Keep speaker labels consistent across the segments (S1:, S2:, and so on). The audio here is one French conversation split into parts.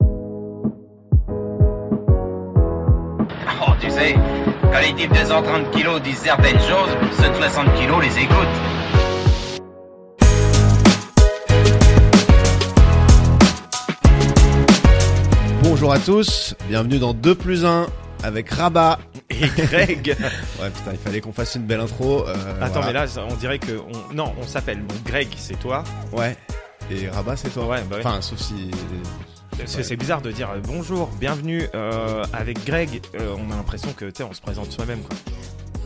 S1: Oh, sais. Quand les types de 130 kilos disent certaines choses, ceux de 60 kilos les écoutent.
S2: Bonjour à tous, bienvenue dans 2 plus 1 avec Rabat.
S3: et Greg.
S2: Ouais putain, il fallait qu'on fasse une belle intro. euh,
S3: Attends,
S2: voilà.
S3: mais là, ça- on dirait que. On... Non, on s'appelle. Bon, Greg, c'est toi.
S2: Ouais. Et Rabat, c'est toi.
S3: Ouais, bah ouais.
S2: Enfin, sauf si.
S3: C'est c'est bizarre de dire euh, bonjour, bienvenue euh, avec Greg. Euh, on a l'impression que, tu sais, on se présente soi-même, quoi.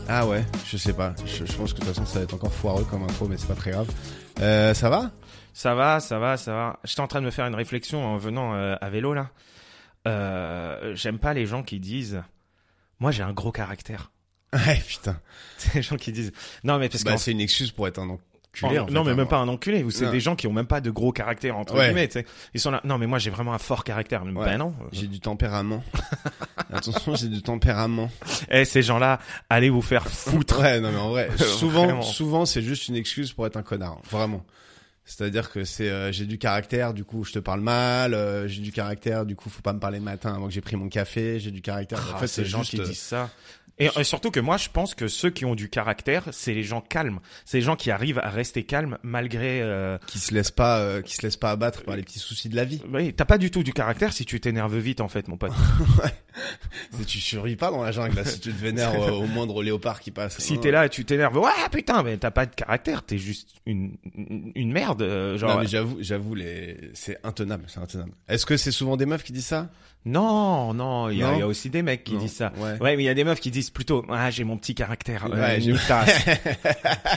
S2: Ah ouais, je sais pas. Je, je pense que de toute façon, ça va être encore foireux comme intro, mais c'est pas très grave. Euh, ça va
S3: Ça va, ça va, ça va. J'étais en train de me faire une réflexion en venant euh, à vélo, là. Euh, J'aime pas les gens qui disent. Moi, j'ai un gros caractère.
S2: Ouais, putain.
S3: C'est les gens qui disent. Non, mais parce
S2: Bah,
S3: qu'en
S2: c'est une excuse pour être un
S3: En-
S2: enculé. en fait,
S3: non, mais
S2: hein.
S3: même pas un enculé. Ou c'est
S2: Non.
S3: des gens qui ont même pas de gros caractère entre
S2: Ouais.
S3: guillemets. tu sais. Ils sont là. Non, mais moi j'ai vraiment un fort caractère. Mais
S2: Ouais.
S3: Ben non.
S2: J'ai du tempérament. Attention, j'ai du tempérament.
S3: Eh, ces gens-là, allez vous
S2: Ah,
S3: faire foutre.
S2: Ouais, non mais en vrai, souvent,
S3: Vraiment.
S2: souvent c'est juste une excuse pour être un connard, hein, vraiment. C'est-à-dire que c'est euh, j'ai du caractère, du coup je te parle mal, euh, j'ai du caractère, du coup faut pas me parler le matin avant que j'ai pris mon café, j'ai du caractère.
S3: Ah,
S2: en fait,
S3: ces
S2: c'est
S3: gens
S2: juste
S3: qui
S2: euh,
S3: disent ça. Et euh, surtout que moi, je pense que ceux qui ont du caractère, c'est les gens calmes. C'est les gens qui arrivent à rester calmes malgré. euh,
S2: qui se laissent pas euh, qui se laissent pas abattre par les petits soucis de la vie.
S3: Oui, t'as pas du tout du caractère si tu t'énerves vite, en fait, mon pote.
S2: Ah, C'est- tu survis pas dans la jungle là, si tu te vénères euh, au moindre léopard qui passe.
S3: si t'es là et tu t'énerves, ouais, putain, mais t'as pas de caractère, t'es juste une, une- une merde. euh, genre,
S2: Non, mais j'avoue, j'avoue les c'est intenable, c'est intenable. Est-ce que c'est souvent des meufs qui disent ça
S3: non, non, il y, a
S2: Non.
S3: il y a aussi des mecs qui
S2: Non.
S3: disent ça.
S2: Ouais.
S3: mais il y a des meufs qui disent plutôt, ah, j'ai mon petit caractère. euh,
S2: Ouais, j'ai-
S3: nique ta race.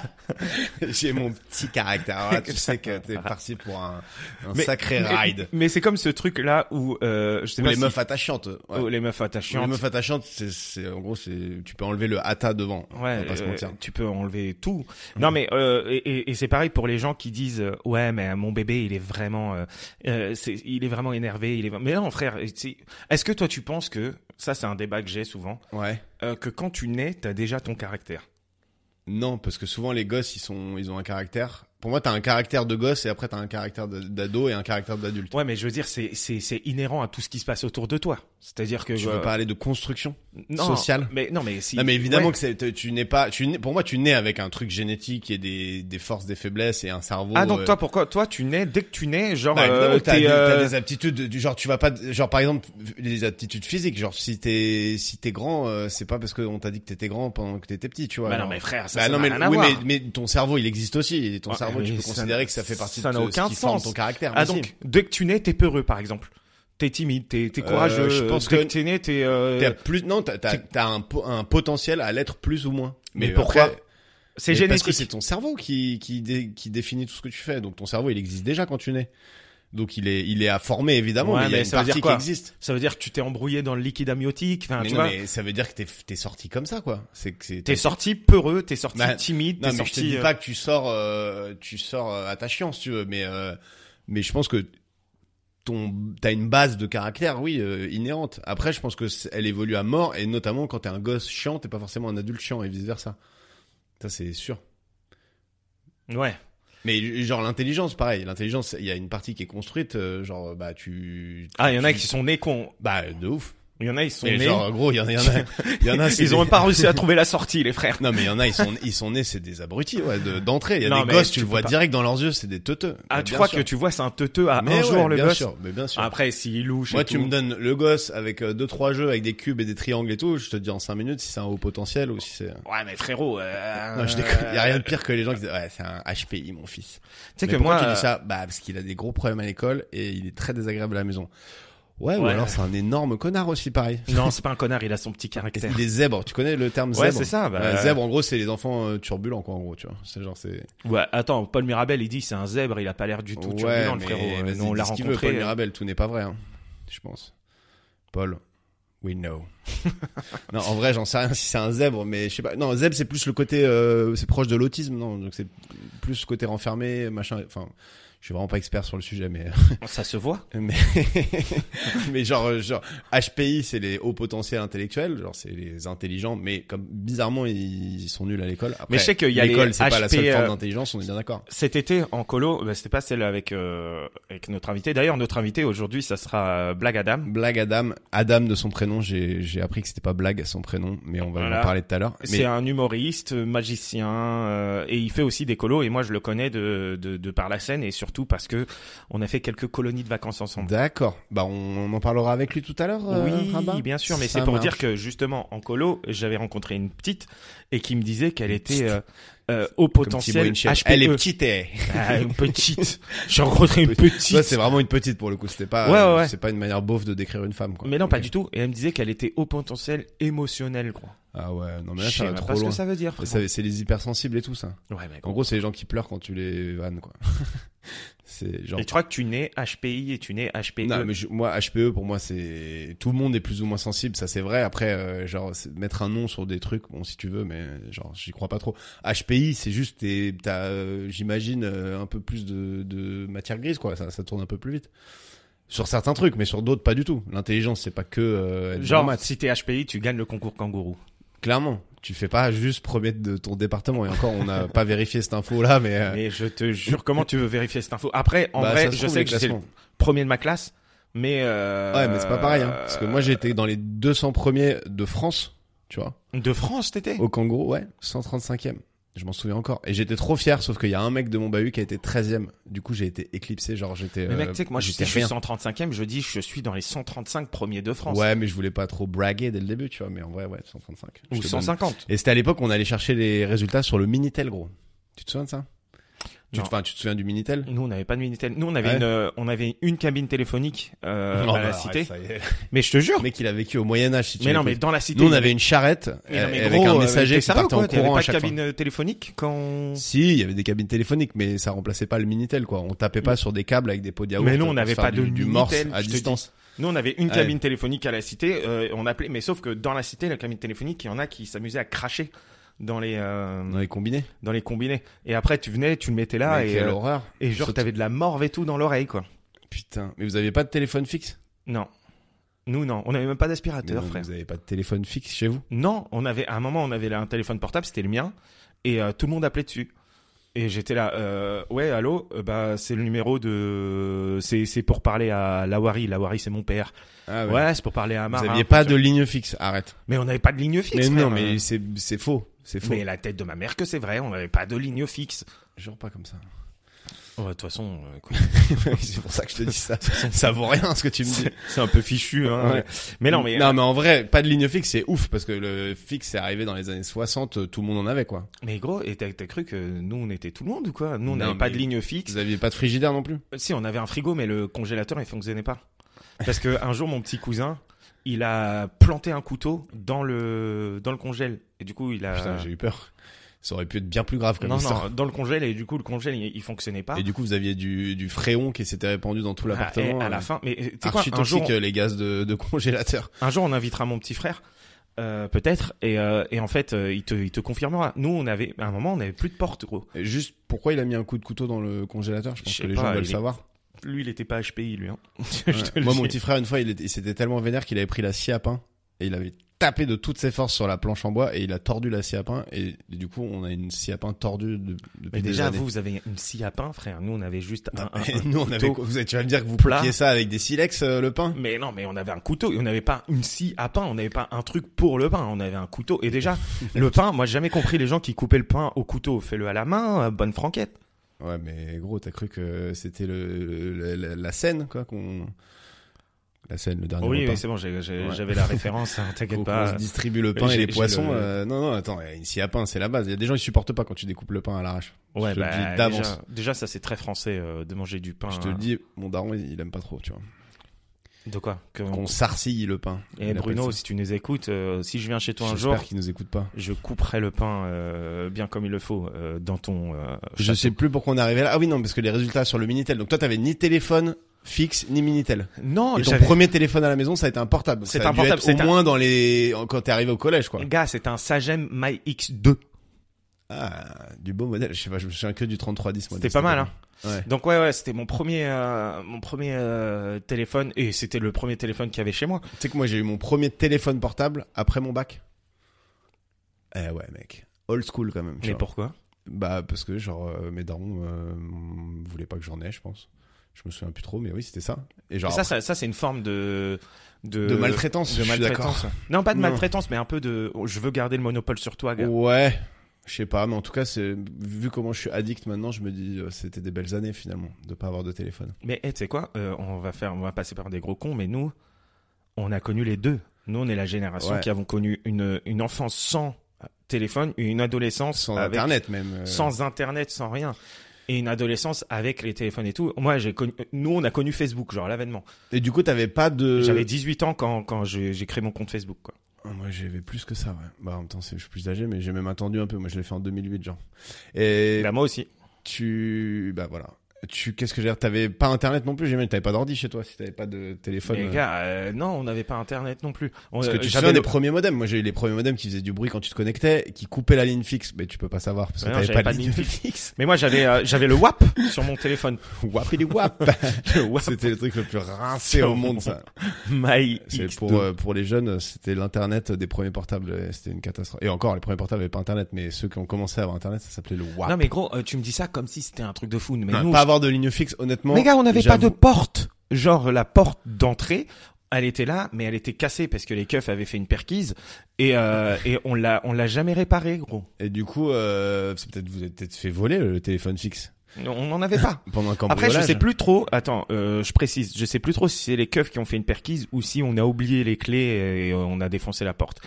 S2: J'ai mon petit caractère. Alors là, tu sais que t'es parti pour un, un
S3: Mais-
S2: sacré
S3: mais-
S2: ride.
S3: Mais, c'est comme ce truc là où, euh, je sais
S2: Ou
S3: pas
S2: les
S3: si-
S2: meufs attachantes. ouais.
S3: ou les meufs
S2: Ou Les
S3: attachantes.
S2: meufs attachantes, c'est, c'est, en gros, c'est, tu peux enlever le hata devant. on va
S3: Ouais,
S2: pas se
S3: euh,
S2: mentir. Mm.
S3: tu peux enlever tout. Non mais euh, et, et- et c'est pareil pour les gens qui disent euh, ouais mais euh, mon bébé il est vraiment euh, euh, c'est- il est vraiment énervé il est mais non frère et tu- est-ce que toi tu penses que ça c'est un débat que j'ai souvent
S2: Ouais.
S3: euh, que quand tu nais t'as déjà ton caractère
S2: Non, parce que souvent, les gosses, ils sont, ils ont un caractère. Pour moi, t'as un caractère de gosse et après, t'as un caractère de- d'ado et un caractère d'adulte.
S3: ouais mais je veux dire c'est c'est c'est inhérent à tout ce qui se passe autour de toi c'est-à-dire que
S2: Tu veux
S3: euh,
S2: parler de construction?
S3: non,
S2: social
S3: mais non mais si
S2: Non, mais évidemment
S3: ouais.
S2: que c'est, tu- tu n'es pas, tu n'es- pour moi, tu nais avec un truc génétique et des, des forces, des faiblesses et un cerveau.
S3: ah donc
S2: euh,
S3: toi pourquoi toi tu nais dès que tu nais genre
S2: Bah, évidemment
S3: euh,
S2: que t'as
S3: t'es,
S2: des,
S3: euh,
S2: t'as des aptitudes du genre tu vas pas genre par exemple les aptitudes physiques genre si t'es si t'es grand euh, c'est pas parce qu'on t'a dit que t'étais grand pendant que t'étais petit tu vois
S3: bah non
S2: genre.
S3: mais frère ça,
S2: Bah
S3: ça
S2: non
S3: n'a
S2: mais
S3: rien à
S2: oui
S3: voir.
S2: mais, mais ton cerveau il existe aussi et ton
S3: Ah,
S2: cerveau tu
S3: mais
S2: peux
S3: ça
S2: considérer
S3: n'a-
S2: que ça fait partie
S3: ça
S2: de
S3: n'a
S2: ce
S3: aucun
S2: qui forme
S3: sens.
S2: ton caractère
S3: Ah
S2: mais bah, si.
S3: donc, dès que tu nais, t'es peureux, par exemple. T'es timide, t'es t'es
S2: Euh,
S3: courageux.
S2: je pense
S3: dès
S2: que
S3: que, t'es né, t'es. euh,
S2: T'as plus non t'as t'as,
S3: t'es-
S2: t'as un, po- un potentiel à l'être plus ou moins
S3: Mais
S2: après-
S3: pourquoi C'est
S2: mais parce que c'est
S3: génétique.
S2: ton cerveau qui qui dé- qui définit tout ce que tu fais donc ton cerveau il existe déjà quand tu nais donc il est il est à former évidemment
S3: Ouais,
S2: mais il y a une
S3: mais ça veut dire
S2: partie qui
S3: quoi
S2: existe
S3: Ça veut dire que tu t'es embrouillé dans le liquide amniotique. Enfin,
S2: mais
S3: Hein, tu
S2: non,
S3: vois.
S2: mais ça veut dire que t'es, t'es sorti comme ça, quoi. C'est que c'est.
S3: T'es sorti peureux, t'es sorti
S2: Bah,
S3: timide,
S2: non,
S3: t'es
S2: mais
S3: sorti.
S2: je te dis
S3: euh,
S2: pas que tu sors, euh, tu sors euh, à ta chiant, si tu veux, mais euh, mais je pense que ton t'as une base de caractère, oui, euh, inhérente. Après, je pense que c'est- elle évolue à mort et notamment quand t'es un gosse chiant, t'es pas forcément un adulte chiant et vice versa. Ça c'est sûr.
S3: Ouais.
S2: Mais genre l'intelligence, pareil. L'intelligence, il y a une partie qui est construite, euh, genre bah tu.
S3: Ah, il y en a
S2: tu-
S3: qui sont nés cons.
S2: Bah de ouf.
S3: Il y en a, ils sont
S2: Mais
S3: nés.
S2: genre gros, il y en a, il y en a, il y en a c'est
S3: ils ont
S2: des-
S3: même pas réussi à trouver la sortie, les frères.
S2: Non mais il y en a ils sont ils sont nés c'est des abrutis ouais de- d'entrée il y a
S3: Non,
S2: des
S3: mais
S2: gosses tu,
S3: tu
S2: le
S3: peux
S2: vois
S3: pas.
S2: direct dans leurs yeux c'est des teuteux.
S3: Ah,
S2: Mais
S3: tu
S2: bien
S3: crois
S2: sûr.
S3: que tu vois, c'est un teuteux à
S2: mais
S3: un
S2: ouais,
S3: jour le
S2: bien
S3: gosse.
S2: sûr, mais bien sûr.
S3: Après, s'il louche. et
S2: Moi tu
S3: tout.
S2: me donnes le gosse avec euh, deux trois jeux avec des cubes et des triangles et tout, je te dis en cinq minutes si c'est un haut potentiel ou si c'est
S3: Ouais, mais frérot. euh,
S2: Non, je déconne, il y a rien de pire que les gens qui disent ouais, c'est un HPI mon fils.
S3: Tu sais
S2: Mais
S3: que
S2: pourquoi
S3: moi.
S2: tu dis ça Bah parce qu'il a des gros problèmes à l'école et il est très désagréable à la maison. Ouais, ou
S3: Ouais.
S2: alors c'est un énorme connard aussi pareil.
S3: euh, Non, c'est pas un connard, il a son petit caractère.
S2: Il est zèbre, tu connais le terme
S3: Ouais,
S2: zèbre
S3: c'est ça. Bah,
S2: Ouais, zèbre en gros c'est les enfants euh, turbulents quoi en gros, tu vois. C'est genre c'est
S3: Ouais, attends, Paul Mirabel, il dit c'est un zèbre, il a pas l'air du tout turbulent, le frérot. hein.
S2: vas-y,
S3: Nous, on
S2: dis
S3: l'a
S2: ce qu'il
S3: rencontré.
S2: Veut, Paul Mirabel, tout n'est pas vrai, hein, je pense. Paul, we know. non, en vrai, j'en sais rien si c'est un zèbre, mais je sais pas. Non, zèbre, c'est plus le côté, euh, c'est proche de l'autisme, non Donc c'est plus ce côté renfermé, machin. Enfin, je suis vraiment pas expert sur le sujet, mais
S3: Ça se voit.
S2: mais, mais genre, euh, genre, HPI, c'est les hauts potentiels intellectuels, genre, c'est les intelligents, mais comme bizarrement, ils, ils sont nuls à l'école. Après,
S3: Mais je sais qu'il y a les
S2: L'école, c'est pas la seule
S3: HP,
S2: forme
S3: euh,
S2: d'intelligence, on est bien d'accord.
S3: Cet été en colo, bah, c'était pas celle avec euh, avec notre invité. D'ailleurs, notre invité aujourd'hui, ça sera euh, Blague Adam.
S2: Blague Adam, Adam de son prénom, j'ai j'ai appris que c'était pas Blague son prénom, mais on va
S3: Voilà.
S2: en parler tout à l'heure. Mais
S3: C'est un humoriste, magicien, euh, et il fait aussi des colos. Et moi, je le connais de, de, de par la scène, et surtout parce que on a fait quelques colonies de vacances ensemble.
S2: D'accord. Bah, on, on en parlera avec lui tout à l'heure. euh,
S3: oui,
S2: Rabat
S3: bien sûr, mais
S2: Ça
S3: c'est pour
S2: marche.
S3: dire que justement en colo, j'avais rencontré une petite et qui me disait qu'elle était euh, euh, au
S2: Comme Thibaut
S3: potentiel E.
S2: Inchep.
S3: HPE.
S2: Elle est petite. eh.
S3: Ah, une petite. J'ai rencontré une petite.
S2: Ça, c'est vraiment une petite pour le coup. C'était pas.
S3: Ouais,
S2: euh,
S3: ouais, ouais.
S2: C'est pas une manière beauf de décrire une femme. Quoi.
S3: mais non, pas du tout. Et elle me disait qu'elle était au potentiel émotionnel, quoi.
S2: Ah ouais. Non mais là,
S3: Je sais
S2: ça va
S3: même
S2: trop
S3: pas ce
S2: loin.
S3: que ça veut dire. frérot.
S2: Ça, C'est les hypersensibles et tout ça.
S3: Ouais, mais
S2: En gros, c'est les gens qui pleurent quand tu les vannes quoi. c'est genre.
S3: Et tu crois que tu nais HPI et tu nais E? HPE.
S2: Non, mais je- moi, HPE, pour moi, c'est tout le monde est plus ou moins sensible, ça c'est vrai. Après, euh, genre c'est- mettre un nom sur des trucs, bon, si tu veux, mais euh, genre j'y crois pas trop. HPI, c'est juste, t'es- t'as, euh, j'imagine, euh, un peu plus de, de matière grise, quoi. Ça, ça tourne un peu plus vite. Sur certains trucs, mais sur d'autres, pas du tout. L'intelligence, c'est pas que euh, être bon en
S3: Genre,
S2: maths.
S3: si t'es HPI, tu gagnes le concours kangourou.
S2: Clairement, tu fais pas juste premier de ton département. Et encore, on n'a pas vérifié cette info là, mais. euh,
S3: Mais je te jure, comment tu veux vérifier cette info Après, en
S2: bah, ça
S3: vrai,
S2: se
S3: je
S2: trouve,
S3: sais
S2: les
S3: que c'est le
S2: classements.
S3: premier de ma classe, mais... euh,
S2: Ouais, mais c'est pas pareil, hein. Parce que moi, j'étais dans les 200 premiers de France, tu vois.
S3: De France, t'étais
S2: Au Kangourou, ouais, 135e. Je m'en souviens encore. Et j'étais trop fier, sauf qu'il y a un mec de mon bahut qui a été 13e. Du coup, j'ai été éclipsé, genre j'étais.
S3: Mais mec,
S2: euh,
S3: tu sais que moi, je
S2: j'étais
S3: suis, je suis
S2: rien.
S3: 135e, je dis je suis dans les 135 premiers de France.
S2: Ouais, mais je voulais pas trop braguer dès le début, tu vois. Mais en vrai, ouais, 135. Je
S3: Ou
S2: te donne-
S3: 150.
S2: Et c'était à l'époque, on allait chercher les résultats sur le Minitel, gros. Tu te souviens de ça tu te,
S3: Non.
S2: enfin, tu te souviens du Minitel
S3: Nous, on n'avait pas de Minitel. Nous, on avait,
S2: Ouais.
S3: une, euh, on avait une cabine téléphonique euh,
S2: Oh,
S3: à la
S2: bah, ouais,
S3: cité.
S2: ça y est.
S3: Mais je te jure.
S2: Le mec, il a vécu au Moyen-Âge, si tu
S3: Mais non, mais
S2: l'écoutes.
S3: dans la cité.
S2: Nous, on
S3: il y
S2: avait une charrette
S3: Mais non, mais
S2: euh, avec
S3: gros,
S2: un
S3: euh,
S2: messager
S3: t'es
S2: qui
S3: sérieux,
S2: partait
S3: quoi
S2: en
S3: T'avais
S2: courant
S3: pas
S2: à
S3: de
S2: chaque fois.
S3: cabine euh, téléphonique quand.
S2: Si, il y avait des cabines téléphoniques, mais ça remplaçait pas le Minitel, quoi. On tapait pas sur des câbles avec des pots de yaourt
S3: Mais nous, on
S2: pour
S3: n'avait
S2: faire
S3: pas
S2: du,
S3: de
S2: du morse
S3: Minitel,
S2: à
S3: je te
S2: distance.
S3: Nous, on avait une
S2: Ouais.
S3: cabine téléphonique à la cité. euh, on appelait, mais sauf que dans la cité, la cabine téléphonique, il y en a qui s'amusaient à cracher dans les euh,
S2: On avait combiné.
S3: dans les combinés. Et après, tu venais, tu le mettais là
S2: Mec,
S3: et
S2: quelle
S3: euh,
S2: horreur.
S3: et genre
S2: Surtout-
S3: t'avais de la morve et tout dans l'oreille quoi.
S2: Putain. Mais vous avez pas de téléphone fixe?
S3: Non, nous non, on n'avait même pas
S2: Mais
S3: d'aspirateur,
S2: non,
S3: frère.
S2: vous avez pas de téléphone fixe chez vous?
S3: Non, on avait à un moment, on avait là un téléphone portable, c'était le mien, et euh, tout le monde appelait dessus. Et j'étais là, euh, ouais, allô, euh, bah c'est le numéro de, c'est c'est pour parler à Lawari. Lawari, c'est mon père.
S2: Ah
S3: ouais, c'est pour parler à
S2: Vous
S3: Amar.
S2: aviez
S3: hein,
S2: pas
S3: pour-
S2: de ligne fixe. Arrête.
S3: Mais on n'avait pas de ligne fixe.
S2: Mais
S3: frère. Euh,
S2: non, mais c'est, c'est faux. C'est faux.
S3: Mais la tête de ma mère que c'est vrai, on n'avait pas de ligne fixe.
S2: Jure pas comme ça.
S3: Oh, De toute façon, euh, quoi.
S2: c'est pour ça que je te dis ça. ça vaut rien, ce que tu me dis.
S3: c'est un peu fichu. Hein,
S2: Ouais.
S3: Mais non, mais,
S2: Non, mais en vrai, pas de ligne fixe, c'est ouf, parce que le fixe, c'est arrivé dans les années 60, tout le monde en avait, quoi.
S3: mais gros, et t'as t'as cru que nous on était tout le monde ou quoi Nous on
S2: Non,
S3: n'avait pas
S2: mais-
S3: de ligne fixe.
S2: Vous aviez pas de frigidaire non plus?
S3: Si, on avait un frigo, mais le congélateur il fonctionnait pas. Parce que un jour, mon petit cousin, il a planté un couteau dans le dans le congèle. Et du coup, il a
S2: Putain, j'ai eu peur. Ça aurait pu être bien plus grave comme
S3: Ah, non
S2: histoire.
S3: non dans le congèle et du coup le congèle il, il fonctionnait pas.
S2: Et du coup, vous aviez du, du fréon qui s'était répandu dans tout
S3: Ah, et
S2: l'appartement.
S3: à la
S2: euh,
S3: fin, mais euh, tu sais quoi,
S2: Archi
S3: un jour,
S2: toxique, euh, les gaz de, de congélateur.
S3: un jour on invitera mon petit frère, euh, peut-être, et, euh, et en fait euh, il, te, il te confirmera. Nous on avait, à un moment on n'avait plus de porte gros.
S2: Et Juste, pourquoi il a mis un coup de couteau dans le congélateur Je pense
S3: Je sais
S2: que les
S3: pas,
S2: gens
S3: il
S2: veulent
S3: est-
S2: savoir.
S3: Lui il était pas HPI lui. Hein. Je
S2: Ouais.
S3: te le
S2: Moi,
S3: dis.
S2: mon petit frère, une fois, il, était- il s'était tellement vénère qu'il avait pris la scie à pain et il avait tapé de toutes ses forces sur la planche en bois et il a tordu la scie à pain et du coup, on a une scie à pain tordue de, depuis
S3: Mais
S2: des
S3: déjà
S2: années.
S3: vous vous avez une scie à pain frère. Nous on avait juste un,
S2: Non,
S3: un-
S2: mais
S3: un
S2: nous, on avait,
S3: couteau.
S2: quoi Vous- tu vas me dire que vous
S3: plat.
S2: pliez ça avec des silex, euh, le pain
S3: Mais non, mais on avait un couteau, et on n'avait pas une scie à pain, on n'avait pas un truc pour le pain, on avait un couteau. Et déjà, le pain, moi j'ai jamais compris les gens qui coupaient le pain au couteau. Fais-le à la main, euh, bonne franquette.
S2: Ouais, mais gros, t'as cru que c'était le, le- la, la scène, quoi, qu'on. La scène, le dernier
S3: Oui,
S2: repas.
S3: mais c'est bon, j'ai- j'ai-
S2: Ah, Ouais.
S3: j'avais la référence, hein, t'inquiète
S2: Qu'on-
S3: pas.
S2: qu'on se distribue le pain
S3: j'ai-
S2: et les
S3: j'ai
S2: poissons.
S3: le-
S2: euh, non, non, attends, il y a une scie à pain, c'est la base. Il y a des gens, ils supportent pas quand tu découpes le pain à l'arrache.
S3: Ouais,
S2: je te le
S3: bah,
S2: dis d'avance.
S3: Déjà, déjà, ça c'est très français euh, de manger du pain. hein.
S2: Je te le dis, mon daron, il, il aime pas trop, tu vois.
S3: De quoi Que-
S2: Qu'on sarcille le pain.
S3: Et
S2: Il
S3: Bruno,
S2: appelle
S3: si tu nous écoutes, euh, si je viens chez toi
S2: ça.
S3: un jour, Euh,
S2: j'espère qu'il nous écoute pas.
S3: je couperai le pain euh, bien comme il le faut euh, dans ton. euh,
S2: Je sais plus pourquoi on est arrivé là. Ah oui, non, parce que les résultats sur le Minitel. Donc toi, t'avais ni téléphone fixe, ni Minitel.
S3: Non,
S2: et ton
S3: j'avais-
S2: premier téléphone à la maison, ça a été un portable.
S3: C'est
S2: Ça a
S3: un
S2: dû
S3: portable,
S2: être
S3: c'est
S2: au
S3: un-
S2: moins dans les, quand t'es arrivé au collège, quoi.
S3: gars, c'est un Sagem MyX2.
S2: Ah, du beau modèle. Je sais pas, je me souviens que du 3310. moi,
S3: C'était
S2: de
S3: pas
S2: cette
S3: mal, hein.
S2: époque. Ouais.
S3: Donc ouais, ouais, c'était mon premier, euh, mon premier euh, téléphone et c'était le premier téléphone qu'il y avait chez moi.
S2: Tu sais que moi, j'ai eu mon premier téléphone portable après mon bac. Eh ouais, mec. Old school quand même. tu
S3: Mais
S2: vois.
S3: pourquoi
S2: Bah, parce que, genre, euh, mes darons euh, voulaient pas que j'en aie, je pense. Je me souviens plus trop, mais oui, c'était ça. Et genre, euh,
S3: Et ça, ça, ça, c'est une forme de de,
S2: De maltraitance, je
S3: de
S2: suis
S3: maltraitance. Non, pas de
S2: Non. Oh.
S3: maltraitance, mais un peu de. oh, Je veux garder le monopole sur toi, gars.
S2: Ouais, je sais pas, mais en tout cas, c'est vu comment je suis addict maintenant, je me dis euh, c'était des belles années finalement de pas avoir de téléphone.
S3: Mais eh, tu sais quoi Euh, On va faire, on va passer par des gros cons, mais nous, on a connu les deux. Nous, on est la génération
S2: Ouais.
S3: qui avons connu une une enfance sans téléphone, une adolescence
S2: Sans
S3: avec-
S2: internet même. euh,
S3: sans internet, sans rien. Et une adolescence avec les téléphones et tout. Moi, j'ai connu, nous, on a connu Facebook, genre l'avènement.
S2: Et du coup, t'avais pas de.
S3: J'avais 18 ans quand, quand j'ai j'ai créé mon compte Facebook. Quoi.
S2: Oh, Moi, j'avais plus que ça, ouais. Bah, en même temps, c'est- je suis plus âgé, mais j'ai même attendu un peu. Moi, je l'ai fait en 2008, genre. Et
S3: Bah, moi aussi.
S2: tu. Bah voilà. Tu... Qu'est-ce que je veux dire T'avais pas internet non plus, j'imagine. T'avais pas d'ordi chez toi si t'avais pas de téléphone.
S3: Les
S2: euh.
S3: gars, euh, non, on n'avait pas Internet non plus. On-
S2: Parce que
S3: euh,
S2: tu te
S3: j'avais
S2: souviens
S3: le-
S2: des premiers modems. Moi, j'ai eu les premiers modems qui faisaient du bruit quand tu te connectais, qui coupaient la ligne fixe. Mais tu peux pas savoir parce que
S3: Ouais, non,
S2: t'avais
S3: j'avais
S2: pas,
S3: pas
S2: de
S3: de
S2: ligne
S3: ligne
S2: fixe.
S3: Mais moi, j'avais euh, j'avais le WAP sur mon téléphone.
S2: Wapidi wap.
S3: Le WAP.
S2: C'était le truc le plus rincé au monde, ça.
S3: My
S2: C'est
S3: X2.
S2: pour, euh, pour les jeunes, c'était l'internet des premiers portables. euh, C'était une catastrophe. Et encore, les premiers portables n'avaient pas internet, mais ceux qui ont commencé à avoir internet, ça s'appelait le WAP.
S3: Non, mais gros, euh, tu me dis ça comme si c'était un truc de fou. Mais
S2: Ouais,
S3: nous,
S2: pas avoir de ligne fixe, honnêtement.
S3: Les gars, on n'avait pas de
S2: j'avoue.
S3: porte. Genre, la porte d'entrée, elle était là, mais elle était cassée parce que les keufs avaient fait une perquise et, euh, et on l'a, on l'a jamais réparée, gros.
S2: Et du coup, euh, c'est peut-être vous êtes peut-être fait voler le téléphone fixe
S3: Non, On n'en avait pas.
S2: pendant un
S3: Après,
S2: cambriolage.
S3: je sais plus trop. Attends, euh, je précise, je sais plus trop si c'est les keufs qui ont fait une perquise ou si on a oublié les clés et euh, on a défoncé la porte.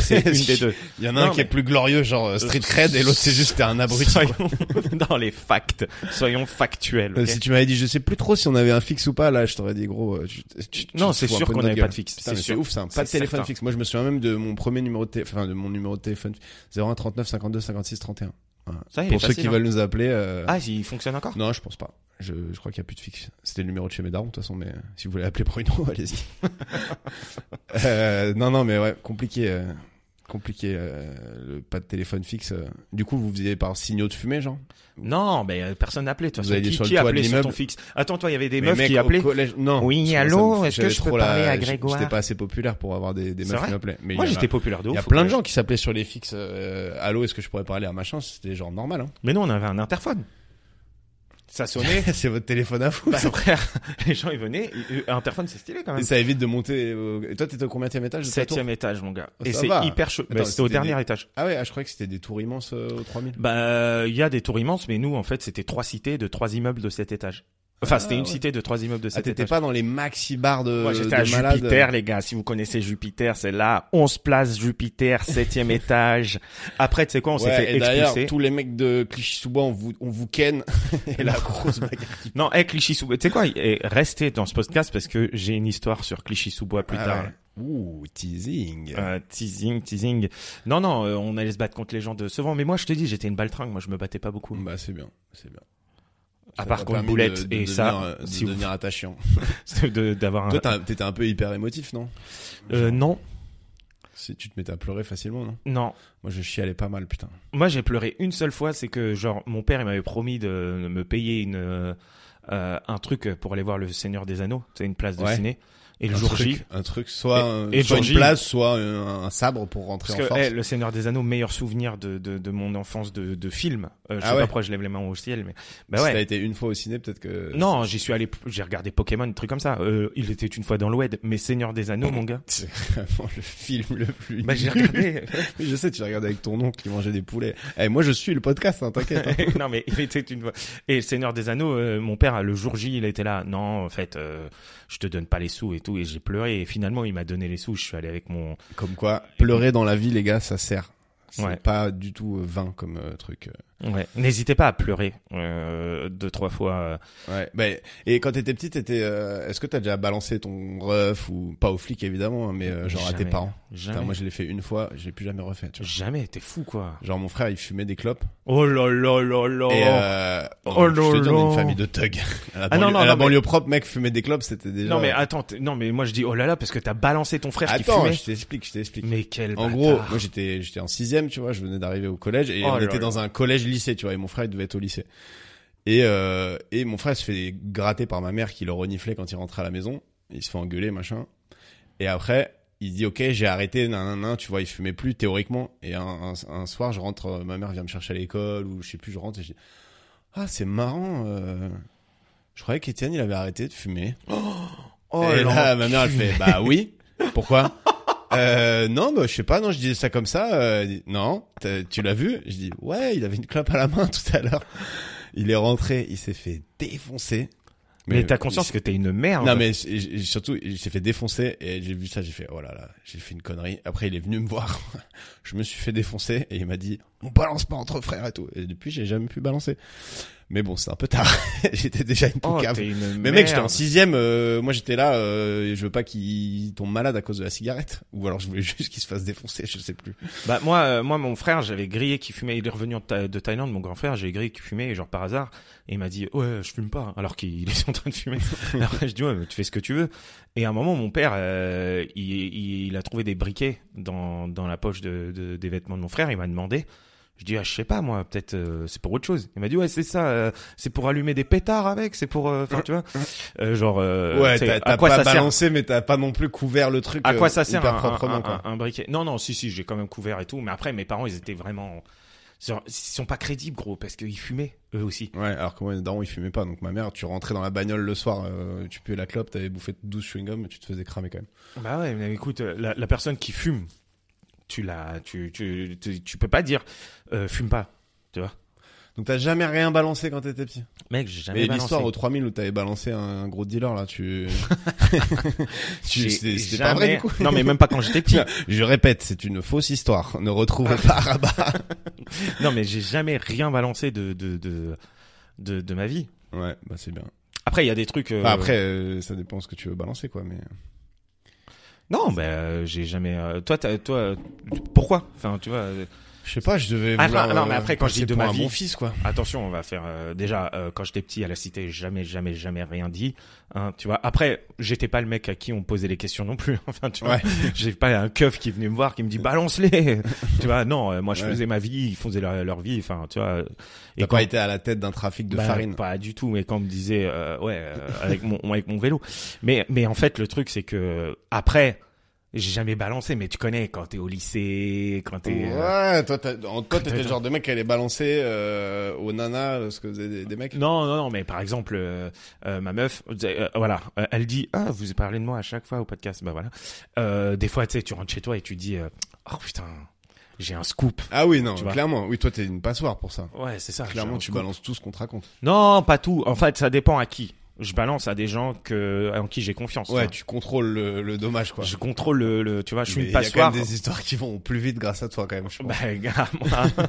S3: c'est une des deux.
S2: Il y en a un
S3: Non,
S2: qui est
S3: mais-
S2: plus glorieux, genre euh, Street Cred, et l'autre c'est juste t'es un abruti. quoi.
S3: Soyons dans les facts. Soyons factuels. ok
S2: Euh, Si tu m'avais dit, je sais plus trop si on avait un fixe ou pas, là, je t'aurais dit, gros, euh, tu- tu- tu
S3: Non,
S2: te
S3: c'est
S2: fous un
S3: sûr
S2: peu
S3: qu'on
S2: notre
S3: avait pas
S2: gueule.
S3: de fixe,
S2: Putain,
S3: c'est
S2: mais C'est
S3: sûr.
S2: ouf, ça. Pas
S3: C'est
S2: de téléphone
S3: certain.
S2: fixe. Moi, je me souviens même de mon premier numéro de téléphone, enfin, de mon numéro de téléphone 01 39 52 56 31. Voilà.
S3: Ça, il est
S2: Pour ceux
S3: facile,
S2: qui
S3: hein.
S2: veulent nous appeler, euh,
S3: Ah, il fonctionne encore.
S2: non, je pense pas. Je, je crois qu'il n'y a plus de fixe. C'était le numéro de chez mes darons, de toute façon, mais euh, si vous voulez appeler Bruno, allez-y. Euh, non, non, mais ouais, compliqué, euh, compliqué, euh, le, pas de téléphone fixe. euh. Du coup, vous faisiez par signaux de fumée, genre?
S3: Non, mais euh, personne n'appelait. De toute
S2: Vous
S3: façon,
S2: alliez
S3: qui,
S2: sur le
S3: qui
S2: toit de
S3: appelait sur
S2: l'immeuble
S3: ton fixe Attends, toi, il y avait des
S2: Mais
S3: meufs
S2: mec,
S3: qui
S2: au
S3: appelaient.
S2: collège- non.
S3: Oui,
S2: parce que
S3: allô,
S2: ça me-
S3: est-ce que
S2: j'avais
S3: je
S2: trop
S3: peux
S2: la-
S3: parler à
S2: j-
S3: Grégoire
S2: J'étais pas assez populaire pour avoir des, des
S3: C'est
S2: meufs qui
S3: vrai
S2: m'appelaient. Mais
S3: Moi,
S2: il y en a-
S3: j'étais populaire de
S2: Il
S3: ouf.
S2: y a
S3: au
S2: plein de
S3: collège.
S2: gens qui s'appelaient sur les fixes. euh, allô, est-ce que je pourrais parler à machin C'était genre normal. Hein.
S3: Mais nous, on avait un interphone. Ça sonnait.
S2: c'est votre téléphone à fou.
S3: Bah,
S2: ça.
S3: frère, les gens, ils venaient. ils- Un interphone, c'est stylé quand
S2: Et
S3: même.
S2: ça évite de monter. au- Et toi, t'étais au combien étage de ta tour
S3: Septième étage, mon gars.
S2: Ah,
S3: Et
S2: ça
S3: c'est
S2: va.
S3: hyper chaud.
S2: Attends,
S3: Bah, C'était au
S2: c'était
S3: dernier
S2: des-
S3: étage.
S2: Ah ouais, ah, je croyais que c'était des tours immenses euh, aux 3000.
S3: Bah, il y a des tours immenses, mais nous, en fait, c'était trois cités de trois immeubles de sept étages. Enfin,
S2: Ah,
S3: c'était une
S2: ouais.
S3: cité de trois immeubles de
S2: Ah,
S3: sept
S2: t'étais
S3: étages.
S2: pas dans les maxi bars de.
S3: Moi, j'étais
S2: de
S3: à
S2: malades.
S3: Jupiter, les gars. Si vous connaissez Jupiter, c'est là. 11 places Jupiter, septième étage. Après, tu sais quoi, on s'est
S2: Ouais,
S3: fait
S2: et d'ailleurs,
S3: expulser.
S2: tous les mecs de Clichy-sous-Bois, on vous, on vous ken. et la grosse bagarre.
S3: Non, eh, Clichy-sous-Bois. Tu sais quoi, eh, restez dans ce podcast parce que j'ai une histoire sur Clichy-sous-Bois plus
S2: Ah
S3: tard.
S2: ouais. Ouh, teasing.
S3: Euh, teasing, teasing. Non, non, euh, on allait se battre contre les gens de Sevran. Mais moi, je te dis, j'étais une baltringue. Moi, je me battais pas beaucoup.
S2: Bah, c'est bien, c'est bien.
S3: à
S2: Ça
S3: part
S2: t'a
S3: contre
S2: permis
S3: Boulette
S2: de- de
S3: et
S2: devenir,
S3: ça,
S2: euh, de
S3: si vous-
S2: devenir attachant.
S3: de- d'avoir un.
S2: Toi, t'as- t'étais un peu hyper émotif, non
S3: Euh, non,
S2: Si tu te mettais à pleurer facilement, non
S3: non.
S2: Moi, je chialais pas mal, putain.
S3: Moi, j'ai pleuré une seule fois. C'est que, genre, mon père, il m'avait promis de me payer une euh, euh, un truc pour aller voir le Seigneur des Anneaux. C'est une place de
S2: Ouais.
S3: ciné. Et le
S2: un
S3: jour
S2: truc,
S3: J.
S2: un truc, soit,
S3: Et-
S2: un-
S3: et
S2: soit
S3: jour
S2: une
S3: J.
S2: place, soit euh, un, un sabre pour rentrer
S3: Parce
S2: en
S3: que
S2: force.
S3: eh, le Seigneur des Anneaux, meilleur souvenir de, de, de mon enfance de, de film. Euh, je
S2: Ah
S3: sais
S2: ouais.
S3: pas pourquoi je lève les mains au ciel, mais bah
S2: si
S3: ouais. Euh,
S2: t'as été une fois au ciné, peut-être que.
S3: Non, j'y suis allé, j'ai regardé Pokémon, des trucs comme ça. Euh, il était une fois dans l'Oued, mais Seigneur des Anneaux, mon gars.
S2: C'est vraiment le film le plus.
S3: Bah j'ai
S2: nul.
S3: regardé.
S2: Oui, je sais, tu regardes avec ton oncle qui mangeait des poulets. Eh, moi, je suis le podcast, hein, t'inquiète. hein.
S3: non mais il était une fois. Et le Seigneur des Anneaux, euh, mon père le jour J, il était là. Non, en fait, euh, je te donne pas les sous et tout, et j'ai pleuré. Et finalement, il m'a donné les sous. Je suis allé avec mon.
S2: Comme quoi, pleurer dans la vie, les gars, ça sert. C'est
S3: Ouais.
S2: pas du tout euh, vain comme euh, truc. euh.
S3: Ouais. N'hésitez pas à pleurer euh, deux trois fois. euh.
S2: Ouais. Bah, et quand t'étais petit, t'étais. euh, Est-ce que t'as déjà balancé ton ref ou pas aux flics évidemment, hein, mais euh, genre à tes
S3: Jamais.
S2: parents
S3: Jamais.
S2: Putain, Moi, je l'ai fait une fois, j'ai plus jamais refait. Tu vois.
S3: Jamais. T'es fou quoi.
S2: Genre mon frère, il fumait des clopes.
S3: Oh là là là là.
S2: Et euh,
S3: Oh
S2: je te
S3: là
S2: dis, on est une
S3: là.
S2: famille de thugs. À la
S3: Ah non,
S2: banlieue-
S3: non,
S2: à la
S3: non, mais-
S2: banlieue propre, mec, fumer des clopes, c'était déjà.
S3: Non mais attends, t'es- non mais moi je dis oh là là parce que t'as balancé ton frère qui
S2: attends,
S3: fumait.
S2: je t'explique, je t'explique.
S3: Mais quel
S2: En
S3: bâtard.
S2: gros, moi j'étais j'étais en sixième troisième, tu vois, je venais d'arriver au collège et
S3: Oh
S2: on
S3: là
S2: était
S3: là.
S2: dans un collège-lycée, tu vois, et mon frère il devait être au lycée. Et, euh, et mon frère se fait gratter par ma mère qui le reniflait quand il rentrait à la maison. Il se fait engueuler, machin. Et après, il se dit, ok, j'ai arrêté, nanana, tu vois, il fumait plus théoriquement. Et un, un- un soir, je rentre, euh, ma mère vient me chercher à l'école ou je sais plus, je rentre et je dis, ah, c'est marrant, euh, je croyais qu'Étienne, il avait arrêté de fumer.
S3: Oh
S2: et là, ma mère, elle fait, bah oui. Pourquoi euh, Non, bah, je sais pas. Non, je disais ça comme ça. euh, elle dit, non, t'as- tu l'as vu Je dis ouais, il avait une clope à la main tout à l'heure. Il est rentré, il s'est fait défoncer.
S3: Mais, t'as conscience que t'es une merde.
S2: Non mais j- j- surtout il s'est fait défoncer et j'ai vu ça j'ai fait oh là là j'ai fait une connerie après il est venu me voir je me suis fait défoncer et il m'a dit on balance pas entre frères et tout et depuis j'ai jamais pu balancer mais bon c'est un peu tard j'étais déjà une
S3: Oh,
S2: poucave
S3: t'es une
S2: mais mec, j'étais en sixième, euh, moi j'étais là, euh, je veux pas qu'il tombe malade à cause de la cigarette. Ou alors je voulais juste qu'il se fasse défoncer, je sais plus.
S3: Bah moi, euh, moi mon frère, j'avais grillé qui fumait. Il est revenu en Tha- de Thaïlande, mon grand frère, j'ai grillé qui fumait, genre par hasard. Et il m'a dit ouais, je fume pas, alors qu'il est en train de fumer. Après je dis ouais, mais tu fais ce que tu veux. Et à un moment, mon père, euh, il, il- il a trouvé des briquets dans, dans la poche de, de- des vêtements de mon frère. Il m'a demandé. Je dis ah je sais pas moi, peut-être euh, c'est pour autre chose. Il m'a dit ouais c'est ça, euh, c'est pour allumer des pétards avec, c'est pour, euh, enfin tu vois, Euh, genre euh,
S2: ouais,
S3: tu sais,
S2: t'as
S3: à
S2: t'as
S3: quoi
S2: pas
S3: ça sert
S2: balancé, mais t'as pas non plus couvert le truc.
S3: à quoi
S2: euh,
S3: ça sert
S2: hyper
S3: un,
S2: proprement,
S3: un-
S2: quoi.
S3: un- un briquet Non, non, si, si, j'ai quand même couvert et tout. Mais après, mes parents, ils étaient vraiment. genre, Ils sont pas crédibles, gros, parce qu'ils fumaient, eux aussi.
S2: Ouais, alors que moi, daron, il fumait pas. Donc ma mère, tu rentrais dans la bagnole le soir, euh, tu puais la clope, t'avais bouffé 12 chewing-gums, tu te faisais cramer quand même.
S3: Bah ouais, mais écoute, euh, la, la personne qui fume, tu la, tu, tu, tu, tu peux pas dire, euh, fume pas.
S2: Donc t'as jamais rien balancé quand t'étais petit.
S3: Mec, j'ai jamais
S2: Mais
S3: balancé.
S2: l'histoire au 3000 où t'avais balancé un gros dealer là, tu. tu
S3: J'ai
S2: C'était c'était
S3: jamais-
S2: pas vrai du coup.
S3: Non, mais même pas quand j'étais petit.
S2: Je répète, c'est une fausse histoire. Ne retrouvez pas Rabat.
S3: non, mais j'ai jamais rien balancé de, de, de, de, de ma vie.
S2: Ouais, bah c'est bien.
S3: Après, il y a des trucs. euh,
S2: Enfin, après, euh, ça dépend ce que tu veux balancer, quoi. Mais
S3: Non, bah, euh, j'ai jamais. euh, toi, t'as- toi, euh, pourquoi Enfin, tu vois. euh,
S2: je sais pas, je devais.
S3: Ah,
S2: vouloir,
S3: non, non,
S2: euh,
S3: mais après, quand je dis
S2: passer
S3: de
S2: pour
S3: ma
S2: un
S3: vie-
S2: bon fils, quoi.
S3: Attention, on va faire euh, déjà euh, quand j'étais petit à la cité, jamais, jamais, jamais rien dit. hein, tu vois. Après, j'étais pas le mec à qui on posait les questions non plus. enfin, tu vois,
S2: Ouais.
S3: j'ai pas un keuf qui venait me voir qui me dit balance-les. tu vois, non, euh, moi je
S2: Ouais.
S3: faisais ma vie, ils faisaient leur, leur vie. Enfin, tu vois.
S2: T'as pas été à la tête d'un trafic de
S3: bah,
S2: farine.
S3: Pas du tout, mais quand on me disait euh, ouais euh, avec mon avec mon vélo. Mais mais en fait le truc c'est que après j'ai jamais balancé. Mais tu connais quand t'es au lycée, quand t'es euh,
S2: Ouais, toi, t'as- en- toi, t'étais
S3: Attends.
S2: le genre de mec qui allait balancer euh, aux nanas euh, ce que faisaient des, des mecs.
S3: Non, non, non, mais par exemple, euh, euh, ma meuf, euh, voilà, euh, elle dit Ah, vous parlez de moi à chaque fois au podcast. Bah voilà. Euh, des fois, tu sais, tu rentres chez toi et tu dis euh, Oh putain, j'ai un scoop.
S2: Ah oui, non,
S3: Tu vois. Ah,
S2: clairement. Oui, toi, t'es une passoire pour ça.
S3: Ouais, c'est ça. j'ai
S2: Clairement,
S3: un
S2: tu
S3: scoop.
S2: balances tout ce qu'on te raconte.
S3: Non, pas tout. En fait, ça dépend à qui. Je balance à des gens que, en qui j'ai confiance.
S2: Ouais,
S3: tu
S2: tu contrôles le, le dommage, quoi.
S3: vois. Je contrôle le, le- tu vois, je suis
S2: Mais
S3: une
S2: y a quand
S3: passoire.
S2: même des histoires qui vont plus vite grâce à toi, quand même. Je pense.
S3: Bah, gars, moi-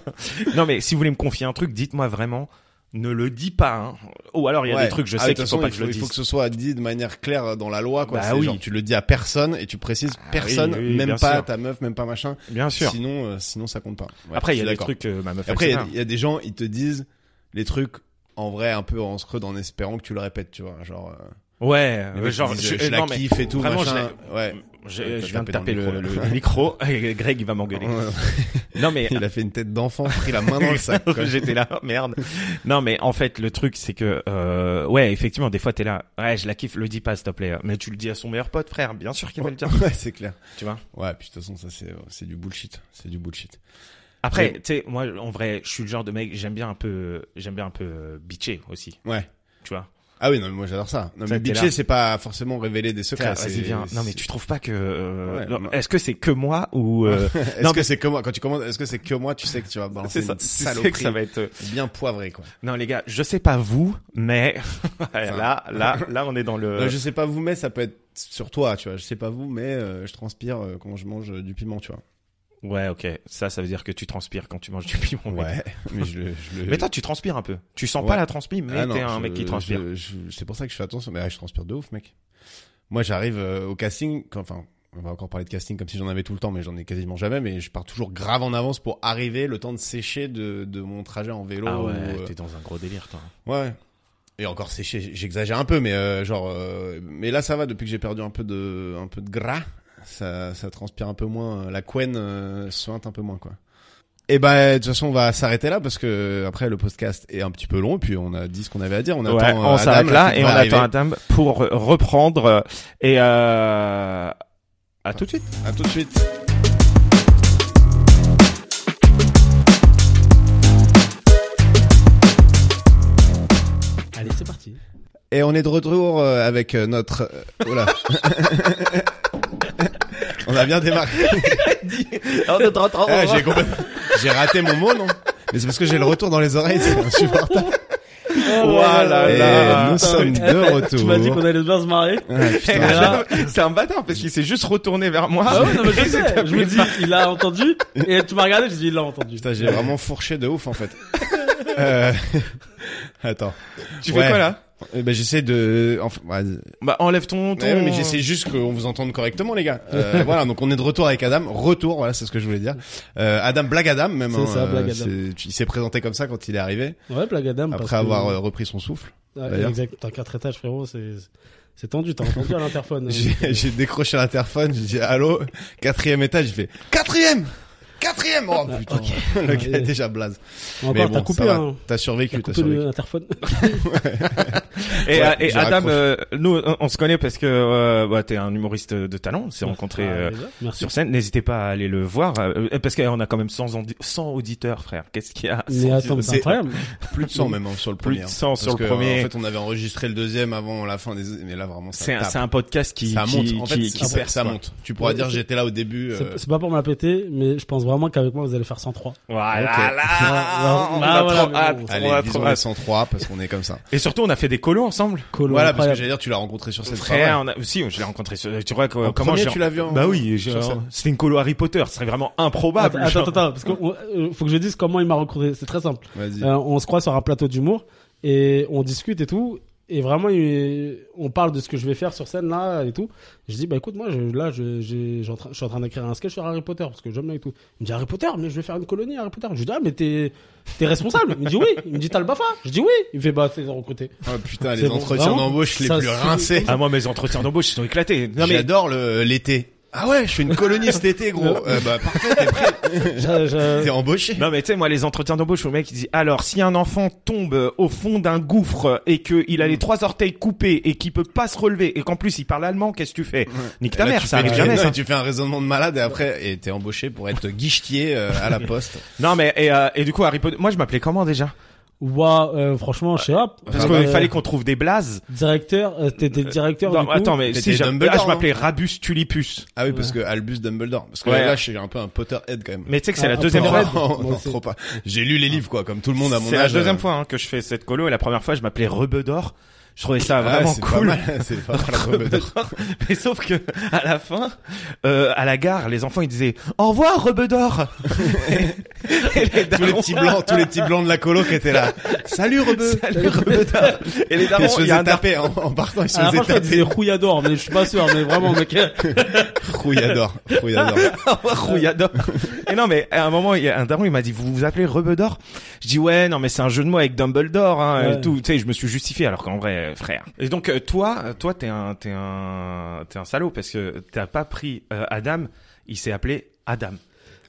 S3: non, mais si vous voulez me confier un truc, dites-moi vraiment. Ne le dis pas. Hein. Ou alors, il y a
S2: Ouais.
S3: des trucs, je
S2: Ah, de
S3: sais qu'il
S2: toute
S3: faut
S2: façon,
S3: pas
S2: il
S3: que je le
S2: il faut
S3: dise.
S2: que ce soit dit de manière claire dans la loi, quoi.
S3: Bah
S2: C'est
S3: oui. Ah
S2: genre, tu le dis à personne et tu précises personne,
S3: oui, oui, bien
S2: même pas
S3: sûr.
S2: ta meuf, même pas machin.
S3: Bien sûr.
S2: Sinon, euh, sinon ça compte pas. Ouais,
S3: Après, il
S2: je
S3: y a
S2: suis
S3: des
S2: d'accord.
S3: trucs, euh, ma meuf. elle
S2: Après,
S3: sait
S2: il y, a-
S3: pas.
S2: il y a des gens, ils te disent les trucs en vrai un peu en se creuse en espérant que tu le répètes, tu vois. Genre, euh,
S3: Ouais,
S2: les
S3: euh,
S2: mecs, ils
S3: genre,
S2: disent,
S3: je,
S2: je,
S3: euh,
S2: la
S3: non, mais
S2: kiffe et tout,
S3: vraiment, je
S2: machin. Ouais.
S3: je,
S2: Ouais, t'as
S3: je viens
S2: tapé
S3: de taper
S2: dans
S3: le,
S2: le
S3: le- le micro. et Greg, il va m'engueuler. Non, mais.
S2: Il a fait une tête d'enfant, pris la main dans le sac. quoi.
S3: J'étais là, oh, merde. Non, mais en fait, le truc, c'est que, euh, ouais, effectivement, des fois, t'es là. Ouais, je la kiffe, le dis pas, s'il te plaît. Mais tu le dis à son meilleur pote, frère. Bien sûr qu'il va le dire.
S2: Ouais, c'est clair.
S3: Tu vois.
S2: Ouais, puis de toute façon, ça c'est c'est du bullshit, c'est du bullshit. Mais-
S3: Après, tu sais, moi, en vrai, je suis le genre de mec, j'aime bien un peu, j'aime bien un peu euh, bitcher aussi.
S2: Ouais.
S3: Tu vois.
S2: Ah oui, non mais moi j'adore ça. Non
S3: Ça,
S2: mais
S3: t'es
S2: bitcher
S3: là.
S2: c'est pas forcément révéler des secrets,
S3: Vas-y,
S2: c'est-
S3: viens. Non, mais
S2: c'est-
S3: tu trouves pas que, euh,
S2: Ouais,
S3: non,
S2: moi-
S3: est-ce que c'est que moi ou, euh,
S2: Est-ce
S3: Non,
S2: que c'est que moi quand tu commandes Est-ce que c'est que moi Tu sais que tu vas balancer
S3: c'est ça,
S2: une
S3: tu sais que
S2: saloperie
S3: ça va être, euh,
S2: bien poivrée quoi.
S3: Non les gars, je sais pas vous, mais là, là, là, on est dans le.
S2: Euh, je sais pas vous mais ça peut être sur toi, tu vois. Je sais pas vous mais euh, je transpire euh, quand je mange euh, du piment, tu vois.
S3: Ouais, ok. Ça, ça veut dire que tu transpires quand tu manges du piment. mec.
S2: mais je, le- je le.
S3: Mais toi, tu transpires un peu. Tu sens
S2: Ouais.
S3: pas la transpi, mais
S2: Ah non,
S3: t'es un
S2: je-
S3: mec qui transpire.
S2: je- je- C'est pour ça que je fais attention. Mais ouais, je transpire de ouf, mec. Moi, j'arrive euh, au casting. quand- Enfin, on va encore parler de casting comme si j'en avais tout le temps, mais j'en ai quasiment jamais. Mais je pars toujours grave en avance pour arriver le temps de sécher de, de mon trajet en vélo.
S3: Ah ouais,
S2: ou, euh,
S3: t'es dans un gros délire, toi.
S2: ouais. Et encore sécher, j'exagère un peu, mais euh, genre. euh, mais là, ça va. Depuis que j'ai perdu un peu de, un euh, peu de gras, ça, ça transpire un peu moins. La couenne euh, suinte un peu moins, quoi. Et ben de toute façon on va s'arrêter là parce que après le podcast est un petit peu long et puis on a dit ce qu'on avait à dire. On
S3: Ouais,
S2: attend. euh,
S3: on
S2: Adam,
S3: s'arrête là
S2: qui
S3: et on
S2: va arriver.
S3: attend Adam pour reprendre euh, et euh, à tout de suite.
S2: À tout de suite.
S4: Allez, c'est parti.
S2: Et on est de retour euh, avec euh, notre. euh, Oh là. on a bien démarré. Ah, j'ai complètement- j'ai raté mon mot, non Mais c'est parce que j'ai le retour dans les oreilles, c'est insupportable.
S4: Ah
S3: Voilà,
S2: Et
S3: là.
S2: nous sommes de retour.
S4: Tu m'as dit qu'on allait bien se marrer.
S2: Ah, putain.
S4: Et là-
S3: C'est un bâtard parce qu'il s'est juste retourné vers moi.
S4: Ah ouais, non, mais je sais.
S3: C'était
S4: Je me dis, il a entendu. Et tu m'as regardé, je dis, il l'a entendu.
S2: Putain, j'ai vraiment fourché de ouf en fait. Euh, Attends.
S3: Tu
S2: Ouais.
S3: fais quoi là
S2: Eh ben j'essaie de. Enfin, ouais,
S3: Bah enlève ton ton.
S2: Ouais, mais j'essaie juste qu'on vous entende correctement, les gars. Euh, voilà, donc on est de retour avec Adam. Retour, voilà, c'est ce que je voulais dire. Euh, Adam, blague Adam, même.
S4: C'est ça,
S2: euh,
S4: Black Adam.
S2: c'est- Il s'est présenté comme ça quand il est arrivé,
S4: Ouais, blague à dame. parce
S2: après
S4: que-
S2: avoir euh, repris son souffle.
S4: Ouais,
S2: d'ailleurs.
S4: exact. T'as quatre étages, frérot. C'est, c'est tendu. T'as entendu à l'interphone. hein.
S2: J'ai j'ai décroché l'interphone, j'ai dit allô, quatrième étage, j'ai fait quatrième, quatrième. Oh putain, le gars est déjà blaze.
S4: Ah, Encore, t'as coupé
S2: ça va.
S4: un.
S2: t'as
S4: T'as
S2: survécu, t'as
S4: coupé
S2: survécu.
S4: l'interphone.
S3: Et,
S2: Ouais,
S3: et
S2: j'ai
S3: Adam,
S2: raccroché.
S3: euh, nous on, on se connaît parce que euh, bah, t'es un humoriste de talent. On s'est rencontré.
S4: Ah,
S3: euh,
S4: déjà Merci.
S3: sur scène, n'hésitez pas à aller le voir euh, parce qu'on a quand même 100, audi- 100 auditeurs, frère. Qu'est-ce qu'il y a
S4: Mais
S3: 100
S4: attends,
S2: c'est-
S4: c'est incroyable.
S2: Plus de 100 même hein, sur le
S3: Plus
S2: premier.
S3: de
S2: hein.
S3: 100 sur
S2: Parce
S3: le
S2: que, euh,
S3: premier.
S2: En fait, on avait enregistré le deuxième avant la fin des, mais là vraiment ça
S3: C'est un,
S2: tape.
S3: c'est un podcast qui,
S2: ça
S3: qui,
S2: monte. En fait,
S3: qui-
S2: ça-
S3: qui
S2: ça,
S3: perce,
S2: ça
S3: quoi.
S2: monte. Tu pourras dire j'étais là au début. euh,
S4: C'est, c'est pas pour me la péter, mais je pense vraiment qu'avec moi, vous allez faire 103.
S3: Voilà,
S2: Ok.
S3: là, on
S4: Bah,
S3: a
S4: voilà,
S3: trop
S4: mais
S3: hâte,
S4: bon.
S3: on
S2: Allez,
S3: a
S2: disons
S3: trop
S2: les
S3: hâte.
S2: 103 parce qu'on est comme ça.
S3: Et surtout, on a fait des colos ensemble.
S4: Colo,
S2: voilà, parce que
S4: incroyable.
S2: j'allais dire, tu l'as rencontré sur cette
S3: Frère, on a... si, je l'ai rencontré. sur- Tu vois
S2: En
S3: quoi, comment
S2: premier,
S3: j'ai-
S2: tu l'as vu en-
S3: Bah oui,
S2: sur
S3: genre,
S2: scène.
S3: c'était une colo Harry Potter. Ce serait vraiment improbable.
S4: Attends,
S3: genre.
S4: attends, attends, parce que on- euh, faut que je dise comment il m'a rencontré. C'est très simple.
S2: Vas-y.
S4: Euh, on se croit sur un plateau d'humour et on discute et tout. Et vraiment, il- on parle de ce que je vais faire sur scène là et tout. Je dis, bah écoute, moi je, là, je, j'ai- j'ai en train- je suis en train d'écrire un sketch sur Harry Potter parce que j'aime bien et tout. Il me dit Harry Potter, mais je vais faire une colonie Harry Potter. Je lui dis, ah, mais t'es t'es responsable. Il me dit oui. Il me dit, t'as le BAFA. Je dis oui. Il me fait, bah, t'es recruté.
S2: Oh putain,
S4: C'est
S2: les
S4: bon,
S2: entretiens
S4: vraiment,
S2: d'embauche les
S4: ça
S2: plus
S4: se-
S2: rincés.
S3: Ah, moi, mes entretiens d'embauche, ils sont éclatés. Non, mais
S2: J'adore le- l'été. Ah ouais, je suis une colonie cet été, gros. Euh, bah parfait, t'es prêt,
S4: J'a- j'a-
S2: t'es embauché.
S3: Non mais tu sais moi les entretiens d'embauche où le mec il dit alors si un enfant tombe euh, au fond d'un gouffre euh, et que il a les trois orteils coupés et qu'il peut pas se relever et qu'en plus il parle allemand qu'est-ce que tu fais Nique ta
S2: Là,
S3: mère
S2: tu
S3: ça
S2: fais
S3: arrive
S2: une-
S3: jamais
S2: non,
S3: ça.
S2: Tu fais un raisonnement de malade et après, et t'es embauché pour être guichetier euh, à la poste.
S3: Non mais et, euh, et du coup Harry Potter moi je m'appelais comment déjà
S2: Ah,
S4: Ouah, euh, franchement, je sais pas.
S3: Parce
S4: Euh,
S2: bah,
S3: qu'il fallait qu'on trouve des blazes.
S4: Directeur, euh, t'étais directeur
S3: Non,
S4: du coup.
S3: attends mais si
S2: T'étais
S3: j'ai- ah,
S2: Dumbledore, hein.
S3: je m'appelais Rabus Tulipus.
S2: Ah oui, parce que Albus Dumbledore. Parce que
S3: Ouais.
S2: là, je suis un peu un Potterhead quand même.
S3: Mais tu sais que c'est
S4: Ah,
S3: la
S4: un
S3: deuxième
S4: peu
S3: fois.
S4: raide.
S2: Non,
S4: Moi
S2: non,
S4: aussi.
S2: trop pas. J'ai lu les livres, quoi, comme tout le monde à mon
S3: C'est la
S2: âge.
S3: deuxième
S2: euh,
S3: fois hein, que je fais cette colo et la première fois je m'appelais Rebedor. Je trouvais ça
S2: ah,
S3: vraiment
S2: c'est pas
S3: cool.
S2: mal, c'est pas mal, Dumbledore.
S3: Mais sauf que à la fin, euh, à la gare, les enfants ils disaient au revoir Rebedor. et, et les
S2: Tous les
S3: darons-
S2: petits blancs, tous les petits blancs de la colo qui étaient là. Salut Rebeu.
S3: Salut Rebedor. Et les darons,
S2: Ils se
S3: il y a un
S2: faisaient taper en, en partant, ils se
S4: À la fin,
S2: faisaient
S4: je crois qu'il disait
S2: taper.
S4: rouillador, mais je suis pas sûr, mais vraiment, mec.
S2: Rouillador, rouillador.
S3: Au revoir, Rouillador. Et non, mais à un moment, il y a un daron, il m'a dit, vous vous appelez Rebedor? Je dis, ouais, non, mais c'est un jeu de mots avec Dumbledore, hein,
S4: Ouais.
S3: et tout. Tu sais, je me suis justifié, alors qu'en vrai, euh, frère. Et donc, euh, toi, euh, toi, t'es un, t'es un, t'es un salaud, parce que t'as pas pris euh, Adam, il s'est appelé Adam.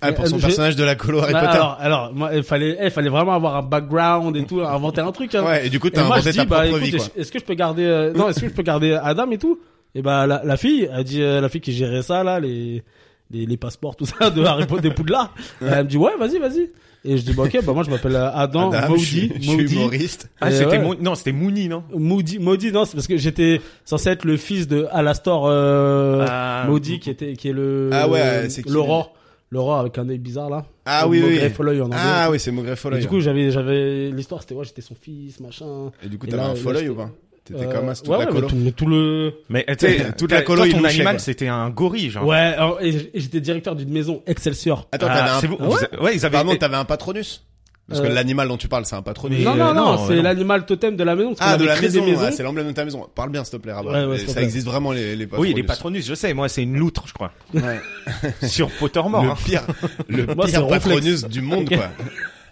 S2: Ah, pour
S4: Euh,
S2: son
S4: je-
S2: personnage de la colo Harry
S4: Bah,
S2: Potter.
S4: alors, alors, moi, il fallait, eh, il fallait vraiment avoir un background et tout, inventer un truc. Hein.
S2: Ouais, et du coup,
S4: Et
S2: t'as
S4: moi,
S2: inventé
S4: je
S2: ta
S4: dis, bah,
S2: propre
S4: écoute,
S2: vie, quoi.
S4: est-ce que je peux garder, euh, non, est-ce que je peux garder Adam et tout Et bah, la, la fille, elle dit, euh, la fille qui gérait ça, là, les, les, les passeports, tout ça, de Harry Potter, des Poudlard. Elle me dit, ouais, vas-y, vas-y. Et je dis, bah, ok, bah, moi, je m'appelle euh, Adam,
S2: Madame, je suis-
S4: Maudit,
S2: je suis
S4: Maudit.
S2: humoriste.
S3: Ah,
S4: Et
S3: c'était
S4: ouais.
S3: Moon- non, c'était Mooney, non?
S4: Maudit, Maudit, non, c'est parce que j'étais censé être le fils de Alastor, euh,
S3: Ah.
S4: Maudit, qui était, qui est le,
S2: Ah ouais, c'est qui,
S4: le roi. Le roi avec un œil bizarre, là.
S2: Ah
S4: Le
S2: oui,
S4: mot
S2: oui.
S4: greffe au l'œil en anglais.
S2: Ah oui, c'est Maugrey
S4: Et
S2: Folloy.
S4: du coup, j'avais, j'avais l'histoire, c'était ouais, j'étais son fils, machin.
S2: Et du coup,
S4: et
S2: t'avais
S4: là,
S2: un
S4: là,
S2: Folloy
S4: j'étais-
S2: ou pas? T'étais
S4: Euh,
S2: comme as toute
S4: ouais,
S2: la
S4: ouais,
S2: colo.
S4: mais tout, mais tout le.
S3: Mais, euh, tu sais,
S2: Toute la
S3: toi,
S2: colo, il
S3: ton
S2: louchait,
S3: animal,
S2: quoi.
S3: c'était un gorille,
S2: Ah.
S3: genre.
S4: Ouais, alors, et j- et j'étais directeur d'une maison Excelsior.
S2: Attends,
S3: Ah,
S2: t'avais un,
S3: c'est vous- vous- ouais. ils avaient.
S2: pardon, t'avais un patronus? Parce que
S4: Euh,
S2: l'animal dont tu parles, c'est un patronus.
S3: mais-
S4: non,
S3: euh,
S4: non, non,
S3: non,
S4: c'est
S3: non.
S4: l'animal totem de la maison. parce qu'on
S2: Ah, de
S4: avait
S2: la
S4: créé des
S2: maison,
S4: maisons.
S2: ah, c'est l'emblème de ta maison. Parle bien, s'il te plaît, Rabat.
S4: Ouais, ouais,
S2: Et
S4: s'il te
S2: ça
S4: plaît.
S2: existe vraiment, les, les patronus.
S3: Oui, les patronus, je sais. Moi, c'est une loutre, je crois.
S2: Ouais.
S3: Sur Pottermore. hein.
S2: Le pire, le
S4: Moi, c'est
S2: pire
S4: le réflexe.
S2: patronus du monde, quoi.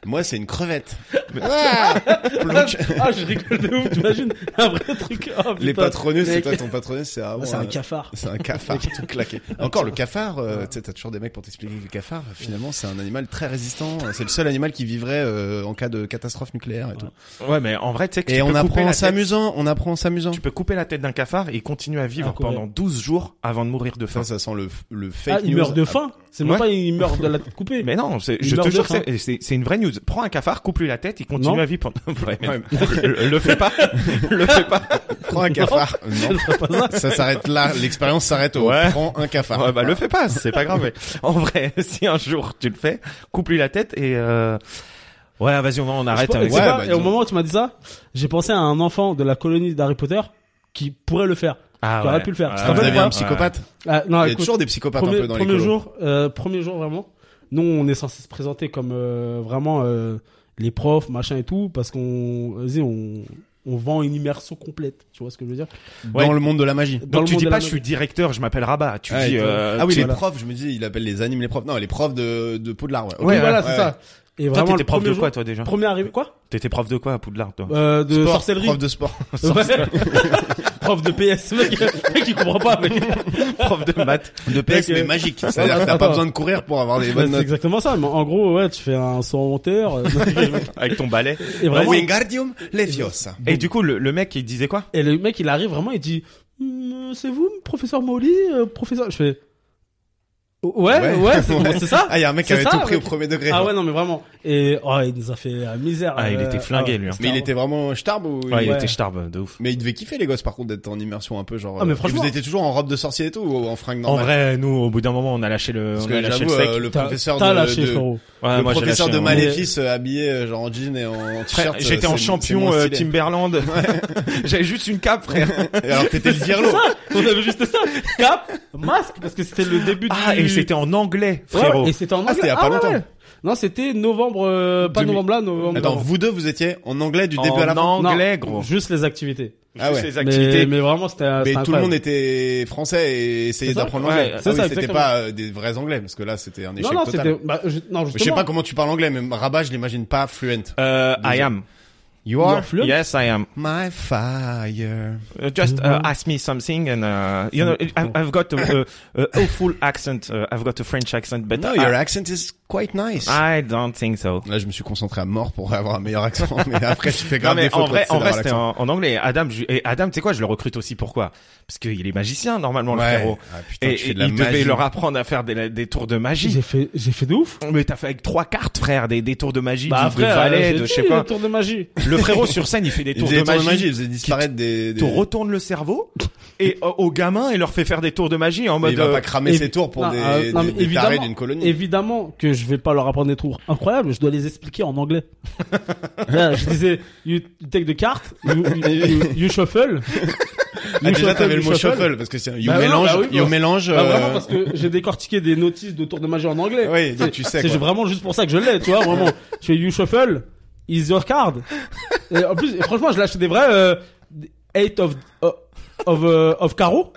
S2: Moi, c'est une crevette.
S4: Ah, je rigole de ouf, t'imagines Un vrai truc. Oh, putain,
S2: Les patronus, c'est
S4: mec.
S2: toi ton patronus, c'est vraiment.
S4: Ah, C'est
S2: un-
S4: un cafard.
S2: C'est un cafard tout claqué. Encore le cafard, euh, tu sais, t'as toujours des mecs pour t'expliquer que le cafard, euh, finalement, c'est un animal très résistant. C'est le seul animal qui vivrait euh, en cas de catastrophe nucléaire et tout.
S3: hein. Ouais, mais en vrai, tu sais que tu
S2: Et
S3: peux
S2: on
S3: couper
S2: apprend
S3: la
S2: en
S3: tête-
S2: s'amusant, on apprend en s'amusant.
S3: Tu peux couper la tête d'un cafard et il continue à vivre
S4: Ah, correct.
S3: pendant 12 jours avant de mourir de faim.
S2: Ça, ça sent le, le fake
S4: Ah, il
S2: news.
S4: meurt de faim. C'est même
S3: Ouais.
S4: pas il meurt de la tête coupée.
S3: Mais non, c'est-
S4: Il
S3: je te
S4: meurt de
S3: jure,
S4: faim.
S3: c'est- c'est c'est une vraie news. Prends un cafard, coupe-lui la tête, il continue
S4: Non.
S3: à vivre pendant. Ouais, mais
S2: Ouais,
S3: le, le fais pas, le fais pas.
S2: Prends un cafard. Non. Ça s'arrête là. L'expérience s'arrête au
S3: Ouais.
S2: prends un cafard.
S3: Ouais, bah le fais pas, c'est pas grave. mais En vrai, si un jour tu le fais, coupe-lui la tête et euh... ouais, vas-y, on va on
S4: Je
S3: arrête euh,
S4: pense-
S3: avec
S4: tu sais
S2: ouais,
S3: ça.
S4: pas,
S2: bah,
S4: et au
S2: disons.
S4: moment où tu m'as dit ça, j'ai pensé à un enfant de la colonie d'Harry Potter qui pourrait le faire.
S3: Ah,
S4: Tu aurais pu le faire. Tu te
S2: Vous
S4: rappelles
S2: avez
S4: pas
S2: un psychopathe.
S4: Ah, non,
S2: Il y a
S4: écoute,
S2: toujours des psychopathes un
S4: premier,
S2: peu dans
S4: premier
S2: les colos.
S4: jour, euh, premier jour vraiment. Nous, on est censé se présenter comme euh, vraiment euh, les profs, machin et tout, parce qu'on, vas-y, on, on vend une immersion complète. Tu vois ce que je veux dire
S2: Dans
S3: Ouais.
S2: le monde de la magie.
S4: Dans
S3: Donc
S4: le
S3: tu
S4: monde
S3: dis
S4: de
S3: pas,
S4: la
S3: je
S4: mode.
S3: suis directeur, je m'appelle Rabat. Tu
S2: Ah,
S3: dis.
S2: et-
S3: euh,
S2: ah oui,
S3: tu-
S2: les
S4: voilà.
S2: profs, je me dis, il appelle les animes les profs. Non, les profs de, de Poudlard, ouais. Ok.
S3: Ouais,
S4: Oui, voilà,
S2: ouais,
S4: c'est
S2: ouais.
S4: ça. Et
S3: Toi,
S4: vraiment,
S3: t'étais
S4: le
S3: prof
S4: premier
S3: de
S4: jour-
S3: quoi, toi déjà
S4: Premier arrivé, quoi
S3: T'étais prof de quoi à Poudlard, toi
S4: Euh, De
S3: Sport.
S4: sorcellerie.
S2: Prof de sport.
S4: Ouais. prof de PS, mec, mec, il comprend pas, mec.
S3: Prof de maths.
S2: De PS, mais
S4: euh,
S2: magique. C'est-à-dire que t'as pas
S4: attends.
S2: besoin de courir pour avoir des
S4: Ouais,
S2: bonnes
S4: c'est
S2: notes.
S4: exactement ça. Mais en gros, ouais, tu fais un son monteur.
S3: Avec ton balai.
S4: euh, et vraiment,
S2: Wingardium Leviosa.
S3: Et du coup, le, le mec, il disait quoi
S4: et le mec, il arrive vraiment, il dit, Hum, c'est vous, professeur Molly, euh, professeur. Je fais, Oh, ouais, ouais, c'est
S2: Ouais.
S4: c'est ça.
S2: Ah, il y a un mec qui
S4: C'est
S2: avait
S4: ça,
S2: tout pris au
S4: mec.
S2: premier degré.
S4: Ah ouais, non, mais vraiment. Et oh, il nous a fait euh, misère.
S3: Ah, il était flingué, lui, hein.
S2: Mais il était vraiment starbe ou
S3: Ouais, il
S4: Ouais.
S3: était starbe de ouf.
S2: Mais il devait kiffer les gosses par contre d'être en immersion un peu genre.
S4: Ah, mais
S2: euh,
S4: franchement-
S2: Vous étiez toujours en robe de sorcier et tout ou en fringue
S3: En
S2: normale.
S3: vrai, nous, au bout d'un moment, on a lâché le,
S2: Parce
S3: on
S2: que
S3: a lâché
S2: j'avoue
S3: le sec.
S2: euh, le professeur
S4: T'as
S2: de,
S4: lâché,
S2: de-
S4: frérot. Ah,
S3: Ouais,
S2: le
S3: moi, j'ai
S2: professeur
S3: lâché
S2: de
S3: un-
S2: Maléfice euh, habillé euh, genre en jean et en
S3: Frère,
S2: t-shirt.
S3: J'étais
S2: euh,
S3: en
S2: c'est- c'est
S3: champion
S2: moins
S3: euh,
S2: stylé.
S3: Timberland. J'avais juste une cape, frère.
S2: Et alors t'étais le dirlo.
S4: On avait juste ça. Cap, masque, parce que c'était le début
S3: Ah,
S4: du...
S3: et c'était en anglais,
S4: Ouais,
S3: frérot.
S4: et c'était en anglais.
S2: Ah, c'était il y a pas
S4: ouais,
S2: longtemps.
S4: ouais. Non, c'était novembre, euh, pas
S2: 2000.
S4: novembre là, novembre.
S2: Attends,
S4: avant.
S2: vous deux vous étiez en anglais du début
S3: En
S2: à la fin.
S4: Non,
S3: anglais, gros.
S4: Juste les activités.
S2: Ah ouais.
S3: Juste les
S4: Mais,
S3: activités.
S4: mais vraiment, c'était.
S2: Mais
S4: c'était
S2: tout le
S4: incroyable.
S2: monde était français et essayait
S4: C'est ça
S2: d'apprendre l'anglais.
S3: Ouais,
S2: Ah
S4: c'est
S2: oui,
S4: ça,
S2: c'était
S4: exactement.
S2: pas euh, des vrais anglais parce que là c'était un échec
S4: Non, non, c'était.
S2: total.
S4: Bah, je... Non, justement.
S2: Je sais pas comment tu parles anglais mais Rabat je l'imagine pas fluent.
S3: Euh, I am.
S2: You
S4: are fluent?
S3: Yes, I am.
S2: my fire.
S3: Uh, just
S4: Mm-hmm.
S3: uh, ask me something, and uh, you know, I, I've got a, a, a awful accent. Uh, I've got a French accent, but
S2: No,
S3: I, Ah.
S2: your accent is quite nice.
S3: I don't think so.
S2: Là, je me suis concentré à mort pour avoir un meilleur accent, mais après, tu fais
S3: Non
S2: grave des
S3: mais
S2: fautes
S3: en vrai,
S2: quand
S3: en
S2: tu sais d'avoir
S3: vrai, c'était
S2: l'accent.
S3: en, en anglais. Adam, je- et Adam, tu sais quoi, je le recrute aussi. Pourquoi Parce qu'il est magicien normalement,
S2: Ouais.
S3: le frérot.
S2: Ah, putain,
S3: et
S2: tu fais
S3: et
S2: de la
S3: il devait
S2: magie.
S3: leur apprendre à faire des, des tours de magie.
S4: J'ai fait, j'ai fait de ouf.
S3: Mais t'as fait avec trois cartes, frère, des, des tours de magie,
S4: Bah,
S3: du-
S4: après,
S3: de valet,
S4: euh,
S3: de
S4: j'ai
S3: je sais
S4: dit,
S3: pas.
S4: le tour de magie.
S3: Le frérot sur scène, il fait des
S2: Il
S3: tours
S2: faisait
S3: de
S2: des tours de
S3: magie.
S2: magie, il faisait disparaître des, des...
S3: te retourne le cerveau et euh, aux gamins et leur fait faire des tours de magie en
S2: Mais
S3: mode
S2: il va
S3: euh,
S2: pas cramer
S4: évi-
S2: ses tours pour
S4: Non,
S2: des,
S4: euh, non,
S2: des-
S4: mais
S2: des
S4: évidemment-
S2: tarés d'une colonie.
S4: Évidemment que je vais pas leur apprendre des tours incroyables, je dois les expliquer en anglais. Là, je disais, you you take the cart, you, you- you- you shuffle.
S2: Ah,
S4: you
S2: déjà, t'avais le mot
S4: you
S2: shuffle, parce que c'est, un- you
S4: Bah oui,
S2: mélange,
S4: bah oui,
S2: you
S4: bah-
S2: mélange,
S4: Bah,
S2: euh,
S4: vraiment, parce que j'ai décortiqué des notices de tours de magie en anglais.
S2: Oui, donc tu sais,
S4: C'est
S2: quoi.
S4: vraiment juste pour ça que je l'ai, tu vois, vraiment. Je fais You Shuffle, is your card. Et en plus, et franchement, je lâche des vrais euh, eight of euh, of euh, of carreau.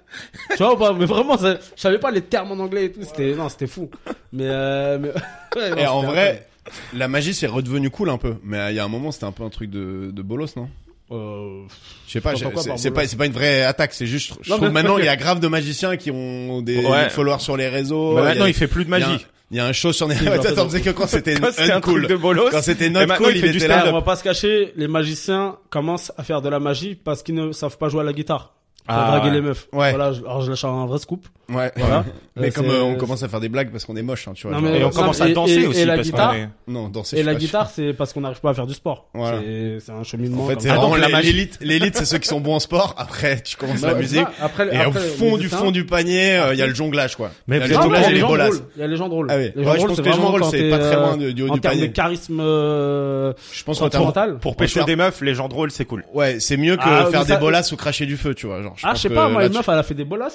S4: Tu vois ou pas Mais vraiment, ça- je savais pas les termes en anglais et tout. C'était non, c'était fou. Mais, euh, mais- ouais, non,
S2: Et en
S4: c'était
S2: vrai, la magie, c'est redevenu cool un peu. Mais euh, il y a un moment, c'était un peu un truc de, de bolos, non?
S4: incroyable. Euh,
S2: Je sais pas,
S4: J'entends
S2: j'ai- c'est,
S4: quoi par
S2: c'est
S4: bolos
S2: pas, c'est pas une vraie attaque, c'est juste, je
S4: Non,
S2: trouve
S4: mais-
S2: maintenant, il y a grave de magiciens qui ont des,
S3: Ouais.
S2: des followers sur les réseaux.
S3: bah,
S2: il y a-
S3: maintenant il fait plus de
S2: il y a un-
S3: magie.
S2: Il y a un show sur les,
S4: genre,
S2: Attends,
S4: attends.
S2: c'est que quand c'était
S3: Quand c'était un truc
S2: uncool.
S3: de bolos,
S2: Quand c'était
S3: et
S2: not
S3: maintenant,
S2: cool,
S3: il
S2: il
S3: fait du
S2: était
S3: stand-up.
S2: là.
S4: on va pas se cacher, les magiciens commencent à faire de la magie parce qu'ils ne savent pas jouer à la guitare. Pour
S3: Ah,
S4: draguer
S3: ouais.
S4: les meufs.
S2: Ouais.
S4: Voilà, je- alors je lâche un vrai scoop.
S2: Ouais.
S4: Voilà.
S2: Mais
S4: Euh,
S2: comme
S4: c'est-
S2: euh, on commence à faire des blagues parce qu'on est moche, hein, tu vois.
S4: Non,
S2: genre,
S4: mais-
S3: et
S2: euh,
S3: on commence à
S4: et-
S3: danser
S4: et- et
S3: aussi
S4: la
S3: parce qu'on
S4: guitare,
S3: est-
S2: non, danser, je
S4: Et
S2: suis
S4: la
S2: pas sûr.
S4: guitare, c'est parce qu'on n'arrive pas à faire du sport.
S2: Voilà.
S4: C'est- C'est un cheminement.
S2: En fait,
S4: comme
S2: c'est
S4: ça.
S3: Ah, donc
S2: vraiment
S3: la
S2: les-
S3: magie.
S2: l'élite. L'élite, c'est ceux qui sont bons en sport. Après, tu commences
S4: Ouais,
S2: la musique.
S4: ça, Après,
S2: Et au
S4: après,
S2: fond
S4: les
S2: du
S4: dessins.
S2: fond du panier, euh, il y a le jonglage, quoi.
S3: Mais
S2: Il y a le
S3: vous êtes
S4: Ah,
S3: obligé
S2: jonglage et
S4: bon,
S3: de
S4: les
S2: les
S4: gens
S2: bolas.
S4: drôles. Il y a les gens drôles.
S2: Ah oui.
S4: Les
S2: Ouais,
S4: gens
S2: je
S4: drôles,
S2: pense
S4: c'est
S2: que les gens
S4: vraiment
S2: drôles,
S4: quand
S2: c'est pas
S4: t'es,
S2: très
S4: euh,
S2: loin du- du haut
S4: En
S2: du
S4: termes de
S2: panier.
S4: charisme euh,
S2: Je pense qu'en termes-
S4: frontal.
S3: Pour
S2: En
S3: pécho
S2: termes-
S3: des meufs, les gens drôles, c'est cool.
S2: Ouais, c'est mieux que
S4: Ah, mais
S2: faire
S4: ça-
S2: des bolas ou cracher du feu, tu vois. Genre,
S4: Ah,
S2: pense
S4: je sais
S2: que
S4: pas, moi,
S2: là,
S4: une
S2: tu-
S4: meuf, elle a fait des bolas.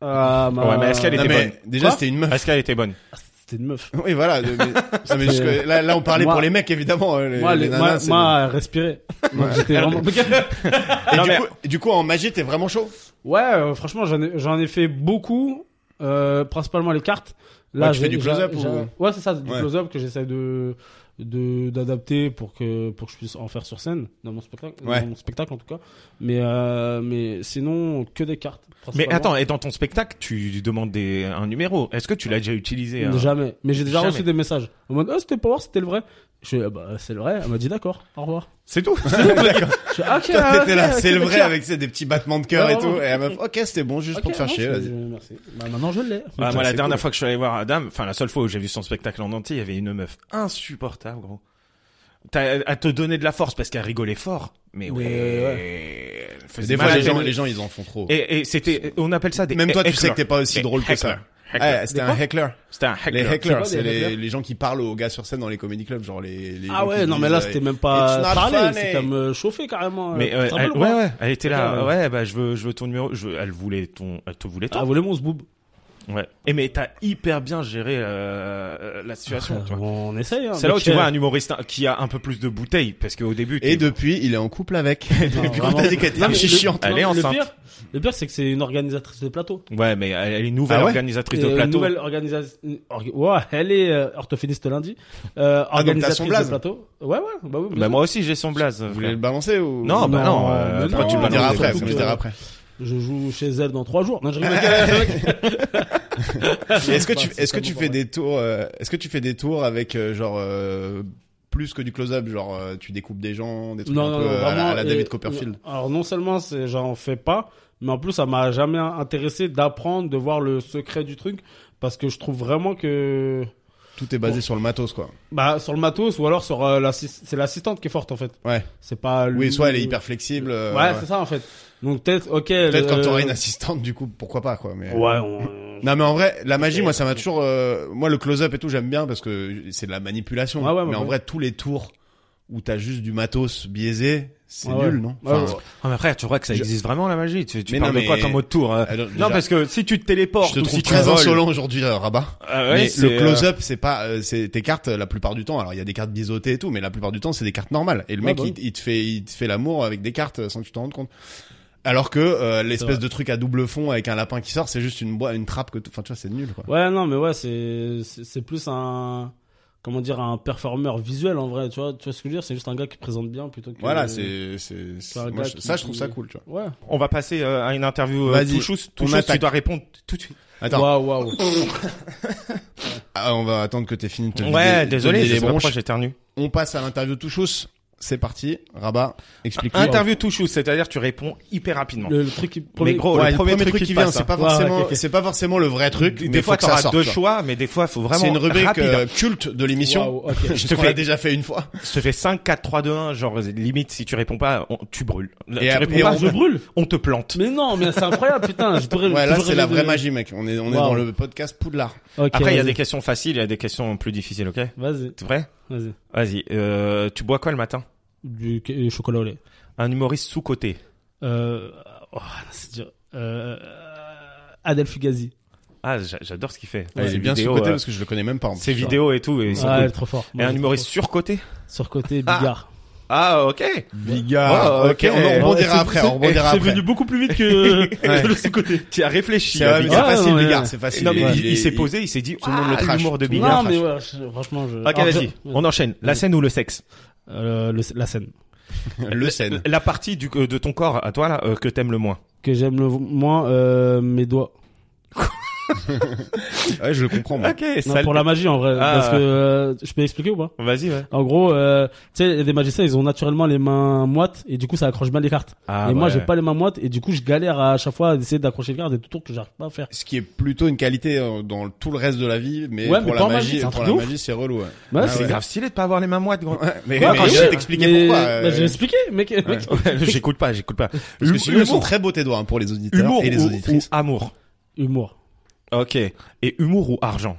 S4: Ah, ma-
S3: Ouais, mais est-ce qu'elle
S2: Non,
S3: était
S2: mais
S3: bonne.
S2: déjà,
S4: Quoi
S2: c'était une meuf.
S3: Est-ce qu'elle était bonne
S4: Ah, C'était une meuf.
S2: Oui, voilà. de- mais- non, mais jusque- là, là, on parlait
S4: Moi-
S2: pour les mecs, évidemment. euh, les-
S4: Moi,
S2: les
S4: les-
S2: nanas,
S4: moi,
S2: c'est-
S4: moi, elle respirait. Donc, j'étais vraiment.
S2: Et
S3: Non,
S2: du
S3: mais-
S2: coup- du coup, en magie, t'es vraiment chaud.
S4: Ouais, euh, franchement, j'en ai, j'en ai fait beaucoup. Euh, principalement les cartes. Là,
S2: Ouais, tu
S4: j'ai-
S2: fais du
S4: j'ai-
S2: close-up
S4: j'ai-
S2: ou-
S4: Ouais, c'est ça, du
S2: Ouais.
S4: close-up que j'essaie de de- d'adapter pour que pour que je puisse en faire sur scène dans mon spectacle
S2: Ouais.
S4: dans mon spectacle en tout cas mais euh, mais sinon que des cartes
S3: Mais
S4: principalement.
S3: attends, et dans ton spectacle, tu demandes des, un numéro. Est-ce que tu l'as déjà utilisé hein
S4: jamais mais j'ai déjà
S3: Jamais.
S4: reçu des messages en mode ah c'était pas voir c'était le vrai je fais, Ah bah c'est le vrai elle m'a dit d'accord au revoir
S3: C'est tout.
S4: je fais, Ah,
S2: Toi,
S4: ok,
S2: t'étais
S4: ok,
S2: là,
S4: ok,
S2: c'est le vrai
S4: d'accord.
S2: avec tu sais, des petits battements de cœur
S4: Ouais,
S2: et tout.
S4: vraiment.
S2: Et la meuf, ok, c'était bon, juste
S4: Ok,
S2: pour te faire
S4: non,
S2: chier,
S4: je-
S2: vas-y.
S4: merci bah maintenant je l'ai
S3: Ah,
S2: Putain,
S3: moi, la
S2: c'est
S3: dernière
S2: cool.
S3: fois que je suis allé voir Adam, enfin la seule fois où j'ai vu son spectacle en entier, il y avait une meuf insupportable, gros. T'as à te donner de la force parce qu'elle rigolait fort, mais,
S4: Mais
S3: ouais. elle faisait
S2: Des
S3: mal
S2: fois,
S3: à
S2: les gens,
S3: peine.
S2: les gens, ils en font trop.
S3: Et, et c'était, on appelle ça des.
S2: Même toi, tu sais
S3: hecklers.
S2: que t'es pas aussi
S3: Des
S2: drôle que ça.
S3: hecklers. Hecklers.
S2: Ouais, c'était
S4: Des
S2: un
S4: quoi
S2: heckler.
S3: C'était un
S2: Les
S3: heckler.
S4: C'est
S2: hecklers,
S4: quoi,
S2: c'est
S4: des
S2: les,
S4: hecklers
S2: les gens qui parlent aux gars sur scène dans les comedy clubs, genre les. les gens
S4: ah ouais
S2: qui
S4: non mais
S2: disent,
S4: là
S2: euh,
S4: c'était même
S2: It's
S4: pas
S2: not
S4: parler
S2: funny.
S4: c'était comme euh, chauffé carrément
S3: Mais
S4: euh,
S3: euh,
S4: tu te rappelles
S3: elle,
S4: ou pas
S3: ouais, ouais, elle était là.
S4: Ouais,
S3: Ouais, bah je veux, je veux ton numéro. Je veux- elle voulait ton, elle te voulait
S4: ah
S3: toi.
S4: voulez mon zboob
S3: Ouais. Et mais t'as hyper bien géré euh, la situation.
S2: Ah,
S3: tu vois.
S4: on essaye hein,
S3: C'est là où
S4: mec,
S3: tu
S4: euh,
S3: vois un humoriste qui a un peu plus de bouteille, parce qu'au début.
S2: Et
S3: t'es-
S2: depuis, il est en couple avec.
S4: Non,
S2: Depuis qu'on
S4: vraiment.
S2: t'a dit qu'elle était
S4: Non, mais
S2: chiante.
S4: le-
S3: Elle est
S4: non, mais
S3: enceinte.
S4: Le pire, le pire, c'est que c'est une organisatrice de plateau.
S3: Ouais, mais elle elle est nouvelle
S2: Ah ouais
S3: organisatrice
S4: Et
S3: de
S4: une
S3: plateau.
S4: nouvelle organisatrice. Ouais, elle est euh, orthophoniste lundi. Euh,
S2: Ah, donc t'as son
S4: organisatrice de
S2: blaze.
S4: plateau. Ouais, ouais. Bah oui. bien
S3: Bah
S4: sûr.
S3: moi aussi j'ai son blaze.
S2: Vous voulez
S3: frère.
S2: le balancer ou
S3: Non, bah
S4: Non,
S3: non. euh,
S4: mais
S3: pourquoi
S4: non,
S3: tu
S2: tu
S3: le
S2: me diras
S3: balances
S2: après,
S4: surtout
S2: tu me
S4: que-
S2: diras après.
S4: Je joue chez elle dans trois jours. Non, je rigole.
S2: Et Est-ce que
S4: Bah,
S2: tu
S4: c'est
S2: est-ce que
S4: pas
S2: tu
S4: bon
S2: fais
S4: pour
S2: des tours euh, Est-ce que tu fais des tours avec euh, genre euh, plus que du close-up, genre euh, tu découpes des gens, des trucs
S4: Non,
S2: un
S4: non,
S2: peu
S4: non,
S2: euh, à, la-
S4: vraiment,
S2: à la
S4: et-
S2: David Copperfield.
S4: Alors non seulement c'est j'en fais pas, mais en plus ça m'a jamais intéressé d'apprendre, de voir le secret du truc, parce que je trouve vraiment que
S2: Tout est basé
S4: Bon.
S2: sur le matos quoi.
S4: bah sur le matos ou alors sur euh, l'assist- c'est l'assistante qui est forte en fait.
S2: Ouais.
S4: C'est pas lui-
S2: Oui, soit elle est hyper flexible. euh,
S4: ouais,
S2: ouais.
S4: c'est ça en fait. Donc peut-être ok. le-
S2: Peut-être quand t'auras une assistante, du coup, pourquoi pas quoi. Mais
S4: Euh, Ouais. On...
S2: non, mais en vrai, la magie, moi, ça m'a toujours. euh, moi, le close-up et tout, j'aime bien parce que c'est de la manipulation.
S4: Ah ouais, ouais,
S2: mais en
S4: ouais.
S2: vrai, tous les tours où t'as juste du matos biaisé, c'est
S4: Ouais,
S2: nul,
S4: ouais.
S2: non
S4: Ouais, ouais.
S3: Ah, mais frère, tu crois que ça
S2: Je-
S3: existe vraiment la magie Tu, tu
S2: Mais
S3: parles
S2: non,
S3: de quoi
S2: mais-
S3: comme autre tour euh
S2: alors, déjà,
S3: Non, parce que si tu te téléportes
S2: je te
S3: ou
S2: trouve
S3: si tu
S2: très
S3: voles,
S2: insolent aujourd'hui, euh, Rabat.
S3: Ah ouais,
S2: mais
S3: c'est,
S2: le
S3: euh,
S2: close-up, c'est pas, euh, c'est tes cartes la plupart du temps. Alors il y a des cartes biseautées et tout, mais la plupart du temps c'est des cartes normales. Et le
S4: Ouais,
S2: mec,
S4: bah
S2: il, il te fait, il te fait l'amour avec des cartes euh, sans que tu t'en rendes compte. Alors que euh, l'espèce
S4: vrai.
S2: de truc à double fond avec un lapin qui sort, c'est juste une boîte, une trappe que, t- enfin tu vois, c'est nul quoi.
S4: Ouais, non, mais ouais, c'est c'est c'est plus un comment dire un performeur visuel en vrai, tu vois, tu vois ce que je veux dire, c'est juste un gars qui présente bien plutôt que
S2: Voilà, c'est, c'est, c'est-
S4: un
S2: moi,
S4: gars
S2: je-
S4: qui-
S2: ça je trouve
S4: qui-
S2: ça cool, tu vois.
S4: Ouais.
S3: On va passer euh, à une interview euh,
S2: Vas-y,
S3: Touchous.
S2: on
S3: Touchous, tu
S2: attaque.
S3: dois répondre tout de suite.
S2: Attends,
S4: Waouh, waouh.
S2: ah, on va attendre que t'aies fini de te vider-
S3: Ouais,
S2: te
S3: désolé,
S2: vider
S3: je
S2: les
S3: sais pas pourquoi
S2: bronches.
S3: j'éternue.
S2: On passe à l'interview Touchous. C'est parti, Rabat, hein. explique-nous.
S3: Ah, Interview Touchous, c'est-à-dire tu réponds hyper rapidement.
S4: Le, le truc qui
S3: Mais gros,
S2: Ouais,
S3: le premier truc
S2: qui
S3: qui
S2: vient,
S3: passe,
S2: c'est pas
S4: hein. Ouais, ouais,
S2: forcément,
S4: ok, ok.
S2: c'est pas forcément le vrai truc, mais
S3: Des fois,
S2: faut que ça
S3: t'auras
S2: sorte.
S3: deux
S2: tu vois.
S3: choix, mais des fois, faut vraiment
S2: C'est une rubrique
S3: rapide.
S2: euh, culte de l'émission.
S4: Waouh, ok.
S2: Je
S3: te
S2: te
S3: fais-
S2: l'ai déjà fait une fois.
S3: Je te fais 5, 4, 3, 2, 1, genre limite, si tu réponds pas, on- tu brûles. Là,
S2: Et
S3: tu
S2: après,
S3: réponds
S2: et
S3: pas,
S2: on-
S3: je brûle. On te plante.
S4: Ah, Mais non, mais c'est incroyable, putain. Je pourrais,
S2: Ouais,
S4: je
S2: là
S4: pourrais
S2: c'est la
S4: rêver
S2: vraie
S4: de-
S2: magie, mec. On est on est
S4: Waouh.
S2: dans le podcast Poudlard.
S4: Ok,
S3: Après, il y a
S4: vas-y.
S3: des questions faciles, il y a des questions plus difficiles, ok
S4: Vas-y,
S3: T'es prêt
S4: vas-y.
S3: Vas-y, euh, tu bois quoi le matin
S4: Du euh, chocolat au lait.
S3: Un humoriste sous-côté.
S4: Euh, oh, c'est dur. Euh, euh, Adèle Fugazi.
S3: Ah, j'a- j'adore ce qu'il fait.
S2: Ouais, il
S3: Ses
S2: est bien
S3: vidéos,
S2: sous côté
S3: euh,
S2: parce que je le connais même pas. hein. en
S3: ses
S2: plus,
S3: vidéos et tout. Et, ils sont
S4: Ah,
S3: cool.
S4: elle est trop fort.
S3: Et un humoriste surcoté
S4: Surcoté, Bigard.
S3: Ah, ok.
S2: Bigard.
S3: Ouais,
S2: Ah, ok.
S3: ok.
S2: On en rebondira après. On rebondira
S4: C'est
S2: après.
S4: venu beaucoup plus vite que, que le sous-côté.
S3: Tu as réfléchi.
S2: C'est
S3: à
S2: ouais, hein, mais c'est facile,
S3: Bigard.
S4: Ah, non, mais-
S2: Bigard. C'est facile.
S3: non, mais il,
S2: est-
S3: il s'est posé, il s'est dit, tout
S2: le monde le trash,
S3: l'humour de
S2: tout le monde.
S3: Bigard.
S4: non, mais ouais, je- franchement, je.
S3: Ok,
S4: Alors, je-
S3: vas-y, on enchaîne. La scène ou le sexe
S4: Euh, le- la scène.
S2: Le scène.
S3: La partie du, euh, de ton corps, à toi, là, euh, que t'aimes le moins
S4: Que j'aime le moins, euh, mes doigts.
S2: Ouais, je le comprends. moi.
S3: Ok,
S4: Non,
S3: sale-
S4: pour la magie, en vrai.
S3: Ah.
S4: Parce que, euh, je peux expliquer ou pas?
S3: Vas-y, ouais.
S4: En gros, euh, tu sais, il y a des magiciens, ils ont naturellement les mains moites et du coup, ça accroche bien les cartes.
S3: Ah,
S4: et moi,
S3: ouais.
S4: j'ai pas les mains moites et du coup, je galère à chaque fois à essayer d'accrocher les cartes des tours que j'arrive pas à faire.
S2: Ce qui est plutôt une qualité euh, dans tout le reste de la vie, mais
S4: Ouais, mais
S2: pour
S4: pas
S2: la
S4: en magie,
S2: magie,
S4: c'est un
S2: pour
S4: truc
S2: la
S4: de ouf.
S2: magie, c'est relou. ouais.
S4: Bah,
S2: Ah
S4: c'est
S3: C'est grave stylé de pas avoir les mains moites, gros.
S2: Ouais, Mais
S4: Ouais,
S2: mais
S4: quand
S2: je
S4: même.
S2: vais t'expliquer
S4: Mais-
S2: pourquoi.
S4: Bah, j'ai
S2: euh,
S4: expliqué, mec. mec.
S3: j'écoute pas, j'écoute pas.
S2: Parce que sinon, ils sont
S3: humour.
S2: très beaux tes doigts hein, pour les auditeurs
S3: Humour
S2: et les
S3: ou,
S2: auditrices.
S3: ou amour.
S4: Humour.
S3: Ok. Et humour ou argent.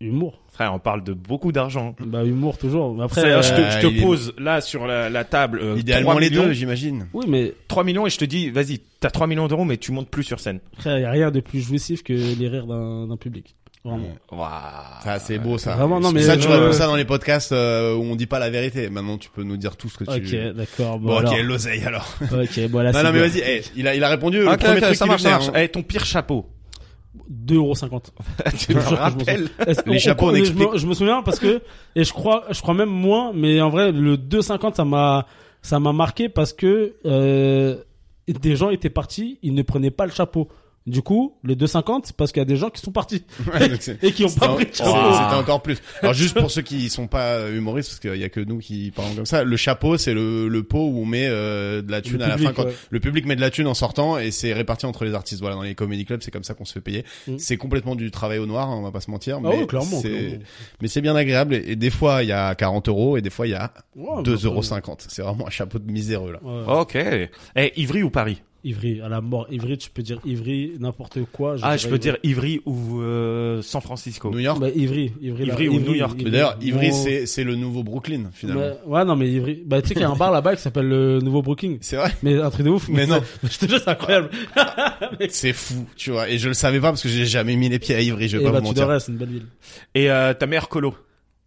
S4: Humour.
S3: Frère, on parle de beaucoup d'argent.
S4: Bah, humour toujours. Mais Après,
S3: C'est-à-dire, je
S4: euh,
S3: te, je te
S2: il est-
S3: pose là sur la, la table euh,
S2: Idéalement
S3: 3
S2: les
S3: millions,
S2: deux, j'imagine.
S4: oui, mais
S3: 3 millions et je te dis, vas-y, t'as 3 millions d'euros, mais tu montes plus sur scène.
S4: après, y a rien de plus jouissif que les rires d'un d'un public. Vraiment.
S2: Ça, c'est beau, ça.
S4: Ah, Vraiment, non,
S2: C'est
S4: mais euh,
S2: pour ça, que
S4: je-
S2: tu vois ça dans les podcasts euh, où on dit pas la vérité. Maintenant, tu peux nous dire tout ce que tu
S4: Ok, d'accord. Bon,
S2: Bon,
S4: alors.
S2: ok, l'oseille alors.
S4: Ok, bon, là,
S2: non,
S4: c'est
S2: non, mais vas-y.
S4: bien.
S2: eh, il a, il a répondu. au
S3: Ah, Ok,
S2: premier
S3: ok,
S2: truc
S3: ça
S2: qui
S3: marche,
S2: lui
S3: ça
S2: venait,
S3: marche.
S2: hein.
S3: Eh, ton pire chapeau.
S4: 2,50€.
S3: tu me
S4: Je me
S3: rappelles
S4: Est-ce-
S2: Les chapeaux, on
S4: je me-
S2: explique.
S4: Je, me souviens parce que et je crois, je crois même moins, mais en vrai le 2,50 ça m'a ça m'a marqué parce que euh, des gens étaient partis, ils ne prenaient pas le chapeau. Du coup, le 2,50 c'est parce qu'il y a des gens qui sont partis
S2: Ouais, donc c'est-
S4: et qui ont
S2: C'était
S4: pas
S2: en-
S4: pris le
S2: c'était
S4: chapeau. Ah
S3: Wow.
S2: Oh, c'était encore plus. Alors juste pour ceux qui sont pas euh, humoristes, parce qu'il y a que nous qui parlons comme ça, le chapeau c'est le, le pot où on met euh, de la thune à
S4: public,
S2: la fin. Quand
S4: ouais.
S2: Le public met de la thune en sortant et c'est réparti entre les artistes. Voilà, dans les comedy clubs c'est comme ça qu'on se fait payer.
S4: Mm.
S2: C'est complètement du travail au noir, hein, on va pas se mentir.
S4: Ah
S2: mais
S4: ouais, clairement.
S2: c'est-
S4: clairement.
S2: Mais c'est bien agréable et, et des fois il y a 40 euros et des fois il y a
S4: Ouais,
S2: 2,50 euros. C'est vraiment un chapeau de miséreux là.
S4: Ouais.
S3: Ok. Eh, Ivry ou Paris
S4: Ivry, à la mort. Ivry, tu peux dire Ivry, n'importe quoi.
S3: Ah, je
S4: dirais
S3: peux
S4: Ivry.
S3: dire Ivry ou euh, San Francisco.
S2: New York.
S4: Bah, Ivry, Ivry, là.
S3: Ivry ou New York.
S4: Bah,
S2: Mais D'ailleurs, Ivry
S4: Bon,
S2: c'est c'est le nouveau Brooklyn finalement.
S4: bah, ouais, non, mais Ivry. Bah, tu sais qu'il y a un bar là-bas qui s'appelle le Nouveau Brooklyn.
S2: C'est vrai.
S4: Mais un truc de ouf.
S2: Mais non.
S4: Je te jure, c'est incroyable.
S2: C'est fou, tu vois. Et je le savais pas parce que j'ai jamais mis les pieds à Ivry, je vais
S4: Et
S2: pas
S4: bah,
S2: vous
S4: tu
S2: mentir.
S4: devrais, c'est une belle ville.
S3: Et euh, ta mère colo.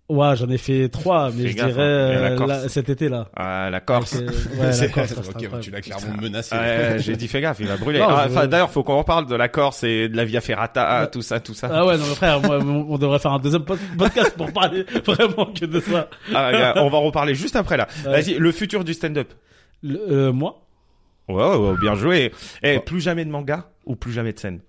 S4: Ouais, j'en ai fait trois, mais
S3: Fais
S4: je
S3: gaffe,
S4: dirais
S3: hein, il y a la
S4: euh,
S3: Corse.
S4: là, cet été là.
S3: Ah, la Corse.
S4: Avec, euh, ouais, la
S2: C'est-
S4: Corse, ça, c'est
S2: ok,
S4: incroyable.
S2: tu l'as clairement menacé.
S3: Ouais, J'ai dit fais gaffe, il va brûler.
S4: Non,
S3: Ah,
S4: je-
S3: enfin, D'ailleurs, faut qu'on reparle de la Corse et de la Via Ferrata, tout ça, tout ça.
S4: Ah ouais, non, mais frère, moi, on on devrait faire un deuxième pod- podcast pour parler vraiment que de ça.
S3: Ah, gars, on va en reparler juste après là.
S4: Ouais.
S3: Vas-y, le futur du stand-up.
S4: Le- euh, moi
S3: Wow, wow, bien joué. Eh, plus jamais de manga ou plus jamais de scène.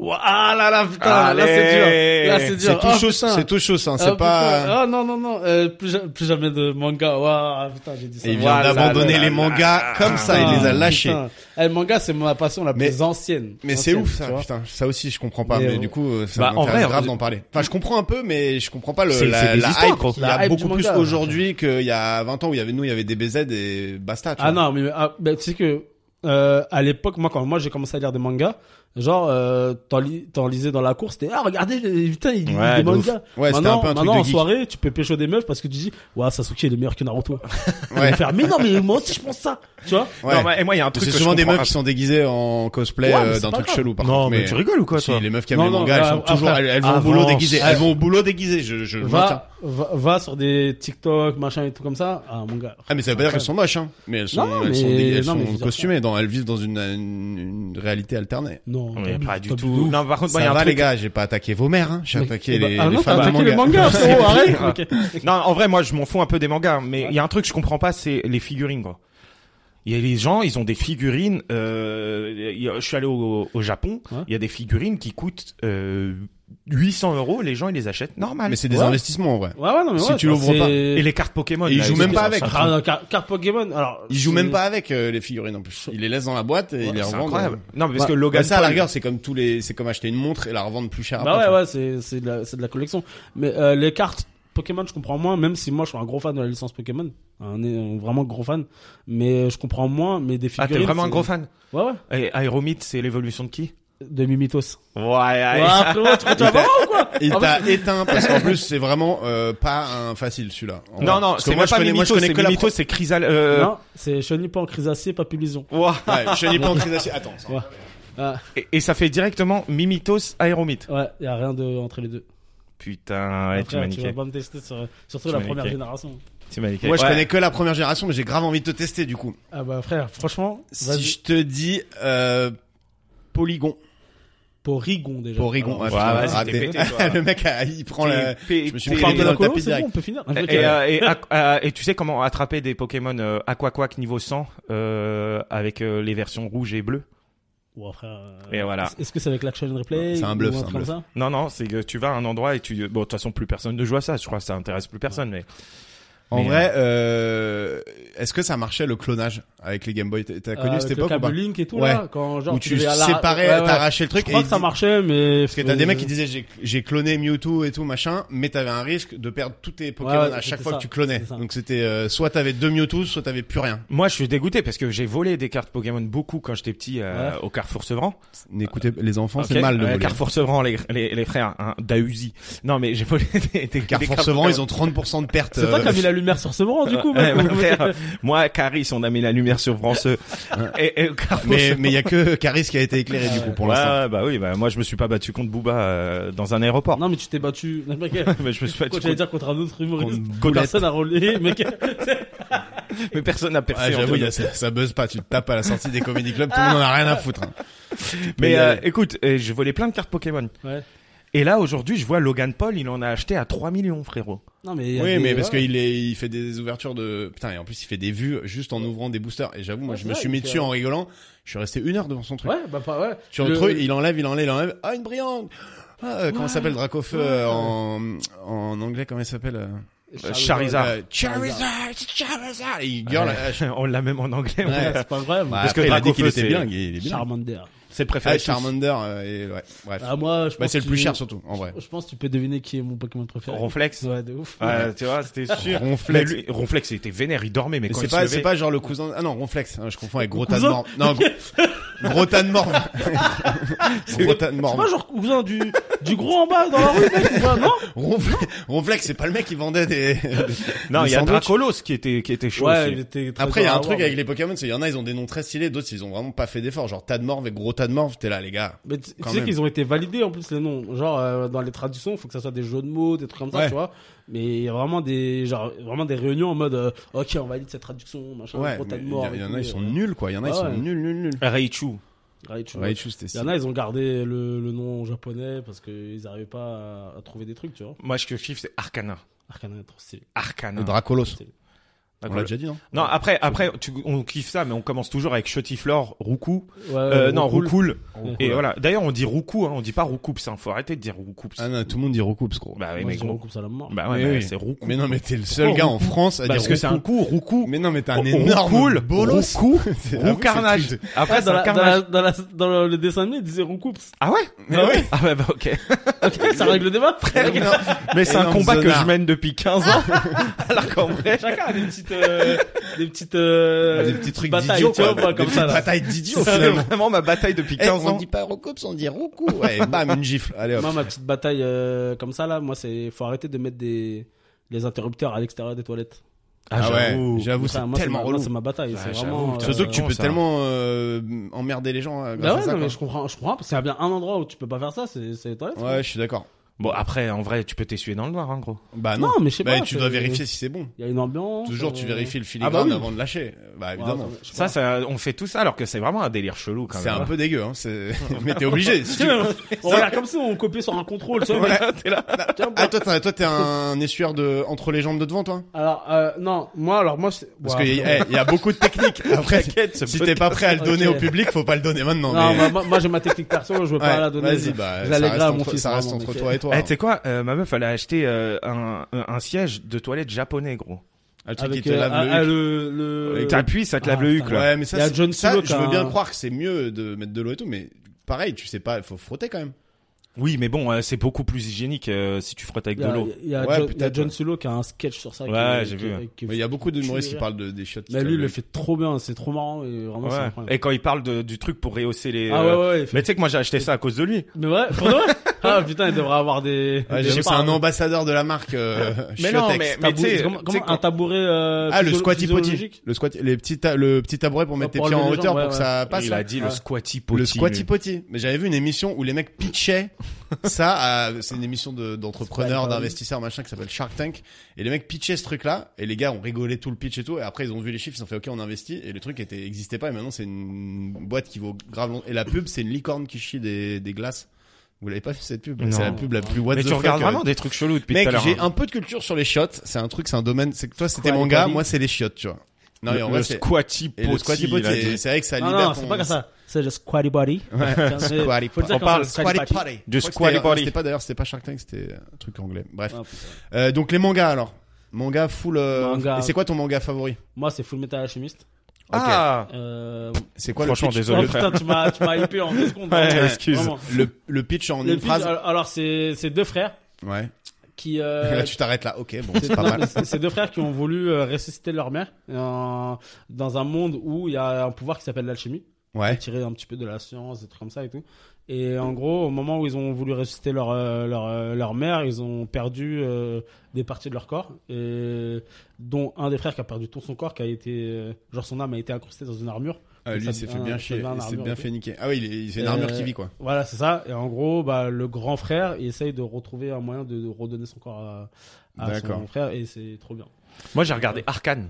S4: Ouah, Ah là là, putain, là c'est
S3: Allez.
S4: dur. Là c'est
S2: C'est
S4: dur.
S2: tout
S4: Oh,
S2: chausse,
S4: putain.
S2: c'est tout chausse, hein.
S4: Ah,
S2: C'est pas.
S4: putain. Ah non, non, non. Euh, plus, ja- plus jamais de manga. Waouh, putain, j'ai dit ça.
S2: Et Il vient
S4: Putain.
S3: Voilà,
S2: d'abandonner
S3: là,
S2: les
S3: là,
S2: mangas
S3: là.
S2: comme ça, il les a lâchés.
S4: Putain. Eh, manga, c'est ma passion la
S2: Mais-
S4: plus ancienne.
S2: Mais c'est
S4: Ancienne,
S2: ouf
S4: tu
S2: ça,
S4: vois.
S2: putain. Ça aussi, je comprends pas.
S4: Mais
S2: Mais,
S4: on-
S2: du coup, euh, ça
S3: Bah, en
S2: m'intéresse
S3: vrai,
S2: grave
S3: on-
S2: d'en parler. Enfin, je comprends un peu, mais je comprends pas le,
S3: C'est- c'est
S2: la,
S3: des
S2: la
S3: histoires,
S2: hype.
S3: gros.
S2: Il y
S4: La
S2: a
S4: hype
S2: beaucoup
S4: du
S2: plus
S4: manga.
S2: aujourd'hui qu'il y a 20 ans où il y avait nous, il y avait des BZ et basta. tu
S4: Ah
S2: vois.
S4: non, mais ah, bah, tu sais que euh, à l'époque, moi quand moi j'ai commencé à lire des mangas, genre euh, t'en lis- t'en lisais dans la cour, c'était ah regardez les- putain il lit
S3: Ouais,
S4: des
S3: de ouf.
S4: mangas.
S2: Ouais, c'était
S4: maintenant,
S2: un peu un truc
S4: maintenant,
S2: de
S4: en
S2: geek.
S4: soirée, tu peux pécho des meufs parce que tu dis ouais Sasuke il est meilleur que Naruto. Ils
S2: Ouais.
S4: vont faire mais non mais moi aussi je pense ça, tu vois.
S2: Ouais.
S3: Non, mais- et moi, il y a un truc
S2: C'est
S3: que
S2: souvent
S3: je
S2: des
S3: comprends
S2: meufs qui sont déguisées en cosplay
S4: Ouais, mais
S2: euh,
S4: c'est
S2: d'un
S4: pas
S2: truc
S4: grave.
S2: chelou,
S3: pas.
S2: par
S3: Non,
S2: contre.
S3: mais tu rigoles ou quoi,
S2: Si,
S3: toi
S2: les meufs qui aiment
S4: Non,
S2: les
S4: non,
S2: mangas, elles
S4: bah,
S2: sont toujours,
S4: après,
S2: elles, elles vont au boulot
S3: avance.
S2: déguisées. Elles vont au boulot déguisées, je, je, je le maintiens.
S4: Va, va va sur des TikTok machin et tout comme ça, ah mon gars.
S2: Ah mais ça veut pas dire qu'elles sont moches hein. Mais elles sont,
S4: Non,
S2: elles sont,
S4: mais-
S3: euh,
S2: dé- elles
S4: non, mais je
S2: sont
S4: veux dire-
S2: costumées, dans, elles vivent dans une, une, une réalité alternée.
S4: Non,
S3: Mais
S4: t'as
S3: pas
S4: bu-
S3: du
S4: t'as bu
S3: tout.
S4: de ouf.
S3: Non, par contre, moi, il y
S2: ça
S3: a un
S2: va
S3: truc- eh ben,
S2: les gars, j'ai pas attaqué vos mères, hein. j'ai
S4: Mais-
S2: attaqué
S4: bah,
S2: les,
S4: ah
S2: les
S4: non, t'as
S2: fans de
S4: attaqué
S2: manga.
S4: le manga, frérot, arrête.
S3: pire.
S4: ok.
S3: Non, en vrai, moi, je m'en fous un peu des mangas, mais il y a un truc que je comprends pas, c'est les figurines, quoi. Il y a les gens, ils ont des figurines. Euh, il y a- je suis allé au, au Japon, il
S4: Ouais.
S3: y a des figurines qui coûtent euh, 800 euros. Les gens, ils les achètent normal.
S2: Mais c'est des
S3: Ouais.
S2: investissements en vrai.
S4: Ouais ouais non mais
S2: Si
S4: ouais,
S2: tu l'ouvres
S4: c'est-
S2: pas.
S3: Et les cartes Pokémon.
S2: Et ils
S3: là,
S2: jouent même
S3: étaient
S2: pas
S3: sur
S2: avec.
S3: Saint-
S4: Ah, non, car- carte Pokémon. Alors
S2: Ils jouent même
S4: c'est-
S2: pas avec euh, les figurines en plus. Ils les laissent dans la boîte et ils les
S3: C'est
S2: revendent.
S3: incroyable. Non, mais parce
S4: Bah,
S3: que Logan
S2: Comme ça à la
S3: Paul-
S2: rigueur, c'est comme tous les c'est comme acheter une montre et la revendre plus cher
S4: Bah
S2: après.
S4: ouais, ouais, c'est c'est de la c'est de la collection. Mais euh, les cartes Pokémon, je comprends moins, même si moi je suis un gros fan de la licence Pokémon, un, un vraiment gros fan, mais je comprends moins. Mais des
S3: Ah,
S4: figurines.
S3: t'es vraiment un
S4: c'est-
S3: gros fan.
S4: Ouais, ouais.
S3: Et Aeromith, c'est l'évolution de qui
S4: De Mimitos.
S3: Ouais,
S4: Ouais, frérot, tu crois que tu vas voir ou quoi
S2: Il
S4: En
S2: t'a éteint parce qu'en plus c'est vraiment euh, pas un facile celui-là. en
S3: Non,
S2: vrai.
S3: non,
S2: Parce que
S3: c'est
S2: moi
S3: même
S2: je
S3: pas
S2: connais moi je
S3: Mimito,
S2: connais
S3: c'est
S2: que la
S3: Mimito, c'est Chrysal... euh,
S4: Non, c'est Chenipan, Chrysacé, Papilison.
S3: ouah.
S2: Ouais, chenille pancréatie. Attends. ça.
S4: Ah,
S3: Et, et ça fait directement Mimitos Aeromith.
S4: ouais, y a rien de entre les deux.
S3: Putain, ouais, Ah, tu
S4: Frère,
S3: m'as
S4: tu vas
S3: niqué.
S4: pas me tester sur surtout
S3: Tu
S4: la
S3: m'as
S4: première
S3: niqué.
S4: génération.
S3: Tu m'as niqué.
S2: Moi je
S3: Ouais.
S2: connais que la première génération mais j'ai grave envie de te tester du coup.
S4: Ah bah frère, franchement,
S2: Si
S4: vas-y.
S2: je te dis euh, Polygon.
S4: Porygon déjà.
S2: Porygon.
S4: Alors,
S2: ouais,
S3: Ah
S2: putain,
S3: Ouais, vas-y,
S2: raté.
S3: t'es pété, toi.
S2: le mec, ah, il prend
S3: T'es
S2: la...
S3: pété.
S2: Je me suis
S4: on
S2: pris
S4: parle de
S2: dans
S4: la
S2: le
S4: colo,
S2: tapis
S4: c'est bon,
S2: direct.
S4: on peut finir.
S3: Et,
S4: Ok.
S3: euh, et, aqu- euh, et tu sais comment attraper des Pokémon euh, Aquaquack niveau 100 euh, avec euh, les versions rouges et bleues
S4: Ouais, frère, euh,
S3: Et voilà.
S4: Est-ce que c'est avec l'action replay
S2: Bah, C'est un
S4: ou
S2: bluff, c'est un
S4: truc
S2: bluff.
S4: comme ça
S3: Non, non, c'est que tu vas à un endroit et tu... Bon, de toute façon, plus personne ne joue à ça. Je crois que ça intéresse plus personne, mais...
S2: En
S3: Mais,
S2: vrai, euh, est-ce que ça marchait le clonage avec les Game Boy T'as t'as connu
S4: Euh,
S2: cette
S4: avec
S2: époque
S4: le
S2: ou pas
S4: câble Link et tout
S2: Ouais.
S4: là, quand genre
S2: Où tu
S4: devais à la-
S2: séparais,
S4: Ouais, ouais.
S2: t'arrachais le
S4: Je
S2: truc
S4: crois
S2: et
S4: que ça
S2: il-
S4: marchait, mais
S2: Parce que t'as des mecs qui disaient j'ai- j'ai cloné Mewtwo et tout machin, mais t'avais un risque de perdre tous tes Pokémon
S4: Ouais, ouais,
S2: à chaque
S4: c'était
S2: fois
S4: ça,
S2: que tu clonais.
S4: c'était ça.
S2: Donc c'était euh, soit t'avais deux Mewtwo, soit t'avais plus rien.
S3: Moi, je suis dégoûté parce que j'ai volé des cartes Pokémon beaucoup quand j'étais petit euh, au Carrefour Sevran.
S2: N'écoutez, les enfants,
S3: Ok.
S2: Ah, c'est mal de
S3: Ouais,
S2: voler.
S3: Carrefour Sevran, les, les, les frères, hein, Dahuzi. Non, mais j'ai volé des, des des
S2: Carrefour
S3: cartes
S2: Sevran,
S3: Pokémon.
S2: ils ont 30% de pertes.
S4: C'est toi
S2: euh,
S4: qui as mis la lumière sur ce moment du coup.
S3: Ouais,
S4: mec.
S3: mon frère, moi, Caris, on a mis la lumière sur France. et, et au Carrefour
S2: Mais
S3: Sevran.
S2: mais il y a que Caris qui a été éclairé du coup pour
S3: Ouais,
S2: l'instant.
S3: ouais, bah oui, bah moi, je me suis pas battu contre Booba euh, dans un aéroport.
S4: Non mais tu t'es battu. Mec,
S3: mais je me suis
S4: Quoi,
S3: battu contre...
S4: j'allais dire contre un autre humoriste.
S2: Contre
S4: que
S2: Boulette.
S4: Personne a relé, mec.
S3: Mais personne n'a
S2: Ah,
S3: percé. en
S2: j'avoue,
S3: tout
S2: il y a-
S3: cas.
S2: ça, ça buzz pas. Tu te tapes à la sortie des comedy clubs, tout le monde en a rien à foutre. hein.
S3: Mais
S2: Mais,
S3: euh,
S2: euh,
S3: écoute, euh, je volais plein de cartes Pokémon.
S4: Ouais.
S3: Et là, aujourd'hui, je vois Logan Paul, il en a acheté à 3 millions, frérot.
S4: Non, mais il y a
S2: Oui,
S4: des-
S2: mais parce
S4: voilà.
S2: qu'il est, il fait des ouvertures de putain et en plus il fait des vues juste en ouvrant des boosters. Et j'avoue, moi,
S4: Ouais,
S2: je
S4: c'est
S2: me
S4: vrai,
S2: suis
S4: il
S2: mis
S4: fait-
S2: dessus en rigolant. Je suis resté une heure devant son truc.
S4: Ouais, bah, pas, ouais.
S2: Sur le, truc, il enlève, il enlève, il enlève. Ah, une brillante. Ah, euh, comment ça s'appelle Dracofeu euh, en en anglais Comment il s'appelle euh
S3: Charizard.
S2: Euh, Charizard, Charizard. Il gueule. euh, je-
S3: On l'a même en anglais.
S2: Ouais.
S3: ouais.
S4: Ouais, c'est pas vrai. mais-
S2: Bah,
S3: Parce que
S2: après, il a dit qu'il
S3: Dracofeu,
S2: était bien.
S3: c'est-
S2: Il est bien.
S4: Charmander.
S3: C'est
S2: Ah,
S3: préféré. de tous.
S2: Charmander. euh, et ouais. Bref.
S4: Ah, moi, je pense
S2: Bah, c'est le
S4: que-
S2: plus cher surtout en vrai.
S4: Je pense que tu peux deviner qui est mon Pokémon préféré.
S3: Ronflex.
S4: Ouais, de ouf.
S3: Ouais, tu vois, c'était sûr.
S2: Ronflex.
S3: Mais lui- Ronflex, il était vénère, il dormait, mais
S2: Mais
S3: quand
S2: c'est
S3: il se
S2: pas,
S3: levait-
S2: c'est pas genre le cousin. Ah non, Ronflex. hein, Je confonds avec gros tas de
S4: Cousin
S2: morve. Non, gros, gros tas de morve. gros tas de
S4: C'est pas
S2: morve.
S4: genre cousin du, du gros en bas dans la rue, mec, ou quoi, non
S2: Ronflex, Ronflex, c'est pas le mec qui vendait des.
S3: Non,
S2: des
S3: il y a
S2: sandwichs.
S3: Dracolos qui était, qui était chaud aussi.
S4: était très
S2: Après, il y
S4: dur
S2: a
S4: à
S2: un truc
S4: avoir,
S2: avec les Pokémon, c'est il y en a, ils ont des noms très stylés, d'autres, ils ont vraiment pas fait d'efforts. Genre tas de morve et gros tas de morve, t'es là, les gars.
S4: Mais tu tu
S2: Quand
S4: sais
S2: même.
S4: qu'ils ont été validés en plus les noms. Genre euh, dans les traductions, il faut que ça soit des jeux de mots, des trucs comme ça,
S2: Ouais.
S4: tu vois. Mais il y a vraiment des genre vraiment des réunions en mode euh, OK, on valide cette traduction, machin,
S2: Ouais,
S4: gros tas
S2: mais
S4: de
S2: il y,
S4: morts
S2: a-
S4: et
S2: il y en
S4: tout,
S2: a,
S4: et,
S2: ils sont
S4: euh,
S2: nuls, quoi. Il y en a, ils
S4: Ah
S2: sont
S4: ouais.
S2: nuls, nuls, nuls.
S3: Raichu.
S4: Raichu.
S2: Raichu, c'était
S4: Il y en a, ils ont gardé le, le nom japonais parce qu'ils arrivaient pas à, à trouver des trucs, tu vois.
S3: Moi, ce que je kiffe, c'est Arcana.
S4: Arcana, trop stylé.
S3: Arcana.
S2: Le Dracolos.
S4: Stylé.
S2: On l'a déjà dit, non?
S3: Non, après, après, tu- on kiffe ça, mais on commence toujours avec Chetiflore, Roukou.
S4: Ouais,
S3: Euh, non,
S4: Roucoule.
S3: Roukoul.
S4: Roucoule,
S3: Et voilà. D'ailleurs, on dit Roukou, hein, on dit pas Roucoups, hein. Faut arrêter de dire Roucoups.
S2: Ah non, tout le monde dit Roucoups, gros.
S3: bah, oui,
S4: Moi,
S3: mais
S4: je dis
S3: gros.
S4: Roucoule, ça la mort.
S3: Bah ouais,
S2: Mais
S3: mais
S2: oui.
S3: c'est Roukou.
S2: Mais non, mais t'es le seul
S4: Pourquoi
S2: gars en France à
S4: Bah,
S2: dire
S3: Parce que c'est un
S2: Roucou.
S3: coup, Roukou.
S2: Mais non, mais t'es un
S3: Roucoule,
S2: énorme bolos.
S3: Roukou,
S2: C'est- avoue que
S3: Rou
S2: c'est
S3: Carnage.
S2: triste.
S3: Après,
S4: Ah,
S3: c'est
S4: dans,
S3: un
S4: la- dans, la-
S3: carnage.
S4: dans, la- dans le- le dessin animé, il disait Roucoups.
S3: Ah ouais?
S2: Mais ouais.
S3: Ah ouais, bah ok.
S4: ça règle le débat, frère.
S2: Non,
S3: Mais c'est un
S2: Énorme
S3: combat que
S2: zonard.
S3: je mène depuis 15 ans. Alors qu'en vrai,
S4: Chacun a des petites, euh, des petites, euh,
S2: Ah, des petits trucs
S4: batailles,
S2: d'idiots,
S4: tu vois,
S2: quoi.
S4: pas
S2: Des
S4: comme
S2: petites
S4: ça, là.
S2: batailles d'idiots,
S3: c'est
S2: finalement.
S3: vraiment ma bataille depuis
S2: Eh,
S3: 15
S2: on
S3: ans.
S2: dit pas Rocops, on dit Roucou. Ouais, bam, une gifle. Allez hop.
S4: Moi, ma petite bataille, euh, comme ça, là, moi, c'est, faut arrêter de mettre des, les interrupteurs à l'extérieur des toilettes.
S2: Ah ouais,
S3: j'avoue.
S2: j'avoue,
S4: Ça,
S2: c'est
S4: moi,
S2: tellement
S4: ma-
S2: relou.
S4: moi, C'est ma bataille,
S3: Ah,
S4: c'est
S3: j'avoue,
S4: vraiment.
S3: putain.
S2: Surtout que tu
S3: con,
S2: peux
S3: ça.
S2: tellement euh, emmerder les gens euh,
S4: Bah
S2: grâce
S4: ouais,
S2: à ça.
S4: non, mais
S2: quoi.
S4: je comprends, je comprends, parce qu'il y a bien un endroit où tu peux pas faire ça, c'est, c'est les toilettes.
S2: Ouais, je suis d'accord.
S3: Bon, après, en vrai, tu peux t'essuyer dans le noir, hein, gros.
S2: Bah non.
S4: Non, mais je sais
S2: Bah,
S4: pas.
S2: tu
S4: c'est-
S2: dois vérifier si c'est bon.
S4: Il y a une ambiance.
S2: Toujours, tu
S4: euh,
S2: vérifies le filigrane
S3: Ah bah oui.
S2: avant de lâcher. Bah
S4: ouais,
S2: évidemment.
S4: je sais
S3: Ça,
S4: pas.
S3: ça, on fait tout ça alors que c'est vraiment un délire chelou quand
S2: C'est
S3: même.
S2: un peu dégueu, hein. c'est- mais t'es obligé. Si tu-
S4: On regarde comme si on copiait sur un contrôle, tu sais.
S3: Voilà, t'es là.
S4: Tiens, bah.
S2: Ah toi, t'as- toi, t'es un essueur de entre les jambes de devant, toi.
S4: Alors, euh, non, moi, alors, moi, c'est-
S2: Parce
S4: Ouais,
S2: qu'il y, a- eh, y a beaucoup de techniques. Après,
S3: T'inquiète, ce
S2: si
S3: podcast-
S2: t'es pas prêt à le donner
S4: Ok.
S2: au public, faut pas le donner maintenant.
S4: Non, bah,
S2: mais-
S4: moi- moi, moi, j'ai ma technique perso, je veux pas
S2: Ouais,
S4: la donner.
S2: Vas-y, bah
S4: je
S2: ça
S4: la
S2: reste
S4: lèverai à mon
S2: entre-
S4: fils.
S2: ça reste
S4: vraiment,
S2: entre
S4: mec.
S2: toi et toi.
S3: Eh,
S2: hein.
S3: tu sais quoi, euh, ma meuf, elle a acheté euh, un, un- un siège de toilette japonais, gros.
S2: Ah, le truc qui
S4: Avec
S2: te
S4: euh,
S2: lave le
S4: ah,
S2: huc.
S4: le, le-
S2: Avec ta-
S3: T'appuies, ça te
S4: Ah,
S3: lave le huc,
S4: putain.
S3: là.
S2: Ouais, mais
S4: Il y
S2: ça,
S4: a
S2: c'est-
S4: John hein.
S2: ça,
S4: Solo qui
S2: je
S4: a
S2: veux bien
S4: un-
S2: croire que c'est mieux de mettre de l'eau et tout, mais pareil, tu sais pas, faut frotter quand même.
S3: Oui, mais bon, euh, c'est beaucoup plus hygiénique euh, si tu frottes avec
S4: Il y
S3: de
S4: a,
S3: l'eau.
S4: il y a
S2: Ouais,
S4: John,
S2: peut-être,
S4: il y a John
S2: ouais.
S4: Solo qui a un sketch sur ça. qui-
S3: Ouais,
S4: qui-
S3: j'ai vu.
S4: qui-
S2: Mais il y a beaucoup d'humoristes qui parlent de, des shots. qui
S4: Mais
S2: te
S4: hein. Bah, lui, il
S2: lavent
S4: le fait trop bien, c'est trop marrant et vraiment c'est
S3: Ouais.
S4: incroyable.
S3: Et quand il parle de- du truc pour rehausser les...
S4: Ah
S3: euh,
S4: ouais, ouais, ouais. il fait-
S3: Mais tu sais que moi, j'ai acheté ça à cause de lui.
S4: Mais ouais, pour de vrai Ah putain, il devrait avoir des.
S2: Ouais,
S4: des-
S2: j'avoue,
S4: je sais
S2: c'est
S4: pas, Ah,
S2: un ambassadeur de la marque euh,
S3: Mais non,
S2: Chiotex.
S3: mais-
S4: tabou-
S3: tu sais-
S4: comment-
S3: tu sais
S4: comment-
S3: quand-
S4: un tabouret. euh,
S2: Ah, le
S4: physio-
S2: squatty potty.
S4: physiologique
S2: Le squat, les petits ta- le petit tabouret pour mettre tes
S4: pour
S2: pieds en
S4: enlever les
S2: hauteur
S4: jambes,
S2: pour que
S4: ouais,
S2: ça
S3: Et
S2: passe.
S3: il
S2: là.
S3: a dit le
S4: Ouais.
S3: squatty potty.
S2: le squatty
S3: lui.
S2: potty. Mais j'avais vu une émission où les mecs pitchaient ça à- c'est une émission de- d'entrepreneurs,
S4: C'est pas-
S2: d'investisseurs, machin qui s'appelle Shark Tank et les mecs pitchaient ce truc là et les gars ont rigolé tout le pitch et tout et après ils ont vu les chiffres, ils ont fait OK, on investit et le truc était existait pas et maintenant c'est une boîte qui vaut grave long- et la pub c'est une licorne qui chie des, des glaces. Vous l'avez pas fait cette pub,
S3: Non.
S2: c'est la pub la plus what
S3: Mais
S2: the
S3: tu
S2: fuck,
S3: regardes
S2: euh,
S3: vraiment des trucs chelous depuis
S2: Mec,
S3: tout à l'heure.
S2: j'ai
S3: hein.
S2: un peu de culture sur les shots. C'est un truc, c'est un domaine. C'est que toi, c'était
S4: Squatty
S2: manga,
S4: potty.
S2: moi, c'est les shots, tu vois. Non, mais en
S3: le,
S2: vrai,
S3: le
S2: c'est.
S3: squatty
S2: Et le squatty
S3: potty, il a
S2: potty,
S3: dit.
S2: c'est- c'est vrai que ça
S4: Non,
S2: libère.
S4: non, c'est
S2: ton-
S4: pas comme ça. C'est le squatty body. Tiens, mais-
S2: Squatty
S4: faut le dire
S3: On
S4: comme
S3: parle
S4: ça,
S2: Squatty potty.
S3: De
S2: Je crois que
S3: squatty
S2: c'était- euh,
S3: potty.
S2: C'était pas d'ailleurs, c'était pas Shark Tank, c'était un truc anglais. Bref.
S4: Ah, putain.
S2: Euh, donc les mangas alors. Manga full. euh,
S4: Manga.
S2: Et c'est quoi ton manga favori
S4: Moi, c'est Full Metal Alchemist.
S3: Ah
S4: Euh,
S2: C'est quoi le
S3: Franchement,
S2: pitch
S3: désolé,
S4: oh,
S3: frère.
S4: putain, tu m'as, tu m'as hypé en deux secondes.
S3: Ouais,
S4: vraiment.
S3: excuse.
S4: Vraiment.
S2: le, le pitch en
S4: Le
S2: une
S4: pitch,
S2: phrase.
S4: al- Alors, c'est, c'est deux frères
S2: Ouais.
S4: qui, euh,
S2: Là, tu t'arrêtes là. Ok, bon,
S4: c'est-
S2: c'est pas
S4: non,
S2: mal.
S4: mais c'est- c'est deux frères qui ont voulu euh, ressusciter leur mère euh, dans un monde où il y a un pouvoir qui s'appelle l'alchimie,
S2: Ouais.
S4: tiré un petit peu de la science, des trucs comme ça et tout. Et en gros, au moment où ils ont voulu ressusciter leur, euh, leur, euh, leur mère, ils ont perdu euh, des parties de leur corps, et, dont un des frères qui a perdu tout son corps, qui a été, euh, genre son âme a été incrustée dans une armure.
S2: Ah, lui,
S4: ça-
S2: il s'est fait
S4: un-
S2: bien
S4: ça
S2: chier.
S4: devient un
S2: Il s'est
S4: armure
S2: bien
S4: et tout.
S2: fait niquer. Ah oui, il est- c'est une
S4: Euh,
S2: armure qui vit quoi.
S4: Voilà, c'est ça. Et en gros, bah, le grand frère, il essaye de retrouver un moyen de, de redonner son corps à, à son
S2: D'accord.
S4: grand frère, et c'est trop bien.
S3: Moi, j'ai regardé Arcane.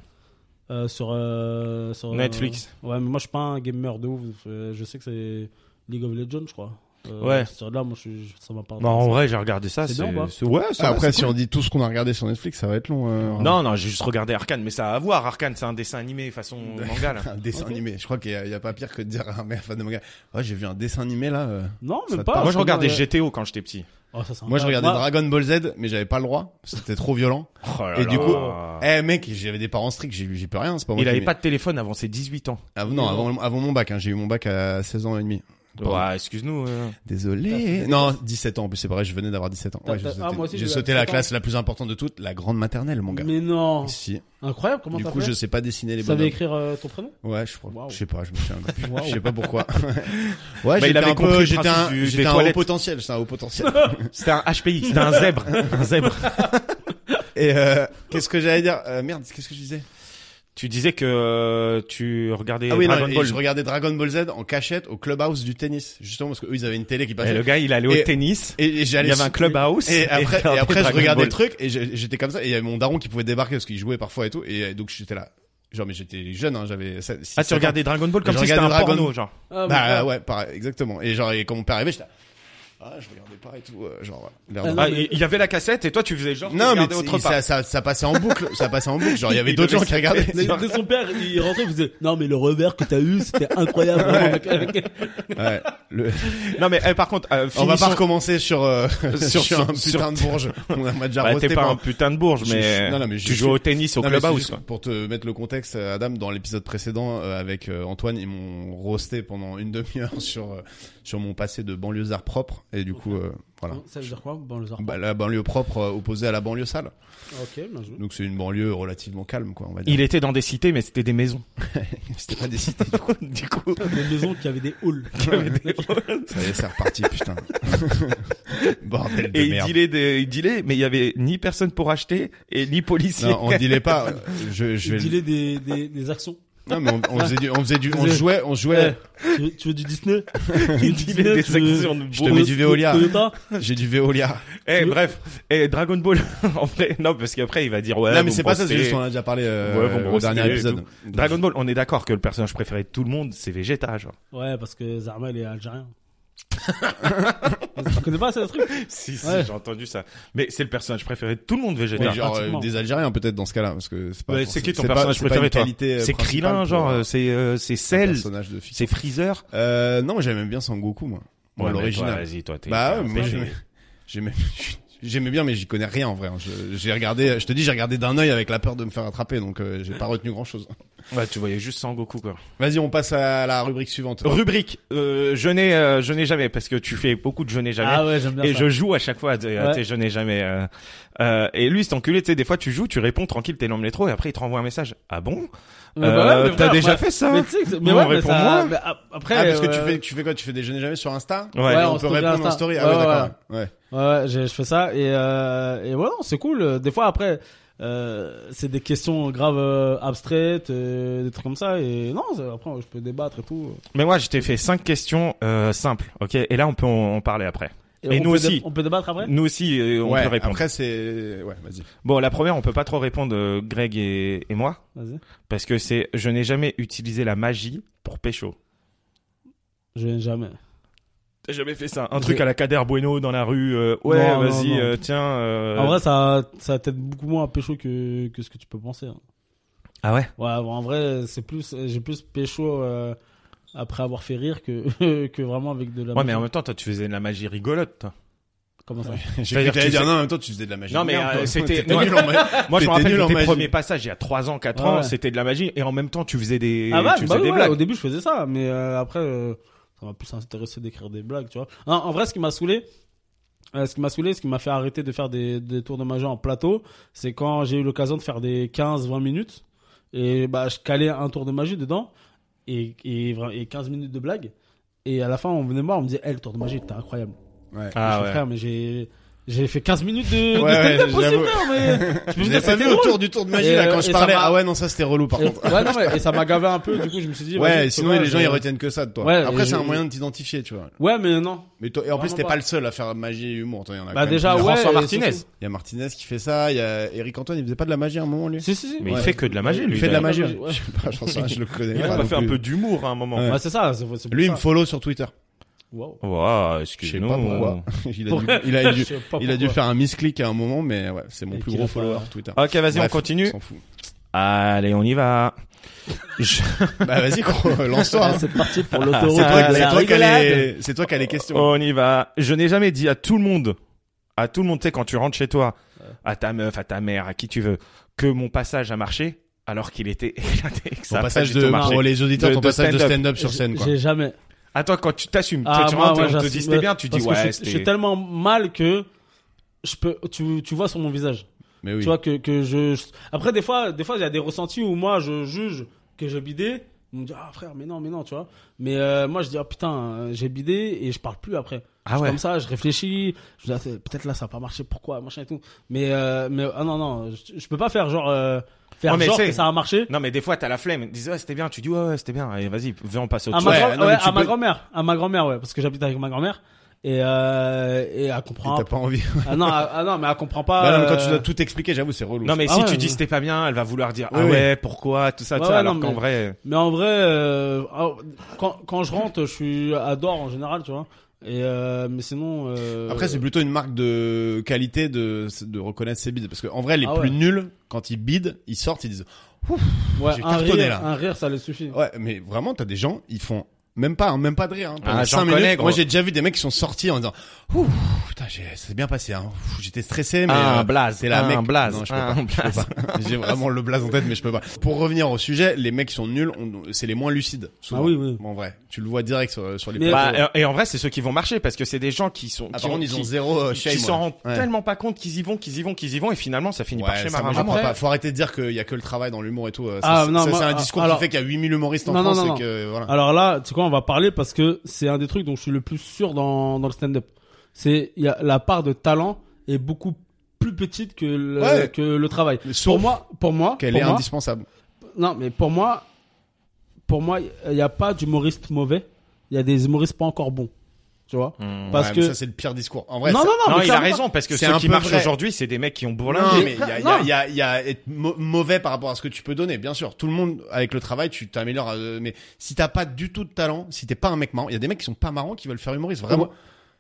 S4: euh, sur, euh, sur,
S3: Netflix.
S4: euh, ouais, mais moi je suis pas un gamer de ouf. Euh, Je sais que c'est League of Legends, je crois. Euh,
S3: Ouais.
S4: Sur là, moi je, je- ça m'a pas.
S3: Bah, en vrai, j'ai regardé ça.
S4: C'est bien ou pas
S3: Ouais, ça
S2: Après, si on dit tout ce qu'on a regardé sur Netflix, ça va être long. euh,
S3: Non, non, j'ai juste regardé Arkane, mais ça a à voir. Arkane, c'est un dessin animé façon manga, là.
S2: Un dessin
S4: Ok.
S2: animé. Je crois qu'il n'y a, pas pire que de dire à un mec fan de manga. Ouais, j'ai vu un dessin animé là. euh.
S4: Non,
S2: Ça
S4: même
S2: te
S4: pas.
S2: parle
S3: moi, je regardais
S4: euh,
S3: GTO quand j'étais petit.
S4: oh, ça, c'est
S2: Moi, je
S4: incroyable.
S2: regardais Dragon Ball Z, mais j'avais pas le droit. C'était trop violent.
S3: Oh
S4: Ah
S2: Et du coup, eh mec, j'avais des parents stricts. J'ai j'ai plus rien. C'est pas moi.
S3: il
S2: qui
S3: avait
S2: ai-
S3: pas de téléphone avant ses 18 ans.
S2: Ah, non, avant, avant mon bac. hein. J'ai eu mon bac à 16 ans et demi. Pardon.
S3: Ouais, excuse-nous. euh.
S2: Désolé. Non, 17 ans. En plus, c'est pareil. Je venais d'avoir 17 ans.
S4: T'as-
S2: Ouais, j'ai
S4: t'as- ah, moi
S2: sauté,
S4: aussi, j'ai
S2: j'ai
S4: eu à
S2: sauté la
S4: 17 ans.
S2: classe la plus importante de toutes, la grande maternelle, mon gars.
S4: Mais non.
S2: Si.
S4: Incroyable, comment
S2: Du
S4: t'as
S2: coup, je
S4: fait
S2: sais pas dessiner les
S4: Tu savais
S2: bonhommes.
S4: écrire euh, ton prénom
S2: Ouais, je crois.
S4: Waouh.
S2: Je sais pas, je me souviens. plus.
S4: Waouh.
S2: Je sais pas pourquoi. ouais,
S3: Bah, il
S2: j'étais
S3: avait
S2: un
S3: compris
S2: peu,
S3: le
S2: j'étais un,
S3: principe du- des
S2: j'étais un haut
S3: toilettes.
S2: potentiel, j'étais un haut potentiel.
S3: C'était un HPI, c'était un zèbre. un zèbre.
S2: Et euh, qu'est-ce que j'allais dire Euh, Merde, qu'est-ce que je disais
S3: Tu disais que euh, tu regardais
S2: Ah oui, non,
S3: Dragon
S2: et
S3: Ball.
S2: je regardais Dragon Ball Z en cachette au clubhouse du tennis, justement parce que eux ils avaient une télé qui
S3: Et
S2: passait.
S3: Eh, le gars, il allait au
S2: Et-
S3: tennis.
S2: Et, et
S3: Il
S2: j'allais
S3: y avait un clubhouse.
S2: Et après, et après je
S3: Dragon
S2: regardais
S3: Ball.
S2: le truc et je- j'étais comme ça. Et il y avait mon daron qui pouvait débarquer parce qu'il jouait parfois et tout. Et euh, donc j'étais là. Genre, mais j'étais jeune, hein, j'avais. sept- six,
S3: Ah,
S2: sept
S3: tu
S2: ans.
S3: regardais Dragon Ball comme
S2: Je
S3: si c'était un
S2: regardais Dragon-
S3: porno, genre.
S4: Ah, mais
S2: Bah
S4: ouais.
S2: ouais, pareil, exactement. Et genre, et quand mon père arrivait, j'étais là. Ah, je regardais pas et tout. euh, genre, l'air
S4: Ah,
S2: de-
S4: Non,
S3: Ah,
S4: mais-
S3: il il y avait la cassette et toi, tu faisais genre. tu
S2: Non, mais
S3: regardais
S2: tu-
S3: autre part.
S2: ça, ça, ça passait en boucle, ça passait en boucle. Genre, il y avait
S3: Il
S2: d'autres gens
S3: devait
S2: qui regardaient.
S4: Mais dès son père, il rentrait, il faisait Non, mais le revers que t'as eu, c'était incroyable.
S2: Ouais, le-
S3: Non, mais eh, par contre, euh,
S2: On va pas
S3: finissons-
S2: recommencer sur, euh, sur,
S3: sur-
S2: un putain
S3: sur-
S2: de bourge. On a déjà
S3: Bah,
S2: roasté
S3: t'es pas
S2: par-
S3: un putain de bourge,
S2: Je-
S3: mais,
S2: non, non, mais je
S3: tu
S2: suis-
S3: joues au tennis au
S2: Non, mais c'est
S3: clubhouse.
S2: juste
S3: quoi.
S2: Pour te mettre le contexte, Adam, dans l'épisode précédent euh, avec euh, Antoine, ils m'ont roasté pendant une demi-heure sur, euh, sur mon passé de banlieusard propre. Et du coup, euh, voilà.
S4: Ça veut dire quoi Bon, les
S2: Bah, la banlieue propre euh, opposée à la banlieue sale.
S4: Ok, bah, bien joué.
S2: Donc c'est une banlieue relativement calme, quoi, on va dire.
S3: Il était dans des cités, mais c'était des maisons.
S2: C'était pas des cités.
S3: du coup,
S4: Des maisons qui avaient des halls.
S2: Ça y est, c'est reparti, putain. Bordel de
S3: et il
S2: merde.
S3: dealait, des- il dealait, mais il y avait ni personne pour acheter et ni policier.
S2: Non, on dilait pas. Je, je
S4: Je
S2: vais.
S4: vais... des, des, des actions.
S2: Non, mais on, on faisait du, on faisait du, on
S4: Vous-
S2: jouait, on jouait.
S4: Eh, tu, veux, tu veux du Disney Il
S3: Il est des actions de
S2: te mets du Veolia.
S4: Toyota
S2: J'ai du Veolia.
S3: Eh
S4: Tu-
S3: bref, et Dragon Ball en vrai, non parce qu'après il va dire ouais.
S2: non,
S3: vous
S2: mais c'est
S3: me
S2: pas ça,
S3: brossez.
S2: c'est juste, on en a déjà parlé, euh,
S3: Ouais, vous me
S2: au
S3: brossez
S2: dernier
S3: et
S2: épisode.
S3: Dragon Ball, on est d'accord que le personnage préféré de tout le monde c'est Vegeta genre.
S4: Ouais, parce que Zarmel est algérien. tu connais pas ça, le truc
S3: Si si,
S4: Ouais.
S3: j'ai entendu ça. Mais c'est le personnage préféré de tout le monde Vegeta.
S2: Mais genre, euh,
S4: pratiquement.
S2: des Algériens, peut-être, dans ce cas-là, parce que c'est pas.
S3: Ouais,
S2: forcément-
S3: c'est qui ton
S2: pas-
S3: personnage
S2: c'est pas
S3: préféré
S2: une
S3: toi
S2: qualité, euh,
S3: C'est
S2: principale
S3: Krillin
S2: pour
S3: genre,
S2: un
S3: euh, c'est euh, c'est Cell,
S2: personnage de fiction.
S3: c'est Freezer.
S2: Euh, non, j'aimais bien Sangoku, moi. Bon,
S3: Ouais, mais
S2: l'original.
S3: toi, Vas-y toi. t'es-
S2: Bah,
S3: t'es un
S2: ouais, moi,
S3: fan,
S2: j'aimais,
S3: mais-
S2: j'aimais, j'aimais bien, mais j'y connais rien, en vrai. hein. Je- J'ai regardé, je te dis, j'ai regardé d'un œil avec la peur de me faire attraper, donc, euh, j'ai pas retenu grand chose.
S3: Ouais, tu voyais juste Sangoku quoi.
S2: Vas-y, on passe à la rubrique suivante.
S3: Rubrique, euh, je n'ai euh, je n'ai jamais parce que tu fais beaucoup de je n'ai jamais.
S4: Ah ouais, j'aime bien
S3: Et
S4: ça.
S3: je joue à chaque fois, à tes- à
S4: Ouais.
S3: tes je n'ai jamais. euh, euh, et lui, cet enculé, tu sais, des fois tu joues, tu réponds tranquille, t'es dans le métro, et après il te renvoie un message. Ah bon
S4: Mais
S3: Euh,
S4: bah ouais,
S3: T'as
S4: mais frère,
S3: déjà
S4: bah-
S3: fait ça
S4: Mais tu sais, que c'est- mais
S3: Non,
S4: ouais,
S3: on
S4: mais
S3: répond
S4: ça-
S3: moins.
S4: mais a- après,
S2: Ah, parce que
S4: euh,
S2: tu fais, tu fais quoi? Tu fais des déjeuners jamais sur Insta?
S3: Ouais.
S4: Ouais,
S2: Et
S4: en
S2: on peut
S4: story
S2: répondre
S4: Insta.
S2: en story. Ah
S4: Ouais,
S2: ouais,
S4: ouais,
S2: d'accord. ouais.
S4: Ouais, ouais, je, je fais ça et euh, et ouais, non, c'est cool. Des fois après, euh, c'est des questions graves euh, abstraites, euh, des trucs comme ça et non, ça- après je peux débattre et tout.
S3: Mais moi, je t'ai fait cinq questions euh, simples, ok Et là, on peut en, en parler après. Et
S4: on
S3: nous
S4: peut
S3: aussi.
S4: dé- on peut débattre après.
S3: Nous aussi, euh, on
S2: Ouais,
S3: peut répondre.
S2: Après, c'est, ouais, vas-y.
S3: Bon, la première, on peut pas trop répondre, euh, Greg et, et moi,
S4: Vas-y.
S3: parce que c'est je n'ai jamais utilisé la magie pour pécho.
S4: Je n'ai jamais.
S3: T'as jamais fait ça Un truc à la Kader Bueno dans la rue. euh, ouais,
S4: Non, non,
S3: vas-y,
S4: non.
S3: euh, tiens. euh,
S4: En vrai, ça ça t'aide beaucoup moins à pécho que que ce que tu peux penser. hein.
S3: ah ouais.
S4: Ouais, bon, en vrai, c'est plus j'ai plus pécho euh, après avoir fait rire que que vraiment avec de la
S3: Ouais, mais en
S4: magie.
S3: même temps, toi, tu faisais de la magie rigolote. toi.
S4: comment ça
S2: J'ai
S3: C'est-à-dire
S2: cru que
S3: que
S2: t'allais
S3: tu
S2: dire
S3: fais-
S2: non, en même temps tu faisais de la magie.
S3: Non, mais,
S2: Merde,
S3: euh,
S2: toi.
S3: c'était-
S2: T'es nul en magie.
S3: Ah, Moi, je
S2: T'étais
S3: me rappelle
S2: nul
S3: de
S2: en
S3: tes
S2: magie.
S3: premiers passages il y a 3 ans, 4
S4: Ouais,
S3: ans,
S4: ouais.
S3: c'était de la magie et en même temps tu faisais des,
S4: Ah bah,
S3: tu faisais
S4: bah oui,
S3: des
S4: ouais,
S3: blagues.
S4: au début je faisais ça, mais euh, après euh, ça m'a plus intéressé d'écrire des blagues, tu vois. Non, en vrai, ce qui m'a saoulé, euh, ce qui m'a saoulé, ce qui m'a fait arrêter de faire des, des tours de magie en plateau, c'est quand j'ai eu l'occasion de faire des 15-20 minutes et bah je calais un tour de magie dedans et, et, vra- et 15 minutes de blague et à la fin on venait me voir, on me disait, hey, le tour de magie, t'es incroyable.
S2: Ouais.
S4: Je
S3: Ah
S4: suis
S3: ouais.
S4: frère, mais j'ai J'ai fait 15 minutes de,
S2: Ouais,
S4: de stand-up
S2: ouais,
S4: aussi,
S2: j'avoue.
S4: frère, mais. Je
S2: Je
S4: peux vous
S2: l'ai
S4: dire,
S2: pas
S4: c'était
S2: mis
S4: drôle.
S2: autour du tour de magie
S4: Et,
S2: là
S4: euh,
S2: quand je
S4: et ça
S2: parlais.
S4: m'a-
S2: Ah ouais, non, ça c'était relou par
S4: Et-
S2: contre.
S4: ouais, non, mais- et ça m'a gavé un peu, du coup, je me suis dit. vas-y,
S2: Ouais,
S4: tu
S2: sinon
S4: vois,
S2: les gens ils
S4: je-
S2: retiennent que ça de toi.
S4: Ouais,
S2: Après,
S4: et
S2: c'est un
S4: je-
S2: moyen de t'identifier, tu vois.
S4: Ouais, mais non.
S2: Mais toi- et en plus,
S4: Vraiment
S2: t'es
S4: pas.
S2: pas le seul à faire magie et humour. toi, Il y en a Ah, quand
S4: Bah,
S2: même
S4: déjà,
S2: plusieurs.
S4: ouais.
S3: François
S4: et
S3: Martinez.
S4: surtout-
S2: Il y a Martinez qui fait ça. Il y a Eric Antoine, il faisait pas de la magie à un moment, lui.
S4: Si, si, si.
S3: Mais
S2: Ouais.
S3: il fait que de la magie,
S2: Il
S3: lui.
S2: fait de la
S3: d'ailleurs.
S2: magie.
S4: Ouais.
S2: Je sais pas, j'en sais rien, je le connais
S3: Il
S2: pas.
S3: a
S2: non
S3: fait un
S2: plus.
S3: peu d'humour hein, à un moment.
S2: Ouais.
S4: Bah, c'est ça, c'est c'est pour
S2: Lui, il
S4: ça.
S2: me follow sur Twitter.
S4: Wow.
S3: Waouh,
S2: Je sais pas pourquoi.
S3: excuse-nous.
S2: Il a dû- il a
S4: Je
S2: dû-
S4: sais pas
S2: il a dû
S4: pourquoi.
S2: faire un misclick à un moment, mais ouais, c'est mon
S4: Et
S2: plus
S4: qu'il
S2: gros
S4: a pas-
S2: follower Twitter.
S3: Ok, vas-y, on
S2: Bref,
S3: continue.
S2: s'en fout.
S3: Allez, on y va. Je-
S2: Bah vas-y, gros, lance-toi. hein.
S4: Ah, C'est parti pour
S2: C'est
S4: l'autoroute.
S2: toi,
S3: Ah,
S2: c'est
S4: la
S2: toi qui as les-
S4: rigolade.
S2: c'est toi qui as les questions.
S3: On y va. Je n'ai jamais dit à tout le monde, à tout le monde, tu sais, quand tu rentres chez toi, à ta meuf, à ta mère, à qui tu veux, que mon passage a marché, alors qu'il était éclaté. que
S2: Ton
S3: ça a pas
S2: passage
S3: du
S2: de,
S3: tout marché.
S2: pour les auditeurs,
S3: De-
S2: ton
S3: de
S2: passage de
S3: stand-up.
S2: stand-up sur scène, quoi.
S4: J'ai jamais.
S3: Attends, quand tu t'assumes, tu-
S4: Ah,
S3: tu
S4: moi,
S3: rentres,
S4: ouais,
S3: on te
S4: j'assume,
S3: dit c'était bien, tu dis
S4: parce que
S3: ouais,
S4: je, suis- je suis
S3: c'était.
S4: tellement mal que je peux. Tu, tu vois sur mon visage.
S2: Mais oui.
S4: Tu vois que que je. je- Après des fois, des fois il y a des ressentis où moi je juge que j'ai bidé. On me dit ah frère mais non mais non tu vois. Mais euh, moi je dis ah putain euh, j'ai bidé et je parle plus après.
S3: Ah
S4: Je suis
S3: ouais.
S4: Comme ça je réfléchis. Je dis, ah, c'est- peut-être là ça a pas marché pourquoi machin et tout. Mais euh, mais ah non non je, je peux pas faire genre euh, faire
S3: Ouais, mais
S4: genre
S3: c'est-
S4: que ça a marché.
S3: Non, mais des fois, t'as la flemme. Ils disent, ouais, c'était bien. Tu dis, ouais, ouais, c'était bien. Allez, vas-y, viens, on passe au
S4: à
S3: truc.
S4: Ah, ma,
S2: Ouais,
S4: grand-
S2: non,
S4: ouais,
S2: mais tu
S4: à ma
S2: peux-
S4: grand-mère, à ma grand-mère, ouais, parce que j'habite avec ma grand-mère et euh, et elle
S2: Et
S4: comprend.
S2: T'as pas envie.
S4: Ah non, ah, ah non, mais elle comprend pas.
S2: Bah non, mais quand tu dois
S4: euh,
S2: tout expliquer, j'avoue, c'est relou.
S3: Non, mais
S4: Ah
S3: si
S4: ouais,
S3: tu
S4: ouais.
S3: dis, c'était pas bien, elle va vouloir dire,
S2: Oui,
S3: ah
S2: oui.
S3: ouais, pourquoi, tout ça,
S4: Ouais,
S3: tout ça.
S4: ouais,
S3: alors
S4: non,
S3: qu'en
S4: mais-
S3: vrai.
S4: Mais en vrai, euh, ah, quand, quand je rentre, je suis à dehors en général, tu vois. Et euh, mais sinon. euh,
S2: Après, c'est plutôt une marque de qualité de, de reconnaître ses bides. Parce que, en vrai, les
S4: Ah ouais.
S2: plus nuls, quand ils bident, ils sortent, ils disent,
S4: ouais,
S2: j'ai
S4: un
S2: cartonné,
S4: rire,
S2: là.
S4: Un rire, ça les suffit.
S2: ouais, mais vraiment, t'as des gens, ils font même pas, hein, même pas de rire, hein, pendant
S3: Ah, j'en
S2: cinq minutes.
S3: connais, gros.
S2: Moi, j'ai déjà vu des mecs qui sont sortis en disant, ouh, putain, j'ai, c'est bien passé, hein. Ouh, J'étais stressé, mais.
S3: Ah,
S2: euh,
S3: un blaze.
S2: c'est la
S3: ah,
S2: mec.
S3: Un blaze.
S2: Non, je peux
S3: ah,
S2: pas.
S3: un blaze.
S2: Je peux pas. J'ai vraiment le blaze en tête, mais je peux pas. Pour revenir au sujet, les mecs qui sont nuls, on- c'est les moins lucides. souvent.
S4: Ah oui, oui.
S2: En vrai, tu le vois direct sur, sur les
S4: Mais- euh,
S2: plateaux.
S3: Bah, et et en vrai, c'est ceux qui vont marcher parce que c'est des gens qui sont.
S2: Ah,
S3: qui
S2: par
S3: ont-
S2: contre, ils ont
S3: qui-
S2: zéro euh, shame,
S3: qui s'en
S2: ouais.
S3: rendent
S2: Ouais.
S3: tellement pas compte qu'ils y vont, qu'ils y vont, qu'ils y vont, et finalement ça finit par
S2: Ouais,
S3: chez
S2: ça, moi,
S3: Marin.
S2: j'y crois
S4: Après-
S2: pas. Faut arrêter de dire qu'il y a que le travail dans l'humour et tout. euh,
S4: Ah,
S2: ça,
S4: non,
S2: ça,
S4: moi,
S2: c'est un
S4: ah,
S2: discours
S4: alors-
S2: qui fait qu'il y a 8000 humoristes en
S4: Non, non,
S2: France
S4: non, Ah,
S2: et que, voilà.
S4: Alors là, tu sais quoi, on va parler parce que c'est un des trucs dont je suis le plus sûr dans, dans le stand-up. C'est il y a, la part de talent est beaucoup plus petite que le,
S2: Ouais.
S4: que le travail.
S2: Mais sauf
S4: Pour moi, pour moi,
S2: qu'elle
S4: pour
S2: est
S4: moi,
S2: indispensable.
S4: Non, mais pour moi, pour moi, il n'y a pas d'humoriste mauvais. Il y a des humoristes pas encore bons. Tu vois Parce
S2: Ouais, mais
S4: que.
S2: ça, c'est le pire discours. En vrai,
S4: non,
S2: ça-
S4: non, non,
S3: Non, Mm. il
S4: mais
S3: a
S4: clairement-
S3: raison parce que
S2: C'est
S3: ceux
S2: un
S3: qui
S2: peu
S3: marchent
S2: vrai.
S3: aujourd'hui, c'est des mecs qui ont
S2: Non,
S3: bourlingué.
S2: mais il y a, il y a- il y a- il y a être mau- mauvais par rapport à ce que tu peux donner, bien sûr. Tout le monde, avec le travail, tu t'améliores. euh, mais si t'as pas du tout de talent, si t'es pas un mec marrant, il y a des mecs qui sont pas marrants qui veulent faire humoriste, vraiment.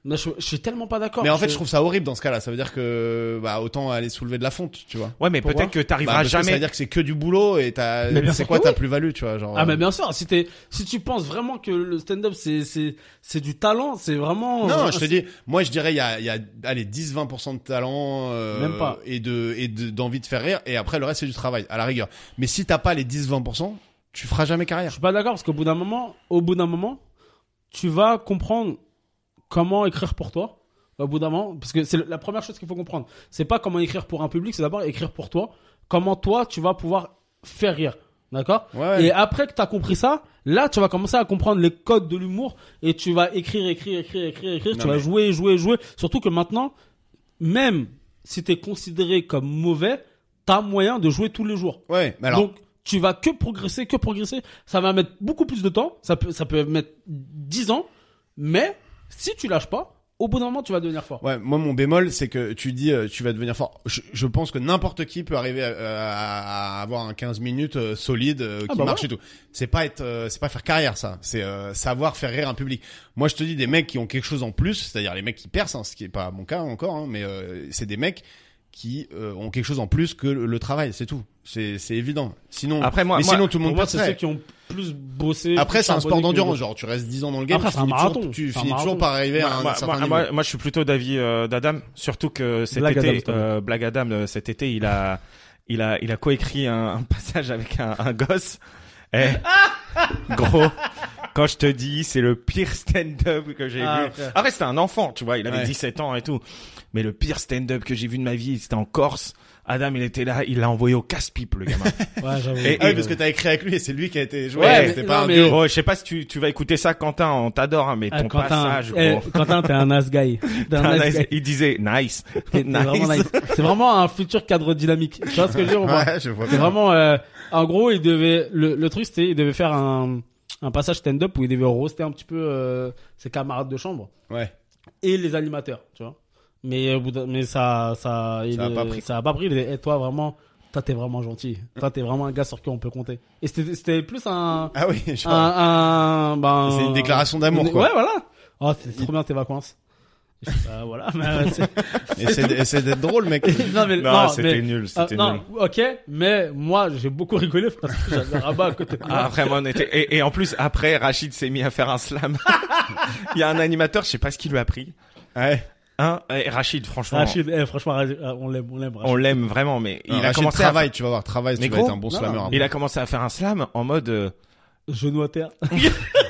S4: Mais je, je suis tellement pas d'accord.
S2: mais en fait, je trouve ça horrible dans ce cas-là. Ça veut dire que, bah, autant aller soulever de la fonte, tu vois.
S3: Ouais, mais
S4: Pourquoi
S3: peut-être que
S2: Bah,
S3: t'arriveras
S2: parce que Ça veut
S3: jamais.
S2: dire que c'est que du boulot et t'as,
S4: Mais bien
S2: c'est
S4: sûr
S2: quoi
S4: que
S2: ta
S4: oui.
S2: plus-value, tu vois, genre.
S4: Ah,
S2: euh,
S4: mais bien sûr, si, t'es- si tu penses vraiment que le stand-up c'est c'est c'est du talent, c'est vraiment. euh,
S2: Non, je te dis, moi je dirais il y a, il y a allez 10-20% de talent euh,
S4: Même pas.
S2: et de et de- d'envie de faire rire et après le reste c'est du travail à la rigueur. Mais si t'as pas les 10-20%, tu feras jamais
S4: Je
S2: carrière.
S4: suis pas d'accord parce qu'au bout d'un moment, au bout d'un moment, tu vas comprendre comment écrire pour toi. Au bout d'un moment, parce que c'est la première chose qu'il faut comprendre. C'est pas comment écrire pour un public, c'est d'abord écrire pour toi. Comment toi, tu vas pouvoir faire rire. D'accord
S2: Ouais.
S4: Et après que tu as compris ça, là, tu vas commencer à comprendre les codes de l'humour et tu vas écrire, écrire, écrire, écrire, écrire.
S2: Non,
S4: tu vas
S2: mais-
S4: jouer, jouer, jouer. Surtout que maintenant, même si tu es considéré comme mauvais, tu as moyen de jouer tous les jours.
S2: Ouais, mais alors
S4: Donc tu vas que progresser, que progresser. Ça va mettre beaucoup plus de temps. Ça peut, ça peut mettre 10 ans. Mais si tu lâches pas, au bout d'un moment, tu vas devenir fort.
S2: Ouais, moi mon bémol c'est que tu dis euh, tu vas devenir fort. Je, je pense que n'importe qui peut arriver à, à- à avoir un 15 minutes euh, solide euh, qui
S4: Ah bah
S2: marche et tout. C'est pas être euh, c'est pas faire carrière ça, c'est euh, savoir faire rire un public. Moi je te dis des mecs qui ont quelque chose en plus, c'est-à-dire les mecs qui percent, hein, ce qui est pas mon cas encore hein, mais euh, c'est des mecs qui euh, ont quelque chose en plus que le, le travail, c'est tout. C'est c'est évident. Sinon
S3: Après, moi-
S2: mais
S3: moi-
S2: sinon tout le
S4: Pour
S2: monde
S4: moi, c'est
S2: percerait.
S4: ceux qui ont plus bossé.
S2: Après
S4: plus
S2: c'est un sport
S4: charbonné que
S2: d'endurance,
S4: les autres.
S2: genre tu restes 10 ans dans le game,
S4: Après,
S2: tu
S4: c'est un
S2: finis,
S4: marathon.
S2: toujours, tu
S4: C'est un
S2: finis toujours
S4: marathon.
S2: par arriver à
S4: Bah,
S3: Moi,
S2: un
S3: moi-
S2: certain
S3: moi-
S2: niveau.
S3: moi, je suis plutôt d'avis euh, d'Adam, surtout que cet
S4: Blague Adam,
S3: été,
S4: justement.
S3: euh, Blague Adam, euh, cet été, il a, il a, il a coécrit un, un passage avec un, un gosse. Eh, gros, Quand je te dis, c'est le pire stand-up que j'ai
S4: Ah,
S3: vu.
S4: ok.
S3: Après, c'était un enfant, tu vois, il avait
S2: Ouais.
S3: 17 ans et tout. Mais le pire stand-up que j'ai vu de ma vie, c'était en Corse. Adam, il était là, il l'a envoyé au casse-pipe, le gamin.
S4: Ouais, j'avoue.
S3: Et-
S2: Ah oui, parce que t'as écrit avec lui et c'est lui qui a été joué.
S3: Ouais,
S2: c'était
S4: mais-
S2: pas
S4: non,
S2: un
S4: mais-
S2: duo.
S3: Gros, Oh, je sais pas si tu, tu vas écouter ça, Quentin, on t'adore, hein, mais
S4: Ah,
S3: ton
S4: Quentin,
S3: passage,
S4: eh,
S3: gros.
S4: Quentin, t'es un nice guy. T'es un nice guy.
S3: Il disait nice.
S4: T'es- t'es vraiment nice. C'est vraiment un futur cadre dynamique. Tu vois ce que je veux dire ou pas
S2: Ouais, je vois
S4: C'est
S2: bien.
S4: vraiment. euh, en gros, il devait. Le, le truc, c'était il devait faire un, un passage stand-up où il devait roaster un petit peu euh, ses camarades de chambre
S2: Ouais.
S4: et les animateurs, tu vois. Mais, euh, au bout d'un- mais ça. Ça, il
S2: a
S4: est-
S2: pas pris.
S4: Ça a pas pris. Il est, Eh, toi, vraiment. Toi, t'es vraiment gentil. Toi, t'es vraiment un gars sur qui on peut compter. Et c'était c'était plus un.
S2: Ah oui, je
S4: un, un- ben,
S2: C'est une déclaration d'amour,
S4: une-
S2: quoi.
S4: Ouais, voilà. Oh, c'est trop bien tes vacances. Je sais pas, voilà. Mais, euh, c'est-
S2: Et c'est et c'est d'être drôle, mec.
S4: non, mais,
S3: Non,
S4: non,
S3: c'était
S4: mais-
S3: nul,
S4: ah,
S3: c'était nul.
S4: non, ok, mais moi j'ai beaucoup rigolé parce que j'avais un rabat à côté de
S3: Ah,
S4: moi.
S3: vraiment, on était, et, et en plus, après, Rachid s'est mis à faire un slam. Il y a un animateur, je sais pas ce qu'il lui a pris.
S2: Ouais.
S3: Hein, et Rachid, franchement.
S4: Rachid, eh, franchement, Rachid, ah, on l'aime, on l'aime. Rachid.
S3: On l'aime vraiment, mais il
S2: Non,
S3: a
S2: Rachid,
S3: commencé à,
S2: travail, tu vas voir, travail,
S3: Mais
S2: tu vas
S3: gros,
S2: être un bon
S4: non,
S2: slammer.
S4: non.
S3: il a commencé à faire un slam en mode, euh,
S4: Genou à terre.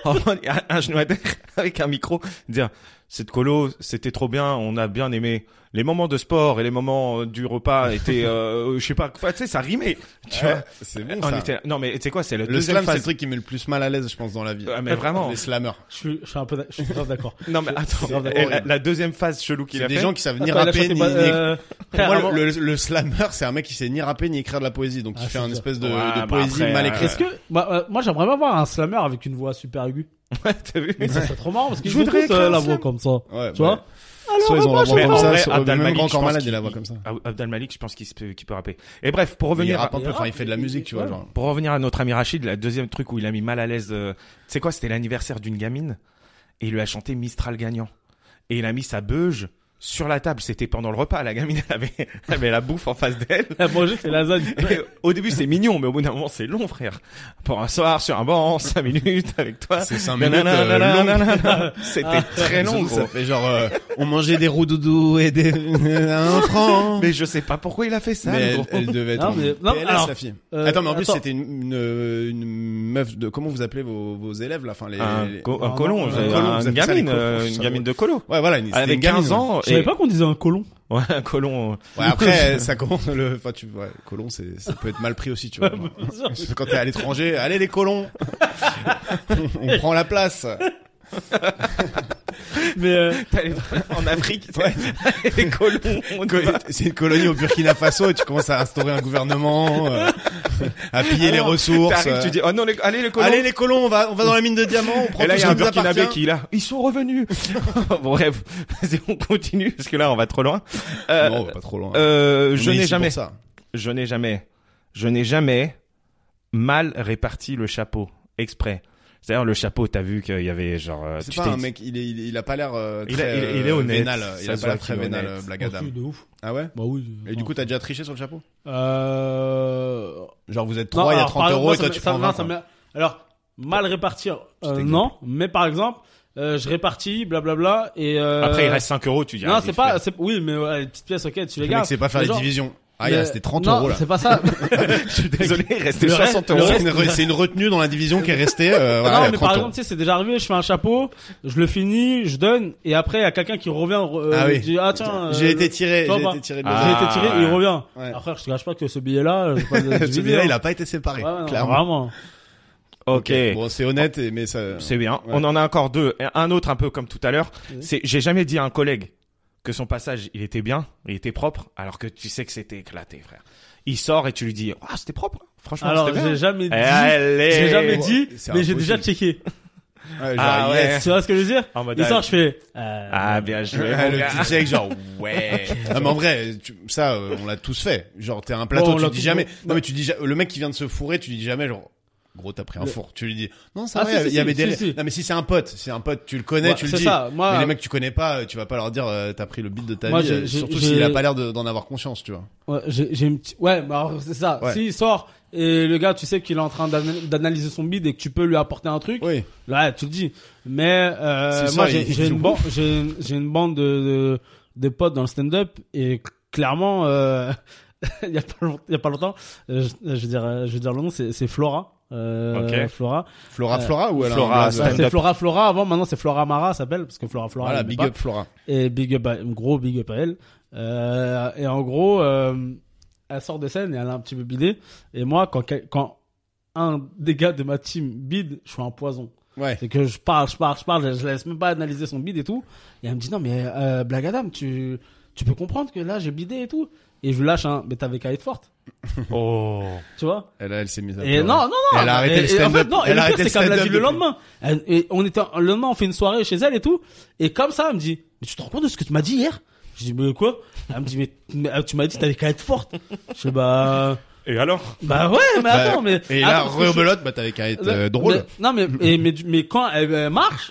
S3: en mode, un- un genou à terre avec un micro, dire, cette colo, c'était trop bien, on a bien aimé. Les moments de sport et les moments euh, du repas étaient, euh, je sais pas, quoi, tu sais, ça rimait. Tu
S2: Ouais,
S3: vois,
S2: c'est bon
S3: on
S2: ça.
S3: était, non mais tu sais quoi, c'est la
S2: Le
S3: deuxième
S2: slam, c'est le
S3: phase.
S2: truc qui met le plus mal à l'aise, je pense, dans la vie.
S3: Ah, mais vraiment.
S2: Les slammers.
S4: Je suis, je suis un peu, d'ac- je suis grave d'accord.
S3: Non mais attends,
S2: c'est
S3: et la,
S2: horrible.
S3: la deuxième phase chelou qu'il
S2: C'est
S3: a
S2: des
S3: fait.
S2: gens qui savent ni
S4: Attends, il a
S2: rapper,
S4: chanté,
S2: ni,
S4: bah,
S2: ni-
S4: euh,
S2: Pour
S4: frère,
S2: moi,
S4: avant-
S2: le, le- le slammer, c'est un mec qui sait ni rapper ni écrire de la poésie, donc
S4: Ah,
S2: il fait
S4: c'est
S2: un
S4: ça.
S2: espèce de,
S3: Ouais,
S2: de
S3: bah
S2: poésie
S3: après,
S2: mal
S3: euh,
S2: écrite.
S4: Est-ce que, bah, euh, moi j'aimerais bien avoir un slammer avec une voix super aiguë.
S3: Ouais, t'as vu
S4: Mais ça serait trop marrant parce que
S3: Je voudrais écrire un
S4: euh, la voix
S3: slam.
S4: comme ça.
S2: Ouais,
S4: tu
S2: bah,
S4: vois Alors,
S2: Soit ils ont la voix
S3: Mais
S2: comme
S3: en
S2: ça,
S3: vrai,
S2: soit-
S3: Abdel
S2: même
S3: Malik,
S2: Grand
S3: je
S2: Corps
S3: pense
S2: Malade,
S3: qu'il-
S2: il a la voix comme ça.
S3: Ah, Abdel Malik, je pense qu'il se peut, qu'il peut rapper. Et bref, pour
S2: Il
S3: revenir,
S2: rappe un peu,
S4: il
S2: enfin, il
S4: rappe,
S2: fait de la
S4: il-
S2: musique, tu vois,
S4: ouais.
S2: genre.
S3: pour revenir à notre ami Rachid, le deuxième truc où il a mis mal à l'aise, euh, tu sais quoi, c'était l'anniversaire d'une gamine et il lui a chanté Mistral gagnant. Et il a mis sa beuge sur la table. C'était pendant le repas. La gamine, elle avait, elle avait la bouffe en face d'elle.
S4: Elle mangeait ses lasagnes.
S3: Et Au début, c'est mignon, mais au bout d'un moment, c'est long, frère. Pour un soir, sur un banc, 5 minutes avec toi.
S2: C'est cinq minutes,
S3: Nanana,
S2: euh,
S3: nanana,
S2: longues.
S3: nanana. C'était très long,
S2: Ça
S3: gros.
S2: fait genre, euh, on mangeait des roux doudous et des, euh, un franc.
S3: Mais je sais pas pourquoi il a fait ça,
S2: Mais
S3: gros.
S2: elle, elle devait être
S4: Non,
S2: en
S4: mais-
S2: PLS,
S4: non, alors,
S2: la fille.
S4: euh,
S2: attends, mais en plus,
S4: attends.
S2: c'était une, une, une meuf de... Comment vous appelez vos, vos élèves, là enfin, les,
S3: un,
S2: les-
S3: co- un
S4: non,
S3: colon,
S4: non,
S3: j'ai-
S2: un colon, vous
S3: une
S2: appelez ça les
S3: gamine,
S2: colons,
S3: euh,
S2: je
S3: une
S2: sais
S3: gamine de colo.
S2: Ouais, voilà, une,
S3: Elle
S2: c'était
S3: avait
S2: une gamine,
S3: 15 ans.
S4: Je savais
S3: et-
S4: pas qu'on disait un colon.
S3: Ouais, un colon. euh,
S2: Ouais, après, ça commence le, enfin, tu vois, colon, c'est, ça peut être mal pris aussi, tu vois.
S4: bah,
S2: Quand t'es à l'étranger, allez les colons! on, on prend la place!
S4: Mais euh,
S3: T'as les- en Afrique, t'as les colons. on
S2: Co-
S3: y va.
S2: C'est une colonie au Burkina Faso et tu commences à instaurer un gouvernement, euh, à piller les
S3: Alors,
S2: ressources.
S3: T'arrives,
S2: euh.
S3: tu dis, oh non, les- allez les colons.
S2: allez les colons, on va, on va dans la mine de diamants, on prend
S3: et là,
S2: tout
S3: il y
S2: ce
S3: a un
S2: qui nous
S3: Burkinabé
S2: appartient.
S3: qui est là. Ils sont revenus. bon, bref, vas-y, on continue parce que là, on va trop loin. Euh,
S2: Non, pas trop loin.
S3: euh,
S2: On
S3: je
S2: est ici
S3: n'ai
S2: pour
S3: jamais,
S2: ça.
S3: je n'ai jamais, je n'ai jamais mal réparti le chapeau exprès. C'est-à-dire le chapeau, t'as vu qu'il y avait genre. euh,
S2: C'est
S3: tu
S2: pas
S3: t'es
S2: un
S3: dit-
S2: mec, il, est, il, est- il a pas l'air euh,
S3: Il
S2: très,
S3: est- il est- il est
S2: euh,
S3: honnête.
S2: vénal, il
S3: Ça
S2: a
S3: se
S2: pas
S3: voit
S2: l'air très
S3: qu'il est
S2: vénal,
S3: honnête.
S2: euh, Blagadam.
S4: de ouf.
S2: Ah ouais
S4: Bah oui.
S2: Et du coup, t'as déjà triché sur le chapeau
S4: Euh...
S2: Genre, vous êtes
S4: non,
S2: trois, il y a
S4: alors,
S2: 30
S4: par-
S2: euros
S4: moi,
S2: et
S4: ça
S2: toi
S4: me-
S2: tu
S4: ça
S2: prends
S4: me-
S2: 20.
S4: ça
S2: quoi.
S4: me- Alors, mal répartir, euh,
S2: exemple.
S4: non. Mais par exemple, euh, je répartis, blablabla, et... euh,
S3: Après, il reste 5 euros, tu dis.
S4: Non,
S3: allez,
S4: c'est
S3: frère.
S4: pas... c'est- Oui, mais ouais, les petites pièces, ok, tu les
S2: Le mec,
S4: gardes.
S2: c'est pas faire les
S4: Mais genre-
S2: divisions. Ah,
S4: mais-
S2: il restait 30
S4: non,
S2: euros là.
S4: c'est pas ça.
S3: Je suis désolé, il restait
S4: Le
S3: 60 euros.
S2: C'est une re- C'est une retenue dans la division qui est restée. euh, voilà, il y
S4: non,
S2: a
S4: mais
S2: 30
S4: par
S2: euros.
S4: exemple, tu sais, c'est déjà arrivé, je fais un chapeau, je le finis, je donne, et après, il y a quelqu'un qui revient, euh,
S2: Ah oui.
S4: dit, ah tiens...
S2: J'ai
S4: euh,
S2: été tiré,
S4: tu vois
S2: j'ai
S4: pas
S2: été tiré de
S3: Ah,
S4: J'ai été tiré,
S3: ouais.
S4: il revient.
S2: Ouais.
S4: Après, je te cache pas que ce billet-là, euh, je vais pas le
S2: Ce
S4: diviser,
S2: billet-là, il
S4: hein.
S2: a pas été séparé,
S4: Ouais, ouais, non,
S2: clairement.
S4: Vraiment.
S3: Ok.
S2: Bon, c'est honnête, et- mais ça.
S3: C'est bien.
S2: Ouais.
S3: On en a encore deux. Et Un autre un peu comme tout à l'heure.
S4: Oui.
S3: C'est, j'ai jamais dit à un collègue que son passage, il était bien, il était propre, alors que tu sais que c'était éclaté, frère. Il sort et tu lui dis, ah, c'était propre. Franchement,
S4: Alors,
S3: c'était bien.
S4: j'ai jamais dit...
S3: Allez.
S4: J'ai jamais
S2: Ouais,
S4: dit,
S2: Eh, c'est
S4: mais j'ai
S2: impossible.
S4: déjà checké.
S2: Ouais, genre,
S3: Ah ouais.
S2: yes.
S4: Tu vois ce que je veux dire
S3: En mode,
S4: Il sort,
S3: ah,
S4: je fais. euh,
S3: Ah, bien joué.
S2: Ouais,
S3: mon
S2: le
S3: gars.
S2: petit check, genre ouais. non Ah, mais en vrai, tu- ça euh, on l'a tous fait. Genre t'es à un plateau,
S4: Bon, on l'a
S2: tu dis
S4: tous
S2: jamais.
S4: fait.
S2: Non mais tu dis ja- le mec qui vient de se fourrer, tu dis jamais genre gros t'as pris un
S4: Le-
S2: four. Tu lui dis non ça
S4: Ah,
S2: va,
S4: si,
S2: il
S4: si,
S2: y avait
S4: si,
S2: des.
S4: si, si.
S2: Non mais si c'est un pote, c'est un pote, tu le connais,
S4: Ouais,
S2: tu le
S4: c'est
S2: dis.
S4: ça, moi-
S2: mais les mecs que tu connais pas, euh, tu vas pas leur dire euh, t'as pris le beat de ta
S4: Moi,
S2: vie.
S4: j'ai-
S2: euh,
S4: j'ai-
S2: surtout
S4: j'ai-
S2: s'il a pas l'air de- d'en avoir conscience, tu vois.
S4: Ouais, j'ai j'ai une petite- Ouais, mais alors, c'est ça.
S2: Ouais.
S4: S'il sort et le gars, tu sais qu'il est en train d'ana- d'analyser son bide et que tu peux lui apporter un truc,
S2: Oui.
S4: là, tu le dis. Mais euh,
S2: C'est
S4: moi,
S2: ça,
S4: j'ai
S2: il-
S4: j'ai
S2: il
S4: une,
S2: joue.
S4: ban- j'ai une- j'ai une bande de, de, de potes dans le stand-up et euh, clairement, euh, il y a pas long- il y a pas longtemps, euh, je, je veux dire, euh, je veux dire le nom, c'est c'est Flora. euh,
S3: Ok.
S4: Flora.
S2: Flora
S4: Euh,
S2: Flora ou elle a
S3: Flora,
S2: un-
S3: ça,
S4: Ah,
S2: Voilà,
S4: c'est
S3: Stand-up.
S4: Flora Flora avant, maintenant c'est Flora Mara ça s'appelle, parce que Flora Flora.
S2: Voilà,
S4: elle est
S2: big
S4: pas.
S2: up Flora.
S4: Et big up, à- gros big up à elle. Euh, et en gros, euh, elle sort de scène et elle a un petit peu bidé. Et moi, quand, quel- quand un des gars de ma team bide, je suis un poison.
S2: Ouais.
S4: C'est que je parle, je parle, je parle, je, je laisse même pas analyser son bide et tout. Et elle me dit non mais euh, blague à dame, tu, tu peux comprendre que là j'ai bidé et tout. Et je lui lâche un, mais t'avais qu'à être forte,
S3: Oh.
S4: tu vois.
S2: Elle, elle s'est mise à
S4: Et
S2: pleurer.
S4: non, non, non.
S2: Elle a arrêté
S4: et-
S2: le
S4: et En
S2: stand-up.
S4: fait, non, et
S2: Elle
S4: le
S2: a
S4: pire,
S2: arrêté
S4: c'est qu'elle me l'a dit
S2: stand-up
S4: le
S2: depuis.
S4: lendemain. Elle- et on était, le lendemain, on fait une soirée chez elle et tout. Et comme ça, elle me dit, mais tu te rends compte de ce que tu m'as dit hier? Je dis, mais quoi? Elle me dit, mais, mais ah, tu m'as dit, t'avais qu'à être forte. Je dis, bah,
S3: Et alors
S4: bah ouais, mais
S2: Bah,
S4: attends, mais.
S2: Et là,
S4: attends, parce que je-
S2: rebelote, bah t'avais qu'à être euh, drôle.
S4: mais- non, mais, et- mais, du- mais quand elle, elle marche,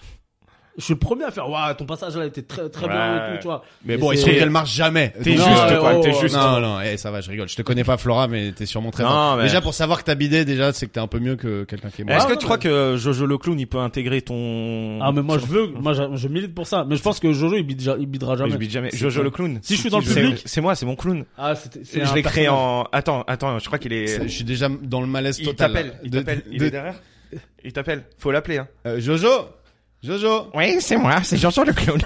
S4: je suis le premier à faire, waouh, ton passage là était très, très bien et
S3: Ouais.
S4: tout, tu vois.
S2: Mais, bon, il se
S4: c'est-
S2: trouve qu'elle marche jamais.
S3: T'es
S2: Donc, euh,
S4: Non,
S3: juste,
S4: ouais,
S3: quoi.
S4: ouais,
S3: T'es
S4: ouais,
S3: juste.
S2: Non, non, eh, ça va, je rigole. Je te connais pas, Flora, mais t'es sûrement très
S3: Non,
S2: bon.
S3: mais-
S2: Déjà, pour savoir que t'as bidé, déjà, c'est que t'es un peu mieux que quelqu'un qui est mort.
S3: Est-ce que
S4: non,
S3: tu
S4: mais-
S3: crois que Jojo le clown, il peut intégrer ton.
S4: Ah, mais moi, je veux, moi, je, je milite pour ça. Mais je pense que Jojo, il bidera, il bidera
S3: Mais
S4: jamais.
S3: je bide jamais. Jojo le clown.
S4: Si je suis dans le
S3: C'est-
S4: public-
S3: C'est moi, c'est mon clown.
S4: Ah, c'était, c'est
S3: Je
S4: un
S3: l'ai créé
S4: personnage.
S3: en. Attends, attends, je crois qu'il
S2: C'est- Je
S3: est.
S2: suis déjà dans le malaise
S3: Il
S2: total.
S3: t'appelle, il
S2: De-
S3: t'appelle, il
S2: de-
S3: est derrière. Il t'appelle, faut l'appeler. Hein.
S2: Euh, Jojo Jojo
S3: Oui, c'est moi, c'est Jojo le clown.
S4: Tu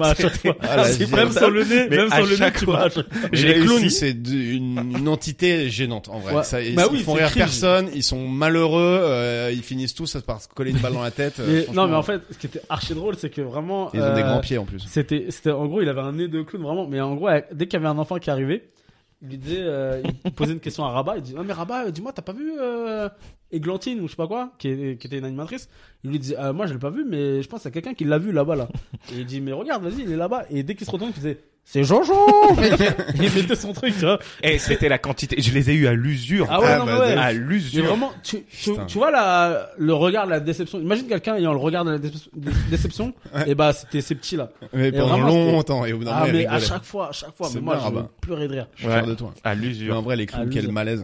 S4: m'as à chaque fois.
S2: Ah, la
S4: C'est
S2: vie.
S4: même sur le nez,
S3: Mais
S4: même
S3: à
S4: sur le nez,
S3: chaque
S4: tu
S3: fois.
S4: m'as à chaque-
S2: Mais
S3: J'ai les
S2: ici,
S3: clowns.
S2: c'est d- une, une entité gênante en vrai.
S4: Ouais.
S2: Ça, ils,
S4: Bah
S2: ils
S4: oui,
S2: font
S4: c'est
S2: rire
S4: cringe.
S2: personne, ils sont malheureux, euh, ils finissent tous par se coller une balle dans la tête. euh,
S4: Mais-
S2: franchement.
S4: Non, mais en fait, ce qui était archi drôle, c'est que vraiment.
S2: ils ont des
S4: euh,
S2: grands pieds en plus.
S4: C'était, c'était, en gros, il avait un nez de clown, vraiment. Mais en gros, elle- dès qu'il y avait un enfant qui arrivait, il lui disait, euh, il posait une question à Rabat. Il dit, non, mais Rabat, euh, dis-moi, t'as pas vu, euh, Églantine ou je sais pas quoi, qui, est- qui était une animatrice. Il lui dit, euh, moi, je l'ai pas vu, mais je pense qu'il y a quelqu'un qui l'a vu là-bas, là. Et il dit, mais regarde, vas-y, il est là-bas. Et dès qu'il se retourne, il faisait, c'est Jojo! il mettait son truc, tu vois.
S3: Et Eh, c'était la quantité, je les ai eu à l'usure.
S4: Ah ouais,
S2: Ah
S4: non, mais
S2: bah,
S4: ouais.
S2: de-
S3: À
S4: Mais
S3: l'usure.
S4: vraiment, tu, tu,
S2: Putain.
S4: tu vois la, le regard de la déception. Imagine quelqu'un ayant le regard de la déce- de- déception. Et bah, c'était ces petits là.
S2: Mais pendant
S4: vraiment, c'était-
S2: longtemps et au bout d'un
S4: ah,
S2: moment, ils
S4: mais à
S2: rigolaient.
S4: chaque fois, à chaque fois.
S2: C'est
S4: Mais moi,
S2: bien, bah.
S4: je
S2: Rabat.
S4: pleurais de rire.
S2: Je suis fier
S3: Ouais.
S2: de toi.
S3: À
S2: Mais en
S3: l'usure.
S2: vrai, les
S4: Ah,
S2: clowns, quel
S4: loser.
S2: malaise.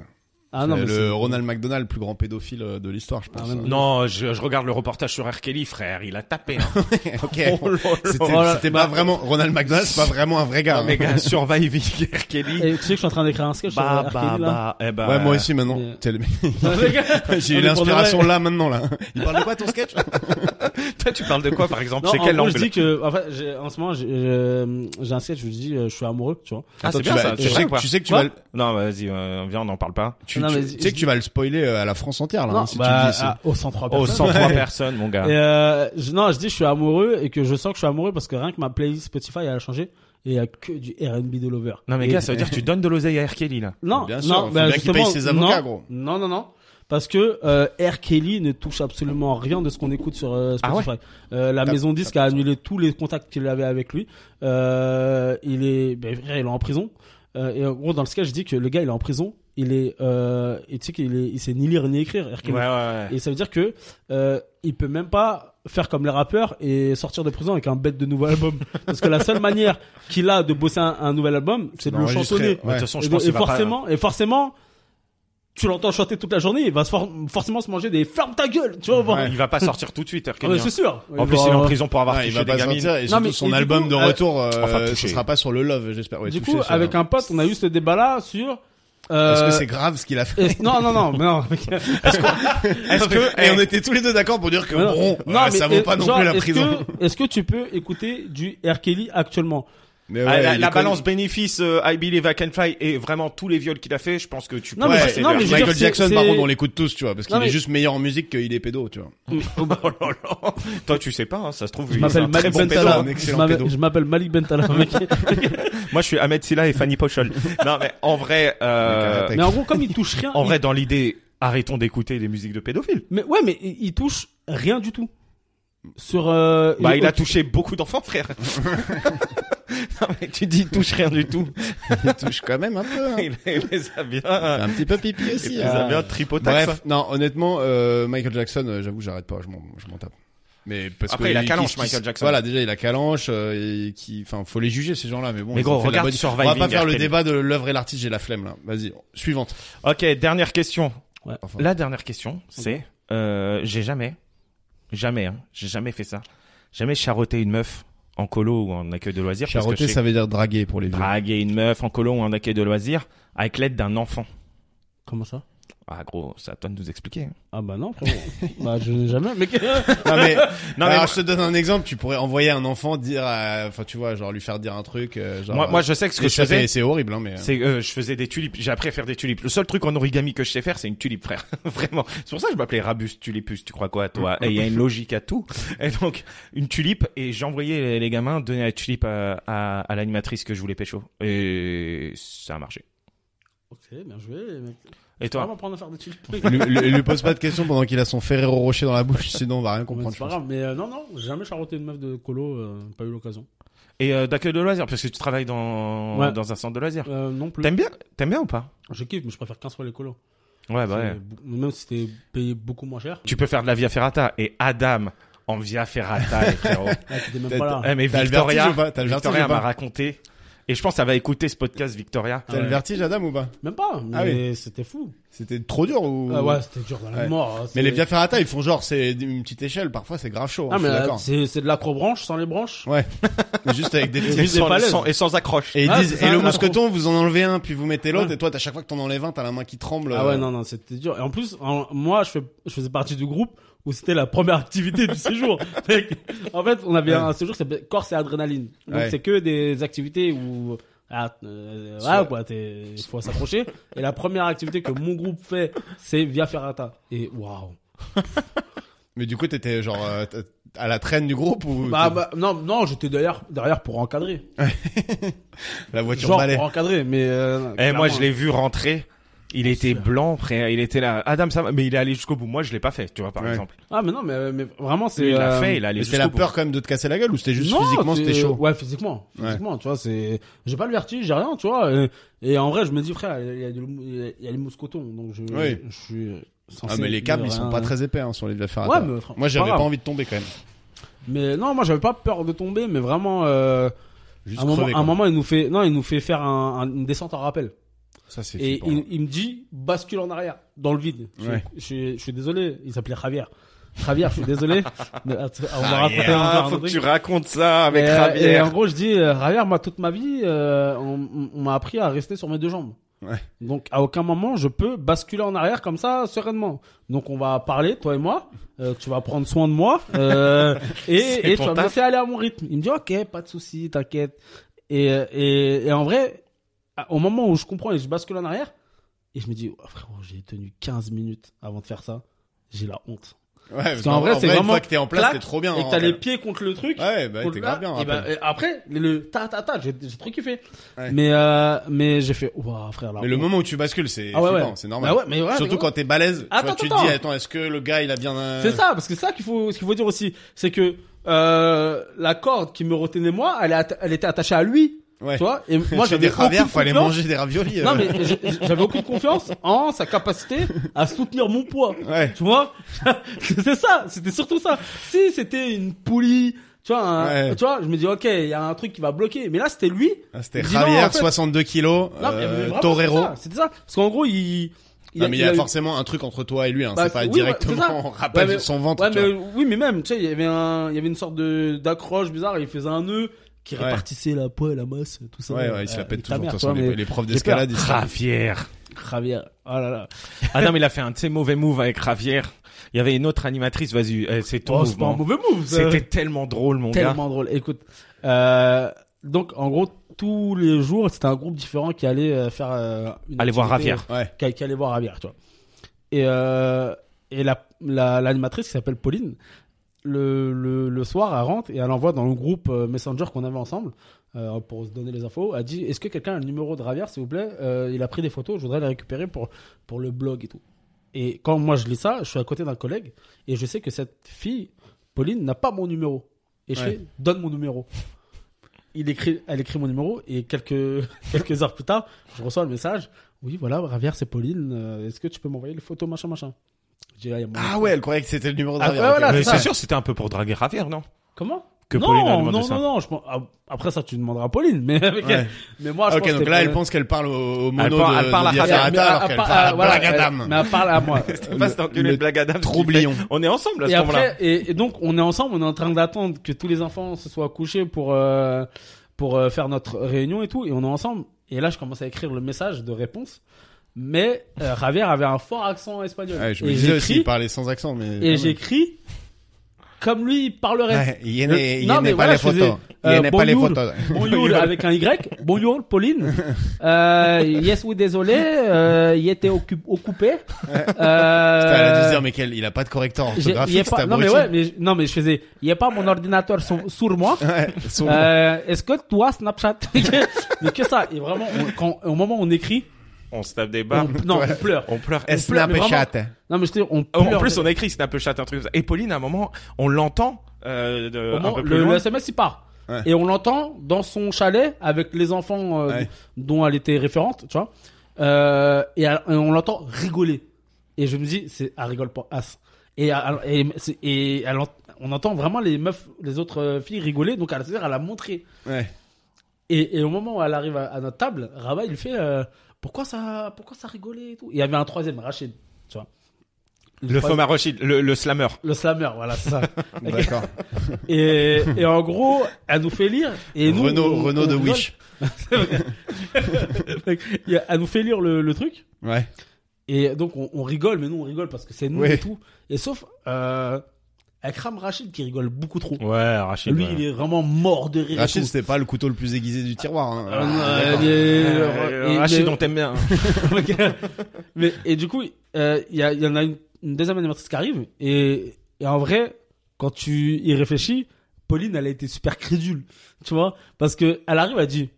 S2: Euh,
S4: Ah non, mais
S2: le
S4: c'est-
S2: Ronald McDonald, le plus grand pédophile euh, de l'histoire, je pense.
S4: Ah, même-
S3: Non, je, je regarde le reportage sur R. Kelly, frère, il a tapé. hein.
S2: ok.
S3: Oh là là.
S2: C'était
S4: Voilà.
S2: c'était pas vraiment Ronald McDonald, c'est pas vraiment un vrai gars.
S3: Ah,
S2: hein.
S3: mais gars, surviving R.
S2: euh,
S3: Kelly.
S4: Et tu sais que je suis en train d'écrire un sketch
S3: Bah,
S4: sur
S3: bah,
S4: Arkady, là.
S3: bah. Eh bah,
S2: Ouais, moi aussi maintenant.
S4: Mais-
S2: T'es le mec-
S4: Les gars,
S2: J'ai
S4: on
S2: eu
S4: est pour de vrai.
S2: l'inspiration là maintenant là. Il parle de quoi ton sketch
S3: Toi, tu parles de quoi, par exemple
S4: Non,
S3: C'est
S4: en
S3: quel
S4: gros,
S3: angle
S4: je dis que, en fait, j'ai- en ce moment, j'ai euh, j'ai un sketch où je dis, euh, je suis amoureux, tu vois.
S3: Ah,
S2: Attends,
S3: c'est
S2: tu
S3: bien
S2: vas-
S3: ça.
S2: tu
S3: C'est
S2: sais
S3: vrai
S2: que-
S3: quoi
S2: tu sais que tu
S4: Quoi
S2: vas le-
S3: Non, vas-y, euh, viens, on n'en parle pas.
S2: tu,
S4: Non,
S2: tu-
S4: mais
S2: tu
S4: je-
S2: sais que tu vas le spoiler euh, à la France entière là. hein, si tu
S4: bah,
S2: dis, c'est-
S4: à- au 103
S3: Oh,
S4: personnes.
S3: 103 personnes, mon gars.
S4: Et euh, je, non, je dis je suis amoureux et que je sens que je suis amoureux parce que rien que ma playlist Spotify elle a changé et il y a que du R&B de Lover.
S3: Non, mais
S4: Et-
S3: gars, ça veut dire que tu donnes de l'oseille à R. Kelly, là.
S4: non,
S2: Bien
S4: non,
S2: sûr, faut
S4: bah,
S2: bien qu'il paye
S4: justement,
S2: ses avocats,
S4: non,
S2: gros.
S4: Non, non, non. Parce que euh, R. Kelly ne touche absolument rien de ce qu'on écoute sur euh,
S3: Ah ouais
S4: Spotify. Euh, la
S2: T'as-
S4: maison disque a annulé tous les contacts qu'il avait avec lui. Euh, il est, ben, frère, il est en prison. Euh, et en gros, dans le sketch, je dis que le gars, il est en prison. Il est, euh, et tu sais qu'il est, il sait ni lire ni écrire. R. Kelly.
S3: ouais.
S4: Et ça veut dire que euh, il peut même pas faire comme les rappeurs et sortir de prison avec un bête de nouveau album. Parce que la seule manière qu'il a de bosser un, un nouvel album, c'est de le
S2: d'enregistrer.
S4: chantonner.
S3: Bah, De toute façon, je
S4: et,
S3: pense
S4: et
S3: qu'il va pas-
S4: forcément, et forcément, tu l'entends chanter toute la journée, il va se for- forcément se manger des ferme ta gueule, tu vois.
S3: Il va pas sortir tout de suite, R.
S4: Ah ouais,
S3: Kelly. hein.
S4: c'est sûr.
S3: En plus,
S4: Bah,
S3: il est en prison pour avoir
S2: Ah, il
S3: touché
S2: va
S3: des
S2: pas
S3: gamines.
S2: sortir et
S4: Non,
S2: surtout
S4: mais- et
S2: son
S4: du
S2: album
S4: coup,
S2: de
S4: euh,
S2: retour euh,
S3: enfin, touché.
S2: ce sera pas sur le love j'espère ouais,
S4: du
S2: touché,
S4: coup,
S2: ça-
S4: avec un pote, on a eu ce débat là sur. euh,
S2: est-ce que c'est grave ce qu'il a fait
S4: et- non, non, non, non.
S2: est-ce
S3: eh,
S2: que et on était tous les deux d'accord pour dire que
S4: Non,
S2: bon
S4: non,
S2: euh, ça
S4: mais,
S2: vaut pas non
S4: genre,
S2: plus la
S4: est-ce
S2: prison
S4: que- Est-ce que tu peux écouter du R. Kelly actuellement
S2: Mais
S3: Ah,
S2: ouais,
S3: la
S2: il
S3: la
S2: est connu.
S3: balance bénéfice euh, I Believe I Can Fly et vraiment tous les viols qu'il a fait, je pense que tu peux
S4: Non, mais
S2: Ouais,
S4: je-
S3: passer
S4: non,
S3: vers-
S4: mais je veux
S2: Michael
S4: dire,
S2: Jackson
S4: c'est-
S2: par
S4: c'est-
S2: contre on l'écoute tous tu vois parce qu'il
S4: Non,
S2: est
S4: mais-
S2: juste meilleur en musique qu'il est pédo tu vois
S3: Oh là là. Toi, tu sais pas, hein, ça se trouve,
S4: Je
S3: il est
S4: m'appelle
S3: un très
S4: Malik
S3: bon pédo. hein.
S2: Bentala.
S4: Bentala.
S2: un
S4: Je
S2: excellent
S4: m'appelle-
S2: pédo.
S4: je m'appelle Malik Bentala. mec.
S3: Moi, je suis Ahmed Silla et Fanny Pochol. non, mais en vrai, euh,
S2: Avec-
S4: mais en gros, comme il touche rien.
S3: en
S4: il-
S3: vrai, dans l'idée, arrêtons d'écouter les musiques de pédophiles.
S4: Mais ouais, mais il il touche rien du tout. Sur. euh,
S3: Bah, il a
S4: au-
S3: touché beaucoup d'enfants, frère. non, mais tu dis, il touche rien du tout.
S2: il touche quand même un peu hein.
S3: il les a bien,
S2: un petit peu pipi
S3: il
S2: aussi
S3: les
S2: hein.
S3: a bien tripotax.
S2: Bref, non, honnêtement, euh, Michael Jackson, euh, j'avoue, j'arrête pas, je m'en, je m'en tape. Mais parce
S3: Après,
S2: que
S3: il a
S2: qui-
S3: calanche,
S2: qui-
S3: Michael Jackson.
S2: Voilà, déjà, il a calanche, euh, et qui, enfin, faut les juger, ces gens-là, mais bon.
S3: Mais
S2: ils
S3: gros,
S2: ont fait de la
S3: regarde
S2: bonne-
S3: Surviving
S2: On va pas faire
S3: R.
S2: le
S3: Kelly.
S2: débat de l'œuvre et l'artiste, j'ai la flemme, là. Vas-y, suivante.
S3: hein. Ok, dernière question.
S4: Ouais.
S2: Enfin.
S3: La dernière question, c'est euh, j'ai jamais, jamais, hein, j'ai jamais fait ça, jamais charroté une meuf en colo ou en accueil de loisirs. parce que
S2: Charoté,
S3: je sais
S2: ça veut dire draguer pour les vieux.
S3: draguer une meuf en colo ou en accueil de loisirs avec l'aide d'un enfant.
S4: Comment ça
S3: Ah gros, c'est à toi de nous expliquer. hein.
S4: Ah bah non, frérot. bah je n'ai jamais. Mais...
S2: Non mais,
S3: Non, mais
S2: alors,
S3: moi-
S2: je te donne un exemple. Tu pourrais envoyer un enfant dire, à- enfin tu vois, genre lui faire dire un truc. euh, genre,
S3: Moi, moi, je sais que ce
S2: et
S3: que je
S2: ça, c'est-
S3: faisais,
S2: c'est horrible, hein, mais. euh,
S3: c'est euh, je faisais des tulipes. J'ai appris à faire des tulipes. Le seul truc en origami que je sais faire, c'est une tulipe, frère. Vraiment. C'est pour ça que je m'appelais Rabus Tulipus. Tu crois quoi, toi Et il y a une logique à tout. Et donc, une tulipe. Et j'envoyais les, les gamins donner la tulipe à, à, à l'animatrice que je voulais pécho. Et ça a marché.
S4: ok, bien joué. Mec.
S3: Et toi
S4: Vraiment prendre à faire des tulipes.
S2: Lui, lui- lui pose pas de questions pendant qu'il a son Ferrero Rocher dans la bouche, sinon on va rien
S4: Mais
S2: comprendre.
S4: C'est pas grave, mais euh, non, non, j'ai jamais charroté une meuf de colo, euh, pas eu l'occasion.
S3: Et euh, d'accueil de loisirs, parce que tu travailles dans,
S4: Ouais.
S3: dans un centre de loisirs.
S4: Euh, non plus.
S3: T'aimes bien T'aimes bien ou pas
S4: Je kiffe, mais je préfère 15 fois les colos.
S3: Ouais,
S2: Ah
S3: bah
S4: C'est
S3: ouais.
S4: bou- Même si t'es payé beaucoup moins cher,
S3: Tu peux faire de la Via Ferrata. Et Adam en Via Ferrata, les frérots.
S4: là, t'étais même
S2: T'as-
S4: pas là.
S3: Eh, mais
S2: T'as le vertige
S3: Victoria,
S2: ou pas T'as le vertige
S3: Victoria
S2: ou pas
S3: m'a raconté. Et je pense qu'elle va écouter ce podcast, Victoria.
S2: T'as le
S4: Ouais.
S2: vertige, Adam, ou pas
S4: Même pas, mais
S2: Ah
S4: c'était fou.
S2: C'était trop dur ou
S4: Ah ouais, c'était dur dans la
S2: Ouais.
S4: mort. hein,
S2: Mais
S4: c'est-
S2: les Via Ferrata, ils font genre, c'est une petite échelle. Parfois, c'est grave chaud. hein,
S4: Ah,
S2: je
S4: mais
S2: suis
S4: là,
S2: d'accord.
S4: c'est c'est de l'acrobranche sans les branches.
S2: Ouais. Juste avec des
S3: Et
S4: Et
S2: petits.
S4: juste des
S3: sans,
S4: falaises.
S3: sans- et sans accroche.
S2: Et ils
S4: Ah,
S2: disent,
S4: c'est ça,
S2: et le
S4: la
S2: mousqueton, vous en enlevez un, puis vous mettez l'autre,
S4: Ouais.
S2: et toi, à chaque fois que t'en enlèves un, t'as la main qui tremble.
S4: Ah ouais,
S2: euh,
S4: non, non, c'était dur. Et en plus, en- moi, je, fais- je faisais partie du groupe où c'était la première activité du séjour. Fait que, en fait, on avait
S2: Ouais.
S4: un séjour qui s'appelait Corse et Adrénaline. Donc,
S2: Ouais.
S4: c'est que des activités où. Ah, euh, voilà, quoi, t'es- il faut s'accrocher. Et la première activité que mon groupe fait, c'est Via Ferrata. Et waouh.
S2: Mais du coup, t'étais genre euh, t- à la traîne du groupe ou
S4: Bah,
S2: t'es-
S4: bah, non, non, j'étais derrière, derrière pour encadrer.
S2: la voiture
S4: Genre oh,
S2: balai
S4: pour encadrer, mais. euh,
S3: Et Eh, moi,
S4: clairement.
S3: je l'ai vu rentrer. Il était blanc, frère. Il était là. Adam, ça va. Mais il est allé jusqu'au bout. Moi, je l'ai pas fait, tu vois, par
S2: Ouais.
S3: exemple.
S4: Ah, mais non, mais, mais vraiment, c'est.
S3: Lui, il
S4: euh,
S3: l'a fait. Il est allé
S2: Mais
S3: jusqu'au
S2: c'était la
S3: bout.
S2: peur quand même de te casser la gueule ou c'était juste
S4: Non,
S2: physiquement
S4: c'est-
S2: c'était chaud
S4: Ouais, physiquement. Physiquement, tu vois, c'est. J'ai pas le vertige, j'ai rien, tu vois. Et, et en vrai, je me dis, frère, il y a, du- il y a les mousquetons, donc je,
S2: Oui.
S4: je suis censé.
S2: Ah mais les câbles
S4: ne
S2: ils sont
S4: rien-
S2: pas très épais hein, sur les Via Ferrata.
S4: Ouais, mais fr-
S2: Moi j'avais
S4: pas
S2: pas,
S4: grave.
S2: envie de tomber quand même.
S4: Mais non, moi, j'avais pas peur de tomber, mais vraiment, euh,
S2: Juste
S4: un, moment,
S2: crever,
S4: un
S2: quoi.
S4: moment, il nous fait, non, il nous fait faire un- un- une descente en rappel.
S2: Ça c'est
S4: Et
S2: flippant. hein.
S4: il, il me dit, bascule en arrière, dans le vide. Je,
S2: Ouais.
S4: je, suis- je suis désolé, il s'appelait Javier. Javier, je suis désolé. mais, attends, on va raconter encore
S3: Ah,
S4: un
S3: faut que
S4: truc.
S3: tu racontes ça avec
S4: Et, euh,
S3: Javier.
S4: Et en gros, je dis, euh, Javier, moi, toute ma vie, euh, on, on- on m'a appris à rester sur mes deux jambes.
S2: Ouais.
S4: Donc, à aucun moment, je peux basculer en arrière comme ça, sereinement. Donc, on va parler, toi et moi. Euh, tu vas prendre soin de moi. euh,
S3: C'est
S4: et et tu
S3: ton
S4: vas me
S3: taf.
S4: laisser aller à mon rythme. Il me dit, OK, pas de souci, t'inquiète. Et, euh, et, et en vrai, à- au moment où je comprends et je bascule en arrière, et je me dis, oh, frérot, j'ai tenu 15 minutes avant de faire ça. J'ai la honte.
S2: Ouais, parce
S4: qu'en
S2: qu'en
S4: vrai,
S2: vrai,
S4: c'est
S2: une
S4: vraiment
S2: fois que t'es en place,
S4: clac,
S2: t'es trop bien.
S4: et
S2: hein,
S4: que t'as les
S2: ouais.
S4: pieds contre le truc.
S2: Ouais, bah
S4: Contre
S2: t'es
S4: là,
S2: grave bien.
S4: et ben,
S2: rappelle.
S4: et après, le ta ta ta, j'ai j'ai trop kiffé.
S2: Ouais.
S4: Mais euh, mais j'ai fait ouah frère là.
S2: Mais le moment où tu bascules, c'est
S4: Ah ouais,
S2: flippant,
S4: ouais.
S2: c'est normal.
S4: Bah ouais, mais ouais, mais
S2: Surtout
S4: ouais.
S2: quand t'es balèze, tu vois,
S4: Attends,
S2: tu te
S4: attends.
S2: dis attends, est-ce que le gars il a bien un-
S4: C'est ça parce que c'est ça qu'il faut ce qu'il faut dire aussi, c'est que euh, la corde qui me retenait moi, elle, est atta- elle était attachée à lui.
S2: Ouais.
S4: Tu vois et moi
S2: Chez
S4: j'avais
S2: des
S4: aucune
S2: ravières, fallait
S4: confiance-
S2: manger des raviolis.
S4: Non
S2: euh.
S4: mais j'ai- j'avais aucune confiance en sa capacité à soutenir mon poids.
S2: Ouais.
S4: Tu vois C'est ça, c'était surtout ça. Si c'était une poulie, tu vois, un-
S2: Ouais.
S4: tu vois, je me dis OK, il y a un truc qui va bloquer. Mais là c'était lui
S2: Ah, C'était
S4: Il dit non,
S2: Javier,
S4: en fait.
S2: 62 kilos,
S4: Non, mais- mais
S2: euh,
S4: vraiment,
S2: Torero.
S4: c'était ça, C'était ça. Parce qu'en gros, il.
S2: Non, mais il y a
S4: eu-
S2: forcément un truc entre toi et lui, hein.
S4: Bah,
S2: c'est pas
S4: oui, ouais, c'est ça.
S2: directement on rappelle
S4: Ouais, mais-
S2: son ventre.
S4: Ouais,
S2: tu
S4: mais
S2: vois.
S4: oui, mais même, tu sais, il y avait un, il y avait une sorte de d'accroche bizarre. Il faisait un nœud qui
S2: Ouais.
S4: répartissait la poids, la masse, tout ça.
S2: Ouais, ouais, il se la
S4: Euh,
S2: pète
S4: nique ta
S2: toujours. De
S4: mère,
S2: toute façon,
S4: toi,
S2: les,
S4: mais-
S2: les profs d'escalade, ils sont-
S3: Javier.
S4: Javier. Oh là là.
S3: Adam, il a fait un de ses mauvais moves avec Javier. Il y avait une autre animatrice. Vas-y, eh, c'est ton
S4: Oh, c'est pas un
S3: mouvement.
S4: mauvais move. ça.
S3: C'était tellement drôle, mon gars.
S4: tellement drôle. Écoute, euh, donc en gros, tous les jours, c'était un groupe différent qui allait euh, faire. euh, une
S3: Allez voir
S4: activité,
S3: Javier.
S2: Ouais.
S4: qui, qui allait voir Ravière, tu vois. Et, euh, et la, la- l'animatrice qui s'appelle Pauline, le, le, le soir, elle rentre et elle envoie dans le groupe euh, Messenger qu'on avait ensemble euh, pour se donner les infos. Elle dit Est-ce que quelqu'un a le numéro de Ravière, s'il vous plaît Euh, Il a pris des photos, je voudrais les récupérer pour, pour le blog et tout. Et quand moi je lis ça, je suis à côté d'un collègue et je sais que cette fille, Pauline, n'a pas mon numéro. Et je
S2: Ouais.
S4: fais Donne mon numéro. Il écrit, elle écrit mon numéro et quelques, quelques heures plus tard, je reçois le message oui, voilà, Ravière, c'est Pauline. euh, Est-ce que tu peux m'envoyer les photos, machin, machin Je dis, ah, il y a moyen.
S2: Ah ouais, elle croyait que c'était le numéro de
S4: Ah,
S2: Javier,
S4: ouais,
S2: ok.
S4: voilà.
S3: Mais
S4: c'est
S3: c'est
S4: ça.
S3: sûr, c'était un peu pour draguer Javier, non
S4: Comment
S3: Que
S4: non,
S3: Pauline a
S4: non,
S3: demandé
S4: non,
S3: ça.
S4: non, je pense- ah, Après ça, tu demanderas à Pauline. Mais, avec
S2: Ouais.
S4: elle- mais moi, je
S2: ok,
S4: pense
S2: donc
S4: que
S2: là, elle
S4: Pauline-
S2: pense qu'elle parle au, au mono
S3: parle-
S2: de,
S3: elle parle à
S2: de Via
S3: Javier,
S2: Ferrata,
S4: Mais à-
S2: alors
S4: à
S2: qu'elle
S4: part-
S2: parle à
S4: ah, voilà,
S2: Blague à
S4: elle-
S2: Dame.
S4: Mais elle parle à moi.
S3: Passe d'enculer
S2: le
S3: de blague Adam. tu
S2: troublion.
S3: fais- On est ensemble à
S4: Euh, et
S3: ce moment-là.
S4: après, et, et donc, on est ensemble, on est en train d'attendre que tous les enfants se soient couchés pour, euh, pour euh, faire notre réunion et tout, et on est ensemble. Et là, je commence à écrire le message de réponse. Mais euh, Javier avait un fort accent espagnol.
S2: Ouais, je me
S4: et
S2: disais aussi,
S4: j'écris,
S2: il parlait sans accent, mais.
S4: et j'écris comme lui il parlerait.
S2: Ouais, il
S4: Le-
S2: n'est il
S4: Non,
S2: n'est
S4: mais
S2: pas
S4: voilà,
S2: les
S4: je faisais,
S2: photos.
S4: euh,
S2: Il n'est pas les
S4: bonjour.
S2: photos.
S4: Bonjour avec un Y. Bonjour Pauline. Euh, yes oui désolé. Euh, il était occu- occupé. Euh,
S2: Putain, elle a dû se dire, mais quel, il a pas de correcteur
S4: j'ai- il y a
S2: orthographique,
S4: pas,
S2: c'est
S4: non mais ouais, mais je- non mais je faisais. Il y a pas mon ordinateur sur, sur moi. Euh, Est-ce que toi Snapchat Mais que ça. Et vraiment, on- quand, au moment où on écrit,
S3: On se tape des
S4: on,
S3: barres.
S4: non, on pleure.
S3: On pleure.
S2: Et
S4: pleure, mais
S2: Snapchat.
S4: Non mais je te dis, on
S3: Bah, En
S4: pleure.
S3: plus, on écrit Snapchat, un truc comme ça. Et Pauline, à un moment, on l'entend euh, de-
S4: Au
S3: un
S4: moment-
S3: peu plus
S4: le, le
S3: loin.
S4: SMS il part.
S2: Ouais.
S4: Et on l'entend dans son chalet avec les enfants euh,
S2: Ouais.
S4: dont elle était référente, tu vois. Euh, et, elle- et on l'entend rigoler. Et je me dis, c'est elle rigole pas as. Et, elle- et, c'est- et elle ent- on entend vraiment les meufs, les autres euh, filles rigoler. Donc elle, c'est-à-dire, elle a montré.
S2: Ouais.
S4: Et, et au moment où elle arrive à, à notre table, Rabat il fait euh, pourquoi ça, pourquoi ça rigolait et tout. Et il y avait un troisième, Rachid, tu vois.
S3: Le
S4: troisième-
S3: Foma Rochid, le, le slammer.
S4: le slammer, voilà, c'est ça.
S2: D'accord.
S4: Et, et en gros, elle nous fait lire. Et nous,
S2: Renaud,
S4: on-
S2: Renaud
S4: on
S2: de
S4: rigole.
S2: Wish.
S4: Donc, il y a- Elle nous fait lire le, le truc.
S2: Ouais.
S4: Et donc, on, on rigole, mais nous, on rigole parce que c'est nous
S2: Oui.
S4: et tout. Et sauf, euh, elle crame Rachid qui rigole beaucoup trop.
S3: Ouais, Rachid.
S4: Lui, il est vraiment mort de rire. et
S2: Rachid,
S4: tout.
S2: c'était pas le couteau le plus aiguisé du tiroir. hein.
S4: Euh,
S2: Ah,
S4: euh,
S2: d'accord.
S4: et- et-
S3: Rachid,
S4: mais-
S3: on t'aime bien.
S4: Ok. mais et du coup, euh, il y, a- il y en a une, une deuxième animatrice qui arrive et, et en vrai, quand tu y réfléchis, Pauline, elle a été super crédule, tu vois, parce que elle arrive, elle dit,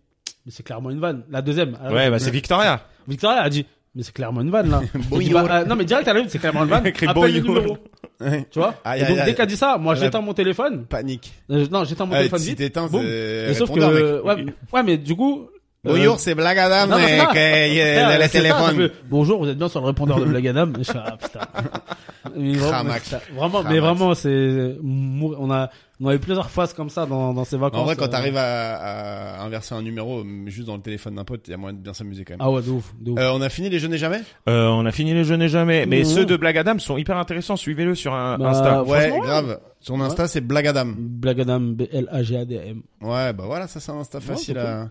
S4: mais c'est clairement une vanne. La deuxième, elle arrive,
S3: Ouais, bah c'est Victoria.
S4: Victoria, elle dit, mais c'est clairement une vanne là. Elle dit,
S2: Bonjour.
S4: bah, euh, non mais direct, elle arrive, c'est clairement une vanne.
S3: Écrit
S4: Appelle le
S3: bonjour.
S4: numéro,
S2: Ouais.
S4: tu vois.
S2: Aïe,
S4: Et donc
S2: aïe,
S4: dès
S2: aïe.
S4: qu'elle dit ça, moi
S2: Elle a-
S4: j'éteins mon téléphone.
S2: Panique.
S4: Euh, Non, j'éteins mon
S2: Euh,
S4: téléphone.
S2: si
S4: vite.
S2: t'éteins,
S4: Boum.
S2: c'est
S4: Et sauf que,
S2: répondeur, mec.
S4: ouais, ouais, mais du coup. euh,
S2: Bonjour, c'est Blagadam,
S4: non, non, c'est
S2: euh,
S4: pas-
S2: que y
S4: Putain,
S2: a le
S4: c'est ça, ça
S2: téléphone.
S4: fait, Bonjour, vous êtes bien sur le répondeur de Blagadam. Je fais, ah, putain. Mais vraiment,
S2: Cramax.
S4: putain, vraiment, mais
S2: Cramax.
S4: vraiment, c'est, mou- on a, on a eu plusieurs phases comme ça dans, dans ces vacances.
S2: En vrai, quand
S4: euh,
S2: t'arrives à, à inverser un numéro, mais juste dans le téléphone d'un pote, il y a moyen de bien s'amuser quand même.
S4: Ah ouais, de ouf, de ouf.
S2: Euh, on a fini les jeux n'est jamais
S3: Euh, on a fini les jeux n'est jamais. Mais
S4: Ouais.
S3: ceux de Blague Adam sont hyper intéressants. Suivez-le sur un,
S4: Bah,
S3: Insta.
S2: Mmh. Ouais,
S4: franchement, ouais. Mm.
S2: grave. Son Insta, c'est Blagadam.
S4: Blagadam, B-L-A-G-A-D-A-M.
S2: Ouais, bah voilà, ça c'est un Insta facile
S4: c'est cool.
S2: à...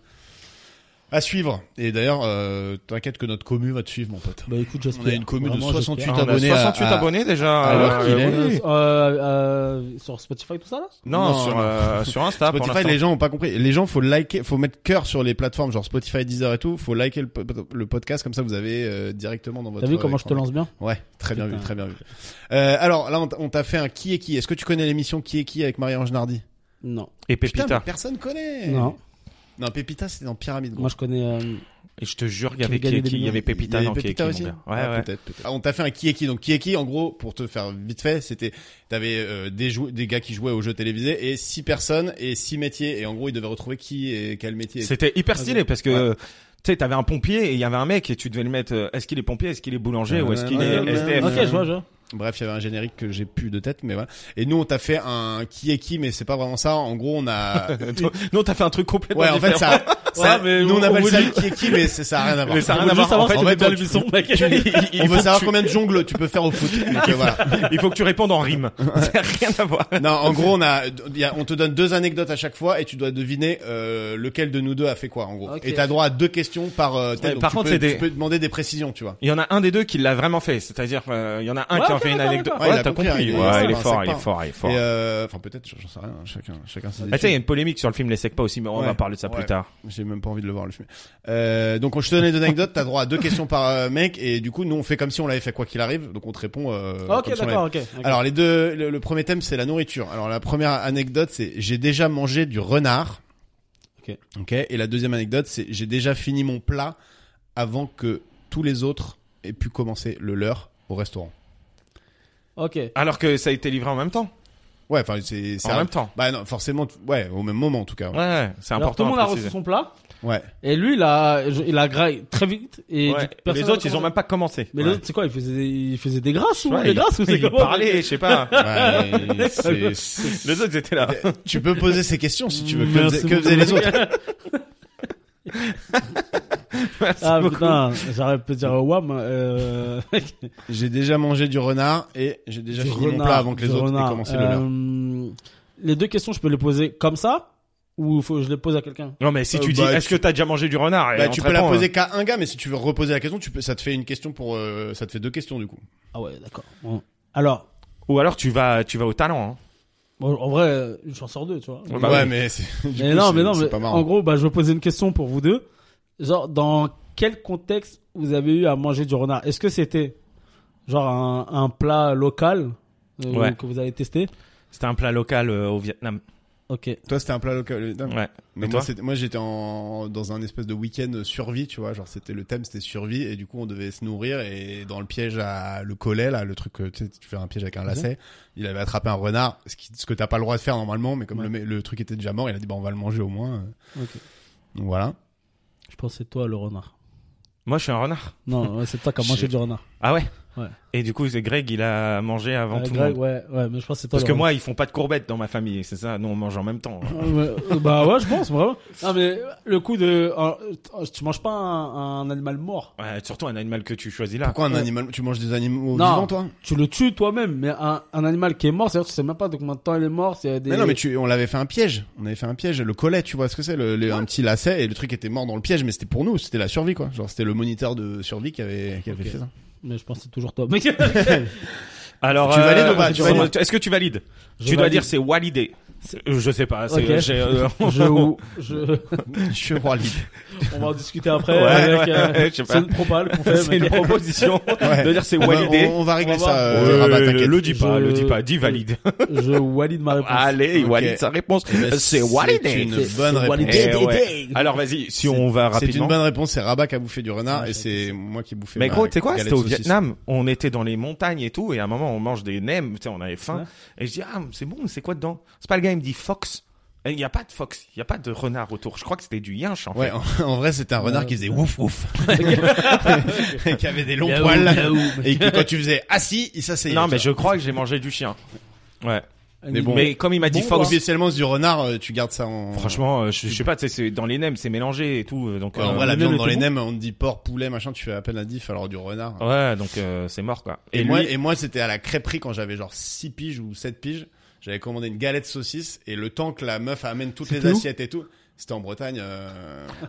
S2: à suivre. Et d'ailleurs, euh, t'inquiète que notre commu va te suivre, mon pote.
S4: Bah écoute, j'espère.
S2: On a une commu de
S4: Vraiment,
S2: 68
S4: j'espère.
S3: Ah, on a
S2: abonnés. à-
S3: 68
S2: à-
S3: abonnés déjà.
S2: à l'heure qu'il
S3: oui.
S2: est.
S4: Euh, euh, sur Spotify, tout ça là?
S3: Non,
S2: Non,
S3: sur,
S2: non.
S3: euh, sur Insta.
S4: Ah,
S3: pour
S2: Spotify,
S3: l'instant.
S2: les gens ont pas compris. Les gens, faut liker, faut mettre cœur sur les plateformes, genre Spotify, Deezer et tout. Faut liker le, po- le podcast, comme ça vous avez euh, directement dans votre.
S4: T'as vu comment
S2: euh,
S4: je te lance bien?
S2: Ouais, très bien
S4: Putain.
S2: vu, très bien vu. Euh, alors là, on t- on t'a fait un qui est qui. Est-ce que tu connais l'émission Qui est qui avec Marie-Ange Nardi
S4: Non.
S3: Et
S2: Putain,
S3: Pépita.
S2: mais personne connaît.
S4: Non.
S2: Non, Pépita, c'était dans Pyramide. Gros.
S4: Moi, je connais, euh,
S3: Et je te jure qu'il y
S4: Qui
S3: avait
S4: gagne
S3: qui-
S4: des
S3: qui- il y
S4: millions.
S3: avait Pépita
S2: Il y
S3: dans
S2: avait
S3: qui est
S2: Pépita
S3: qui, mon
S2: aussi.
S3: gars.
S2: Ah,
S3: Ouais, ouais.
S2: Peut-être, peut-être. Ah, on t'a fait un qui est qui. Donc qui est qui, en gros, pour te faire vite fait, c'était t'avais euh, des jou- des gars qui jouaient aux jeux télévisés et six personnes et six métiers et en gros ils devaient retrouver qui et quel métier.
S3: C'était hyper stylé parce que
S2: Ouais.
S3: euh, tu sais, t'avais un pompier et il y avait un mec et tu devais le mettre. euh, Est-ce qu'il est pompier Est-ce qu'il est boulanger ou est-ce qu'il est
S2: Ouais, ouais,
S3: STF
S4: Ok, je vois, je vois.
S2: Bref, il y avait un générique que j'ai plus de tête, mais voilà. Et nous on t'a fait un qui est qui, mais c'est pas vraiment ça. En gros, on a
S3: Non, t'as fait un truc complètement
S2: ouais, en fait
S3: différent.
S2: ça. ça-
S4: Ouais, mais
S2: nous on
S4: on
S2: appelle
S4: voulait-
S2: ça le qui est qui, mais c'est- ça a rien à voir.
S3: Mais ça a
S4: On
S3: rien à
S4: veut juste
S3: voir.
S4: savoir
S3: En
S4: si
S3: fait,
S4: t'écoutes bien
S2: quand
S4: le
S2: tu-
S4: buisson, mec.
S2: On veut savoir combien de jongles tu peux faire au foot. Donc, euh, voilà.
S3: il faut que tu répondes en rime. Ça a rien à voir.
S2: Non, en gros, on a, il y a- on te donne deux anecdotes à chaque fois et tu dois deviner euh, lequel de nous deux a fait quoi, en gros.
S4: Ok.
S2: Et t'as droit à deux questions par. euh, thème,
S3: Ouais,
S2: donc
S3: par
S2: tu
S3: contre,
S2: peux,
S3: c'est
S2: tu
S3: des-
S2: peux demander des précisions, tu vois.
S3: Il y en a un des deux qui l'a vraiment fait. C'est-à-dire, euh, il y en a un
S4: Ouais,
S3: qui en
S4: ok,
S3: fait une
S4: d'accord,
S3: anecdate.
S2: d'accord. Ouais, il a
S3: t'as
S2: compris, il est-
S3: Ouais, il est
S2: c'est un
S3: fort, il est
S2: secteur.
S3: fort, il est fort.
S2: Et euh, enfin, peut-être, j'en sais rien. Chacun, chacun. ses
S3: Ah, tu sais, il y a
S2: études.
S3: une polémique sur le film Les Secs pas aussi, mais on
S2: Ouais.
S3: va parler de ça
S2: Ouais.
S3: plus tard.
S2: J'ai même pas envie de le voir le film. Euh, donc, je te donne les deux anecdotes. T'as droit à deux questions par euh, mec et du coup, nous, on fait comme si on l'avait fait quoi qu'il arrive. Donc, on te répond. euh, comme
S4: Ok,
S2: si on l'avait
S4: d'accord, ok. ok.
S2: Alors les deux, le, le premier thème c'est la nourriture. Alors la première anecdote c'est j'ai déjà mangé du renard.
S4: Ok.
S2: Ok. Et la deuxième anecdote c'est j'ai déjà fini mon plat avant que tous les autres aient pu commencer le leur au restaurant.
S4: Ok.
S3: Alors que ça a été livré en même temps.
S2: Ouais, enfin c'est c'est
S3: En
S2: un-
S3: même temps.
S2: Bah non, forcément, t- ouais, au même moment en tout cas.
S3: Ouais,
S2: Ouais.
S3: ouais, c'est
S4: Alors,
S3: important.
S4: tout le monde
S3: à
S4: a reçu
S3: préciser.
S4: son plat.
S2: Ouais.
S4: Et lui, il a, je- il a graille très vite. Et
S3: Ouais.
S4: du- personne
S3: Les
S4: n'a
S3: autres, ils ont
S4: commencé.
S3: même pas commencé.
S4: Mais les
S3: Ouais.
S4: autres, c'est quoi Il faisait, il faisait des grasses ou
S3: Ouais,
S4: des
S3: il-
S4: grasses ou c'est
S3: il
S4: comment
S3: parlait, je sais pas.
S2: Ouais, c'est- c'est- Ah,
S3: Les autres ils étaient là.
S2: tu peux poser ces questions si tu veux. Que,
S4: Merci
S2: faisaient- que faisaient les
S4: beaucoup.
S2: autres
S3: Merci
S4: Ah
S3: beaucoup.
S4: putain, j'aurais pu dire Wam. Euh...
S2: J'ai déjà mangé du renard et j'ai déjà
S4: du
S2: fini mon
S4: renard, Euh,
S2: plat avant que les
S4: du
S2: autres aient
S4: renard.
S2: commencé le leur.
S4: Euh, Les deux questions, je peux les poser comme ça Ou faut que je les pose à quelqu'un
S3: Non, mais si
S2: Euh,
S3: tu dis,
S2: bah,
S3: est-ce que t'as déjà mangé du renard Et
S2: Bah,
S3: on
S2: tu
S3: te
S2: peux la
S3: répond,
S2: poser qu'à un gars, mais si tu veux reposer la question, tu peux, ça te fait une question pour, euh, ça te fait deux questions du coup.
S4: Ah ouais, d'accord. Bon. Alors,
S3: hein. Ou alors tu vas, tu vas au talent. hein.
S4: bon, en vrai, euh, j'en sors deux, tu vois.
S3: Ouais, bah
S2: ouais,
S3: oui.
S2: mais c'est, du
S4: mais
S2: coup,
S4: non,
S2: c'est-
S4: mais non,
S2: c'est
S4: mais
S2: pas marrant.
S4: en gros, bah, je vais poser une question pour vous deux. Genre, dans quel contexte vous avez eu à manger du renard Est-ce que c'était genre un, un plat local euh,
S3: Ouais.
S4: que vous avez testé
S3: C'était un plat local euh, au Vietnam.
S4: Ok.
S2: Toi, c'était un plat local. euh, Non,
S3: Ouais.
S2: mais moi,
S3: Et toi
S2: c'était- moi, j'étais en, dans un espèce de week-end survie, tu vois. Genre, c'était le thème, c'était survie, et du coup, on devait se nourrir. Et dans le piège à le collet, là, le truc, que, tu sais, tu fais un piège avec
S3: Mhm.
S2: un lacet. Il avait attrapé un renard, ce, qui, ce que t'as pas le droit de faire normalement, mais comme
S4: Ouais.
S2: le, mec- le truc était déjà mort, il a dit bah on va le manger au moins.
S4: Ok.
S2: Donc, voilà.
S4: Je pense que c'est toi le renard.
S3: Moi, je suis un renard.
S4: Non, ouais, c'est toi qui as
S3: Je-
S4: mangé du renard.
S3: Ah ouais.
S4: Ouais.
S3: Et du coup, c'est Greg, il a mangé
S2: Euh,
S3: avant
S4: Ouais,
S3: tout le
S4: Euh, Greg,
S3: monde.
S4: ouais, ouais, mais je pense que c'est toi
S3: Parce
S4: le
S3: que
S4: renard.
S3: moi, ils font pas de courbettes dans ma famille, c'est ça. Nous, on mange en même temps.
S4: Euh, ouais, euh, bah ouais, je pense, vraiment. Non, mais le coup de. euh, tu manges pas un, un animal mort.
S3: Ouais, surtout un animal que tu choisis là.
S2: Pourquoi un
S4: Ouais.
S2: animal Tu manges des animaux
S4: Non.
S2: vivants, toi
S4: Tu le tues toi-même, mais un, un animal qui est mort, c'est-à-dire que tu sais même pas de combien de temps il est mort. c'est Des...
S2: Mais non, mais tu, on l'avait fait un piège. On avait fait un piège. Le collet, tu vois ce que c'est, le, le- un petit lacet, et le truc était mort dans le piège, mais c'était pour nous, c'était la survie, quoi. Genre, c'était le moniteur de survie qui avait, qui avait
S4: Ok.
S2: fait ça.
S4: Mais je pense que c'est toujours toi. Mais
S3: Alors,
S2: Tu valides ou pas
S3: tu
S2: Tu
S3: valides-
S2: valides
S3: Est-ce que tu valides
S4: Je
S3: Tu dois
S4: valide.
S3: dire c'est validé. Euh, Je sais pas. c'est-
S4: Ok.
S3: j'ai, euh,
S4: je, ou- je-
S2: Je suis roi libre.
S4: on va en discuter après.
S3: Ouais,
S4: avec,
S3: ouais,
S4: euh,
S3: ouais, je sais pas.
S4: c'est une propale qu'on fait.
S3: c'est
S4: mais-
S3: une proposition
S2: Ouais.
S3: de dire c'est
S2: On va-
S3: validé.
S2: On, on va régler
S4: On va voir.
S2: ça, euh,
S3: Euh,
S2: Rabat,
S3: le,
S2: t'inquiète. Euh,
S3: le dis pas,
S4: Je-
S3: le dis pas, dis valide.
S4: Je valide ma réponse.
S3: Allez, il
S2: Ok.
S3: valide sa réponse.
S2: Eh ben,
S3: C'est
S2: C'est
S3: validé.
S2: une
S4: C'est-
S2: bonne
S4: c'est
S2: réponse.
S4: validé.
S3: Eh ouais. Alors vas-y, si on va
S2: C'est une
S3: rapidement.
S2: bonne réponse, c'est Rabat qui a bouffé du renard
S4: Ouais,
S2: et
S4: j'ai
S2: c'est moi qui ai bouffé
S3: Mais
S2: ma
S3: gros, tu sais quoi,
S2: galette
S3: c'était au
S2: saucisse.
S3: Vietnam, on était dans les montagnes et tout, et à un moment on mange des nems, tu sais, on avait faim,
S4: Ouais.
S3: et je dis ah c'est bon, c'est quoi dedans C'est pas le gars il me dit fox, il y a pas de fox, il y a pas de renard autour, je crois que c'était du yinche en
S2: Ouais,
S3: fait.
S2: en, en vrai, c'était un renard qui faisait ouf ouf. qui avait des longs
S4: Yaou,
S2: poils.
S4: yaou.
S2: Et que quand tu faisais assis, il s'asseyait.
S3: non mais
S2: tu
S3: je crois que j'ai mangé du chien. Ouais.
S2: Mais bon.
S3: Mais comme il m'a dit
S4: Bon,
S2: vois.
S3: fox,
S2: Officiellement, c'est du renard, euh, tu gardes ça en.
S3: franchement, euh, je, je sais pas, tu sais, c'est- dans les nems c'est mélangé et tout, euh, donc.
S2: Ouais,
S3: euh,
S2: en vrai, la
S4: le
S2: viande
S4: nem
S2: dans
S4: était
S2: les
S4: bon
S2: nems, on te dit porc, poulet, machin, tu fais à peine la diff, alors du renard.
S3: ouais, donc euh, c'est mort quoi.
S2: Et,
S3: lui-
S2: moi, et moi, c'était à la crêperie quand j'avais genre 6 piges ou 7 piges. J'avais commandé une galette saucisse et le temps que la meuf amène toutes les
S4: C'était où
S2: assiettes et tout, c'était en Bretagne. euh,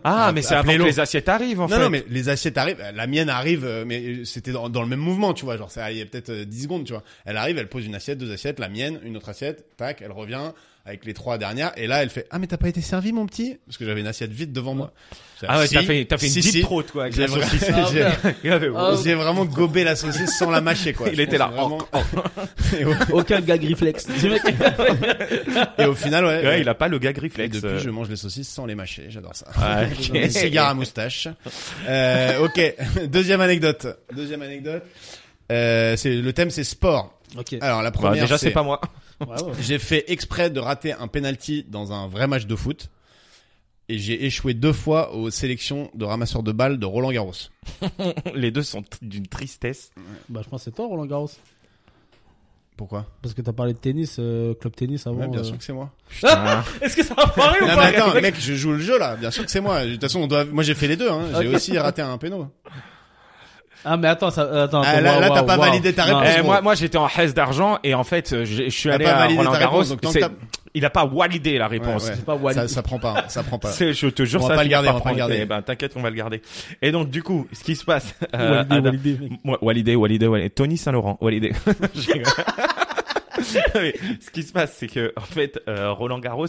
S3: ah
S2: à-
S3: mais c'est
S2: à
S3: avant que
S2: Plélo.
S3: les assiettes arrivent en
S2: Non,
S3: fait.
S2: non, mais les assiettes arrivent, la mienne arrive, euh, mais c'était dans, dans le même mouvement, tu vois, genre ça, il y a peut-être euh, 10 secondes, tu vois. Elle arrive, elle pose une assiette, deux assiettes, la mienne, une autre assiette, tac, elle revient avec les trois dernières, et là elle fait, ah mais t'as pas été servi mon petit Parce que j'avais une assiette vide devant moi.
S3: Ah ouais,
S2: Si,
S3: t'as fait, t'as fait
S2: si,
S3: une deep
S2: si.
S3: throat quoi avec
S2: J'ai
S3: la
S2: vra-
S3: saucisse.
S2: j'ai-
S3: Il avait-
S4: Ah,
S2: j'ai vraiment gobé la saucisse sans la mâcher, quoi.
S3: Oh. Il
S2: Je
S3: était
S2: pense
S3: là. Oh,
S2: vraiment- Et au-
S4: Aucun gag réflexe. Tu mec-
S2: Et au final, ouais.
S3: Ouais, il a pas le gag euh. Bah,
S2: Et
S3: réflexe.
S2: depuis, je mange les saucisses sans les mâcher, j'adore ça.
S3: Ah,
S4: ok.
S2: Les cigares à moustache. Euh, ok, deuxième anecdote. Deuxième anecdote. Euh, c'est le thème, c'est sport.
S4: Ok.
S2: Alors la
S3: Bah,
S2: première,
S3: déjà, c'est pas moi.
S4: Bravo.
S2: J'ai fait exprès de rater un penalty dans un vrai match de foot et j'ai échoué deux fois aux sélections de ramasseurs de balles de Roland Garros.
S3: Les deux sont t- d'une tristesse.
S4: Bah, je pense que c'est toi, Roland Garros.
S2: Pourquoi
S4: Parce que t'as parlé de tennis, euh, club tennis avant.
S2: Ouais, Bien
S3: Oh.
S4: euh.
S2: sûr que c'est moi.
S3: Ah.
S4: Est-ce que ça a parlé ou
S2: Non mais
S4: pas
S2: attends, mec, je joue le jeu là. Bien sûr que c'est moi. De toute façon, on doit. Moi, j'ai fait les deux. Hein. J'ai
S4: Ok.
S2: aussi raté un péno.
S4: Ah, mais attends, ça, attends.
S2: Ah,
S4: attends,
S2: là-
S4: waouh,
S2: là, t'as
S4: waouh,
S2: pas
S4: waouh.
S2: validé ta
S4: Non.
S2: réponse.
S3: Eh,
S2: bon.
S3: moi, moi j'étais en hesse d'argent et en fait, euh, j'ai- je suis
S2: T'as
S3: allé
S2: pas
S3: à
S2: validé ta
S3: Roland Garros.
S2: réponse, donc tant que
S3: c'est-
S2: t'as-
S3: Il a pas validé la réponse.
S2: Ouais, ouais.
S4: C'est pas Wally.
S2: Ça, ça prend pas. hein. Ça prend pas.
S3: C'est- Je te jure,
S2: On va
S3: ça
S2: pas
S3: tu
S2: le garder,
S3: vas
S2: on va pas le
S3: prendre.
S2: garder.
S3: Eh ben, t'inquiète, on va le garder. Et donc, du coup, ce qui se passe. euh,
S4: Walidé,
S3: Adam-
S4: Walidé, mec.
S3: Moi, Walidé, Walidé, Walidé. Tony Saint-Laurent, Walidé. Je rigole. Mais ce qui se passe, c'est que en fait, euh, Roland Garros,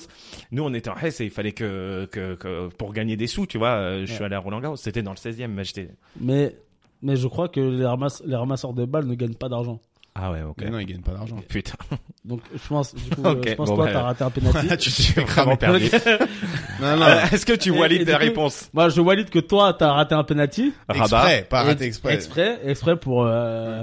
S3: nous on était en Hesse et il fallait que, que, que pour gagner des sous, tu vois, euh, je suis
S4: Ouais.
S3: allé à Roland Garros, c'était dans le 16e, mais j'étais.
S4: Mais, mais je crois que les, ramasse- les ramasseurs de balles ne gagnent pas d'argent.
S3: Ah ouais, ok.
S2: Mais non, ils gagnent pas d'argent.
S3: Putain,
S4: Donc je pense, du coup,
S3: Ok,
S4: euh, je pense
S3: bon,
S4: toi,
S3: bah,
S4: t'as raté un penalty.
S2: Ah, tu t'es fait
S3: vraiment
S2: cramer.
S3: perdu.
S2: Non, non.
S3: Euh, Est-ce que tu
S4: Et- et
S3: valides
S4: du
S3: la
S4: coup-
S3: réponse
S4: Moi, Bah, je valide que toi, t'as raté un penalty.
S3: Rabat.
S2: Exprès, pas raté
S4: Et-
S2: exprès.
S4: Exprès, exprès pour. euh,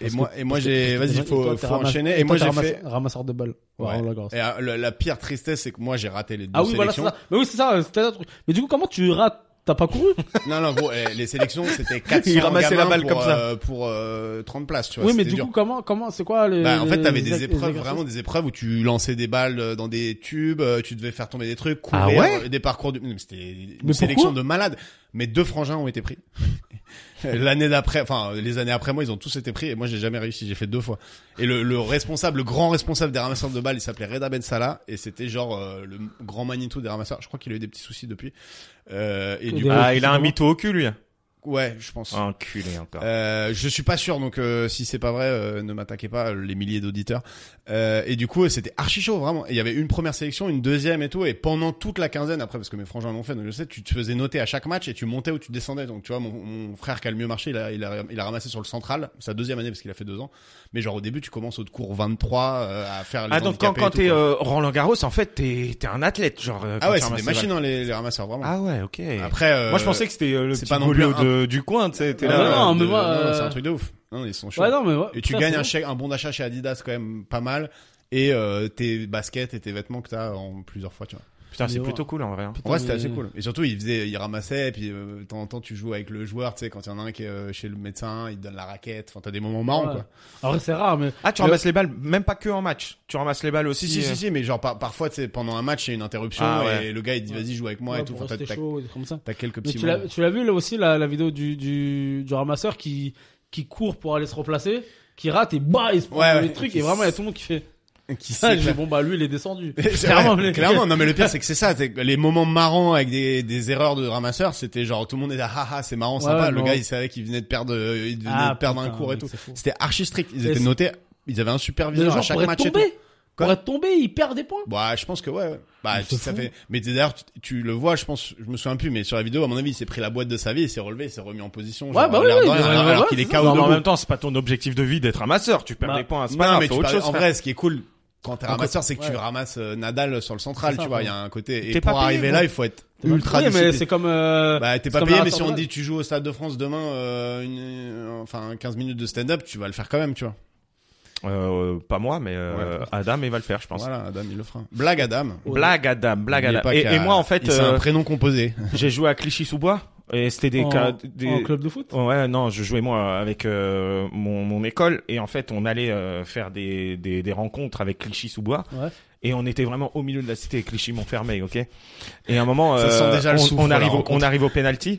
S2: Et
S4: parce
S2: moi,
S4: que-
S2: et moi
S4: parce que-
S2: j'ai,
S4: parce que-
S2: vas-y,
S4: et toi,
S2: faut,
S4: t'es
S2: faut
S4: ramasse-
S2: enchaîner. Et
S4: toi,
S2: moi
S4: t'es
S2: j'ai
S4: ramasse-
S2: fait.
S4: Ramasseur de balles.
S2: Ouais.
S4: Roland Garros.
S2: Et euh, le- la pire tristesse, c'est que moi j'ai raté les deux
S4: Ah oui, voilà, c'est
S2: sélections.
S4: ça. Mais oui, c'est ça, c'était un truc. Mais du coup, comment tu rates T'as pas couru
S2: Non, non, gros, eh, les sélections, c'était 400
S3: Il ramassait
S2: gamins
S3: la balle
S2: pour,
S3: comme ça.
S2: euh, pour euh, 30 places, tu vois.
S4: Oui, mais
S2: c'était
S4: du
S2: dur.
S4: coup, comment, comment, c'est quoi les.
S2: Bah, en fait,
S4: les-
S2: t'avais
S4: Euh, les-
S2: des
S4: les
S2: épreuves,
S4: exercices
S2: vraiment des épreuves où tu lançais des balles euh, dans des tubes, euh, tu devais faire tomber des trucs, courir,
S3: Ah ouais
S2: euh, des parcours de... Non, mais C'était une
S4: pourquoi
S2: sélection de malades. Mes deux frangins ont été pris. L'année d'après, enfin les années après moi, ils ont tous été pris et moi j'ai jamais réussi. J'ai fait deux fois. Et le, le responsable, le grand responsable des ramasseurs de balles, il s'appelait Reda Ben Salah et c'était genre euh, le grand Manitou des ramasseurs. Je crois qu'il a eu des petits soucis depuis. Euh, et du coup,
S4: Des- Ah,
S3: Ah,
S4: il
S3: il a un mytho au cul, lui.
S2: ouais, je pense.
S3: Enculé encore.
S2: Euh, je suis pas sûr, donc euh, si c'est pas vrai, euh, ne m'attaquez pas, euh, les milliers d'auditeurs. Euh, et du coup, euh, c'était archi chaud, vraiment. Et Il y avait une première sélection, une deuxième et tout, et pendant toute la quinzaine, après, parce que mes frangins l'ont fait, donc je sais, tu te faisais noter à chaque match et tu montais ou tu descendais. Donc tu vois, mon, mon frère qui a le mieux marché, il a, il, a, il a ramassé sur le central, sa deuxième année parce qu'il a fait deux ans. Mais genre au début, tu commences au cours 23 euh, à faire les
S3: ah, donc quand,
S2: handicapés et
S3: quand
S2: tout,
S3: t'es
S2: quoi.
S3: euh, Roland Garros, en fait, t'es t'es un athlète, genre. euh, quand
S2: Ah ouais,
S3: tu
S2: c'est des
S3: ramasses
S2: machines,
S3: les
S2: hein, les, les ramasseurs, vraiment.
S3: balles. Ah ouais, ok.
S2: Après, euh,
S5: Moi, je pensais que c'était euh, le
S2: c'est
S5: petit
S2: pas non plus
S5: boulot
S2: un-
S5: de- du coin, tu sais. T'es
S2: Ah,
S5: là.
S4: non,
S2: euh,
S4: mais
S2: de-
S4: moi,
S2: non, non, c'est
S4: euh,
S2: un truc de ouf. Non, ils sont chauds.
S4: Ouais, non, mais ouais,
S2: Et tu
S4: ça,
S2: gagnes
S4: c'est-
S2: un, chèque, un bon d'achat chez Adidas quand même pas mal. Et euh, tes baskets et tes vêtements que t'as en plusieurs fois, tu vois.
S3: Putain, c'est
S4: Mais
S3: plutôt cool en vrai. hein.
S2: En vrai, c'était
S4: mais-
S2: assez cool. Et surtout, ils faisaient, ils ramassaient, et puis euh, de temps en temps, tu joues avec le joueur, tu sais, quand il y en a un qui est euh, chez le médecin, il te donne la raquette. Enfin, t'as des moments marrants,
S4: Ouais.
S2: quoi.
S4: En vrai, c'est rare, mais.
S3: Ah, tu ramasses les balles, même pas que en match. Tu ramasses les balles aussi.
S2: Si, si,
S3: euh,
S2: si, si, mais genre, par- parfois, tu sais, pendant un match, il y a une interruption,
S3: Ah, ouais.
S2: et le gars, il dit,
S4: Ouais.
S2: vas-y, joue avec moi,
S4: ouais,
S2: et tout.
S4: pour
S2: Enfin, t'as,
S4: rester
S2: t'as-
S4: chaud, des trucs comme ça.
S2: t'as quelques
S4: Mais
S2: petits
S4: tu l'as,
S2: moments.
S4: tu l'as vu là aussi la, la vidéo du, du, du ramasseur qui, qui court pour aller se replacer, qui rate et bah il se prend
S2: Ouais,
S4: dans
S2: ouais.
S4: les trucs et vraiment il y a tout le monde qui fait.
S2: Qui
S4: Ah,
S2: sait
S4: je dis, bon bah lui il est descendu.
S2: C'est vrai,
S4: mais-
S2: clairement. Non, mais le pire, c'est que c'est ça. c'est que Les moments marrants avec des, des erreurs de ramasseurs, c'était genre tout le monde était ah, ah, ah, c'est marrant,
S4: Ouais,
S2: sympa.
S4: ouais,
S2: le
S4: non.
S2: gars, il savait qu'il venait de perdre, euh, il venait
S4: Ah,
S2: de perdre un
S4: putain,
S2: cours et
S4: mec,
S2: tout.
S4: c'est fou.
S2: C'était archi strict. Ils
S4: Et
S2: étaient
S4: c'est-
S2: notés. Ils avaient un
S4: Les
S2: superviseur à
S4: gens
S2: chaque
S4: pourraient
S2: match et tout.
S4: tomber,
S2: Quoi
S4: pour être tombé, il perd des points.
S2: Bah, je pense que ouais. ouais. Bah,
S4: Mais c'est
S2: ça
S4: fou.
S2: fait. Mais d'ailleurs, tu, tu le vois, je pense, je me souviens plus, mais sur la vidéo, à mon avis, il s'est pris la boîte de sa vie, il s'est relevé, il s'est remis en position. genre,
S4: bah oui,
S2: l'air de
S4: oui,
S2: rien,
S4: ouais,
S2: alors,
S4: ouais,
S2: alors
S4: ouais,
S2: qu'il est
S4: c'est
S2: KO
S3: Non, mais en
S2: debout.
S3: même temps, c'est pas ton objectif de vie d'être ramasseur. Tu perds
S4: Bah,
S3: des points, hein. c'est
S2: Non,
S3: pas grave,
S2: mais
S3: fais
S2: tu
S3: autre
S2: parles-
S3: chose.
S2: en
S3: frère.
S2: vrai, ce qui est cool quand t'es ramasseur, c'est que tu
S4: ouais.
S2: ramasses euh, Nadal sur le central,
S4: C'est ça,
S2: tu vois. Il y a un côté. Et
S3: T'es
S2: pour
S3: pas payé,
S2: arriver
S3: bon.
S2: là, il faut être Bah, ultra
S4: Oui, mais
S2: discipliné.
S4: c'est comme. euh,
S2: Bah t'es
S4: c'est
S2: pas
S4: comme
S2: payé
S4: un
S2: mais si on
S4: rassemblement.
S2: dit tu joues au Stade de France demain euh, une, euh, enfin 15 minutes de stand-up tu vas le faire quand même tu vois.
S3: Euh, pas moi, mais euh, Adam, il va le faire, je pense.
S2: Voilà Adam il le fera. Blague Adam.
S3: Blague Adam, blague
S2: N'oubliez
S3: Adam.
S2: pas
S3: Et,
S2: qu'il y a-
S3: et moi, en fait,
S2: il- c'est un
S3: euh,
S2: prénom composé.
S3: j'ai joué à Clichy-sous-Bois. Et c'était des,
S4: en,
S3: ca- des-
S4: en club de foot.
S2: Oh,
S3: Ouais, non, je jouais moi avec euh, mon, mon école et en fait on allait euh, faire des, des, des rencontres avec Clichy-sous-Bois
S4: Ouais.
S3: et on était vraiment au milieu de la cité Clichy-Montfermeil, ok Et à un moment,
S2: Ça
S3: euh,
S2: sent déjà le
S3: on,
S2: souffle,
S3: on
S2: la
S3: arrive, au,
S2: rencontre.
S3: on arrive au penalty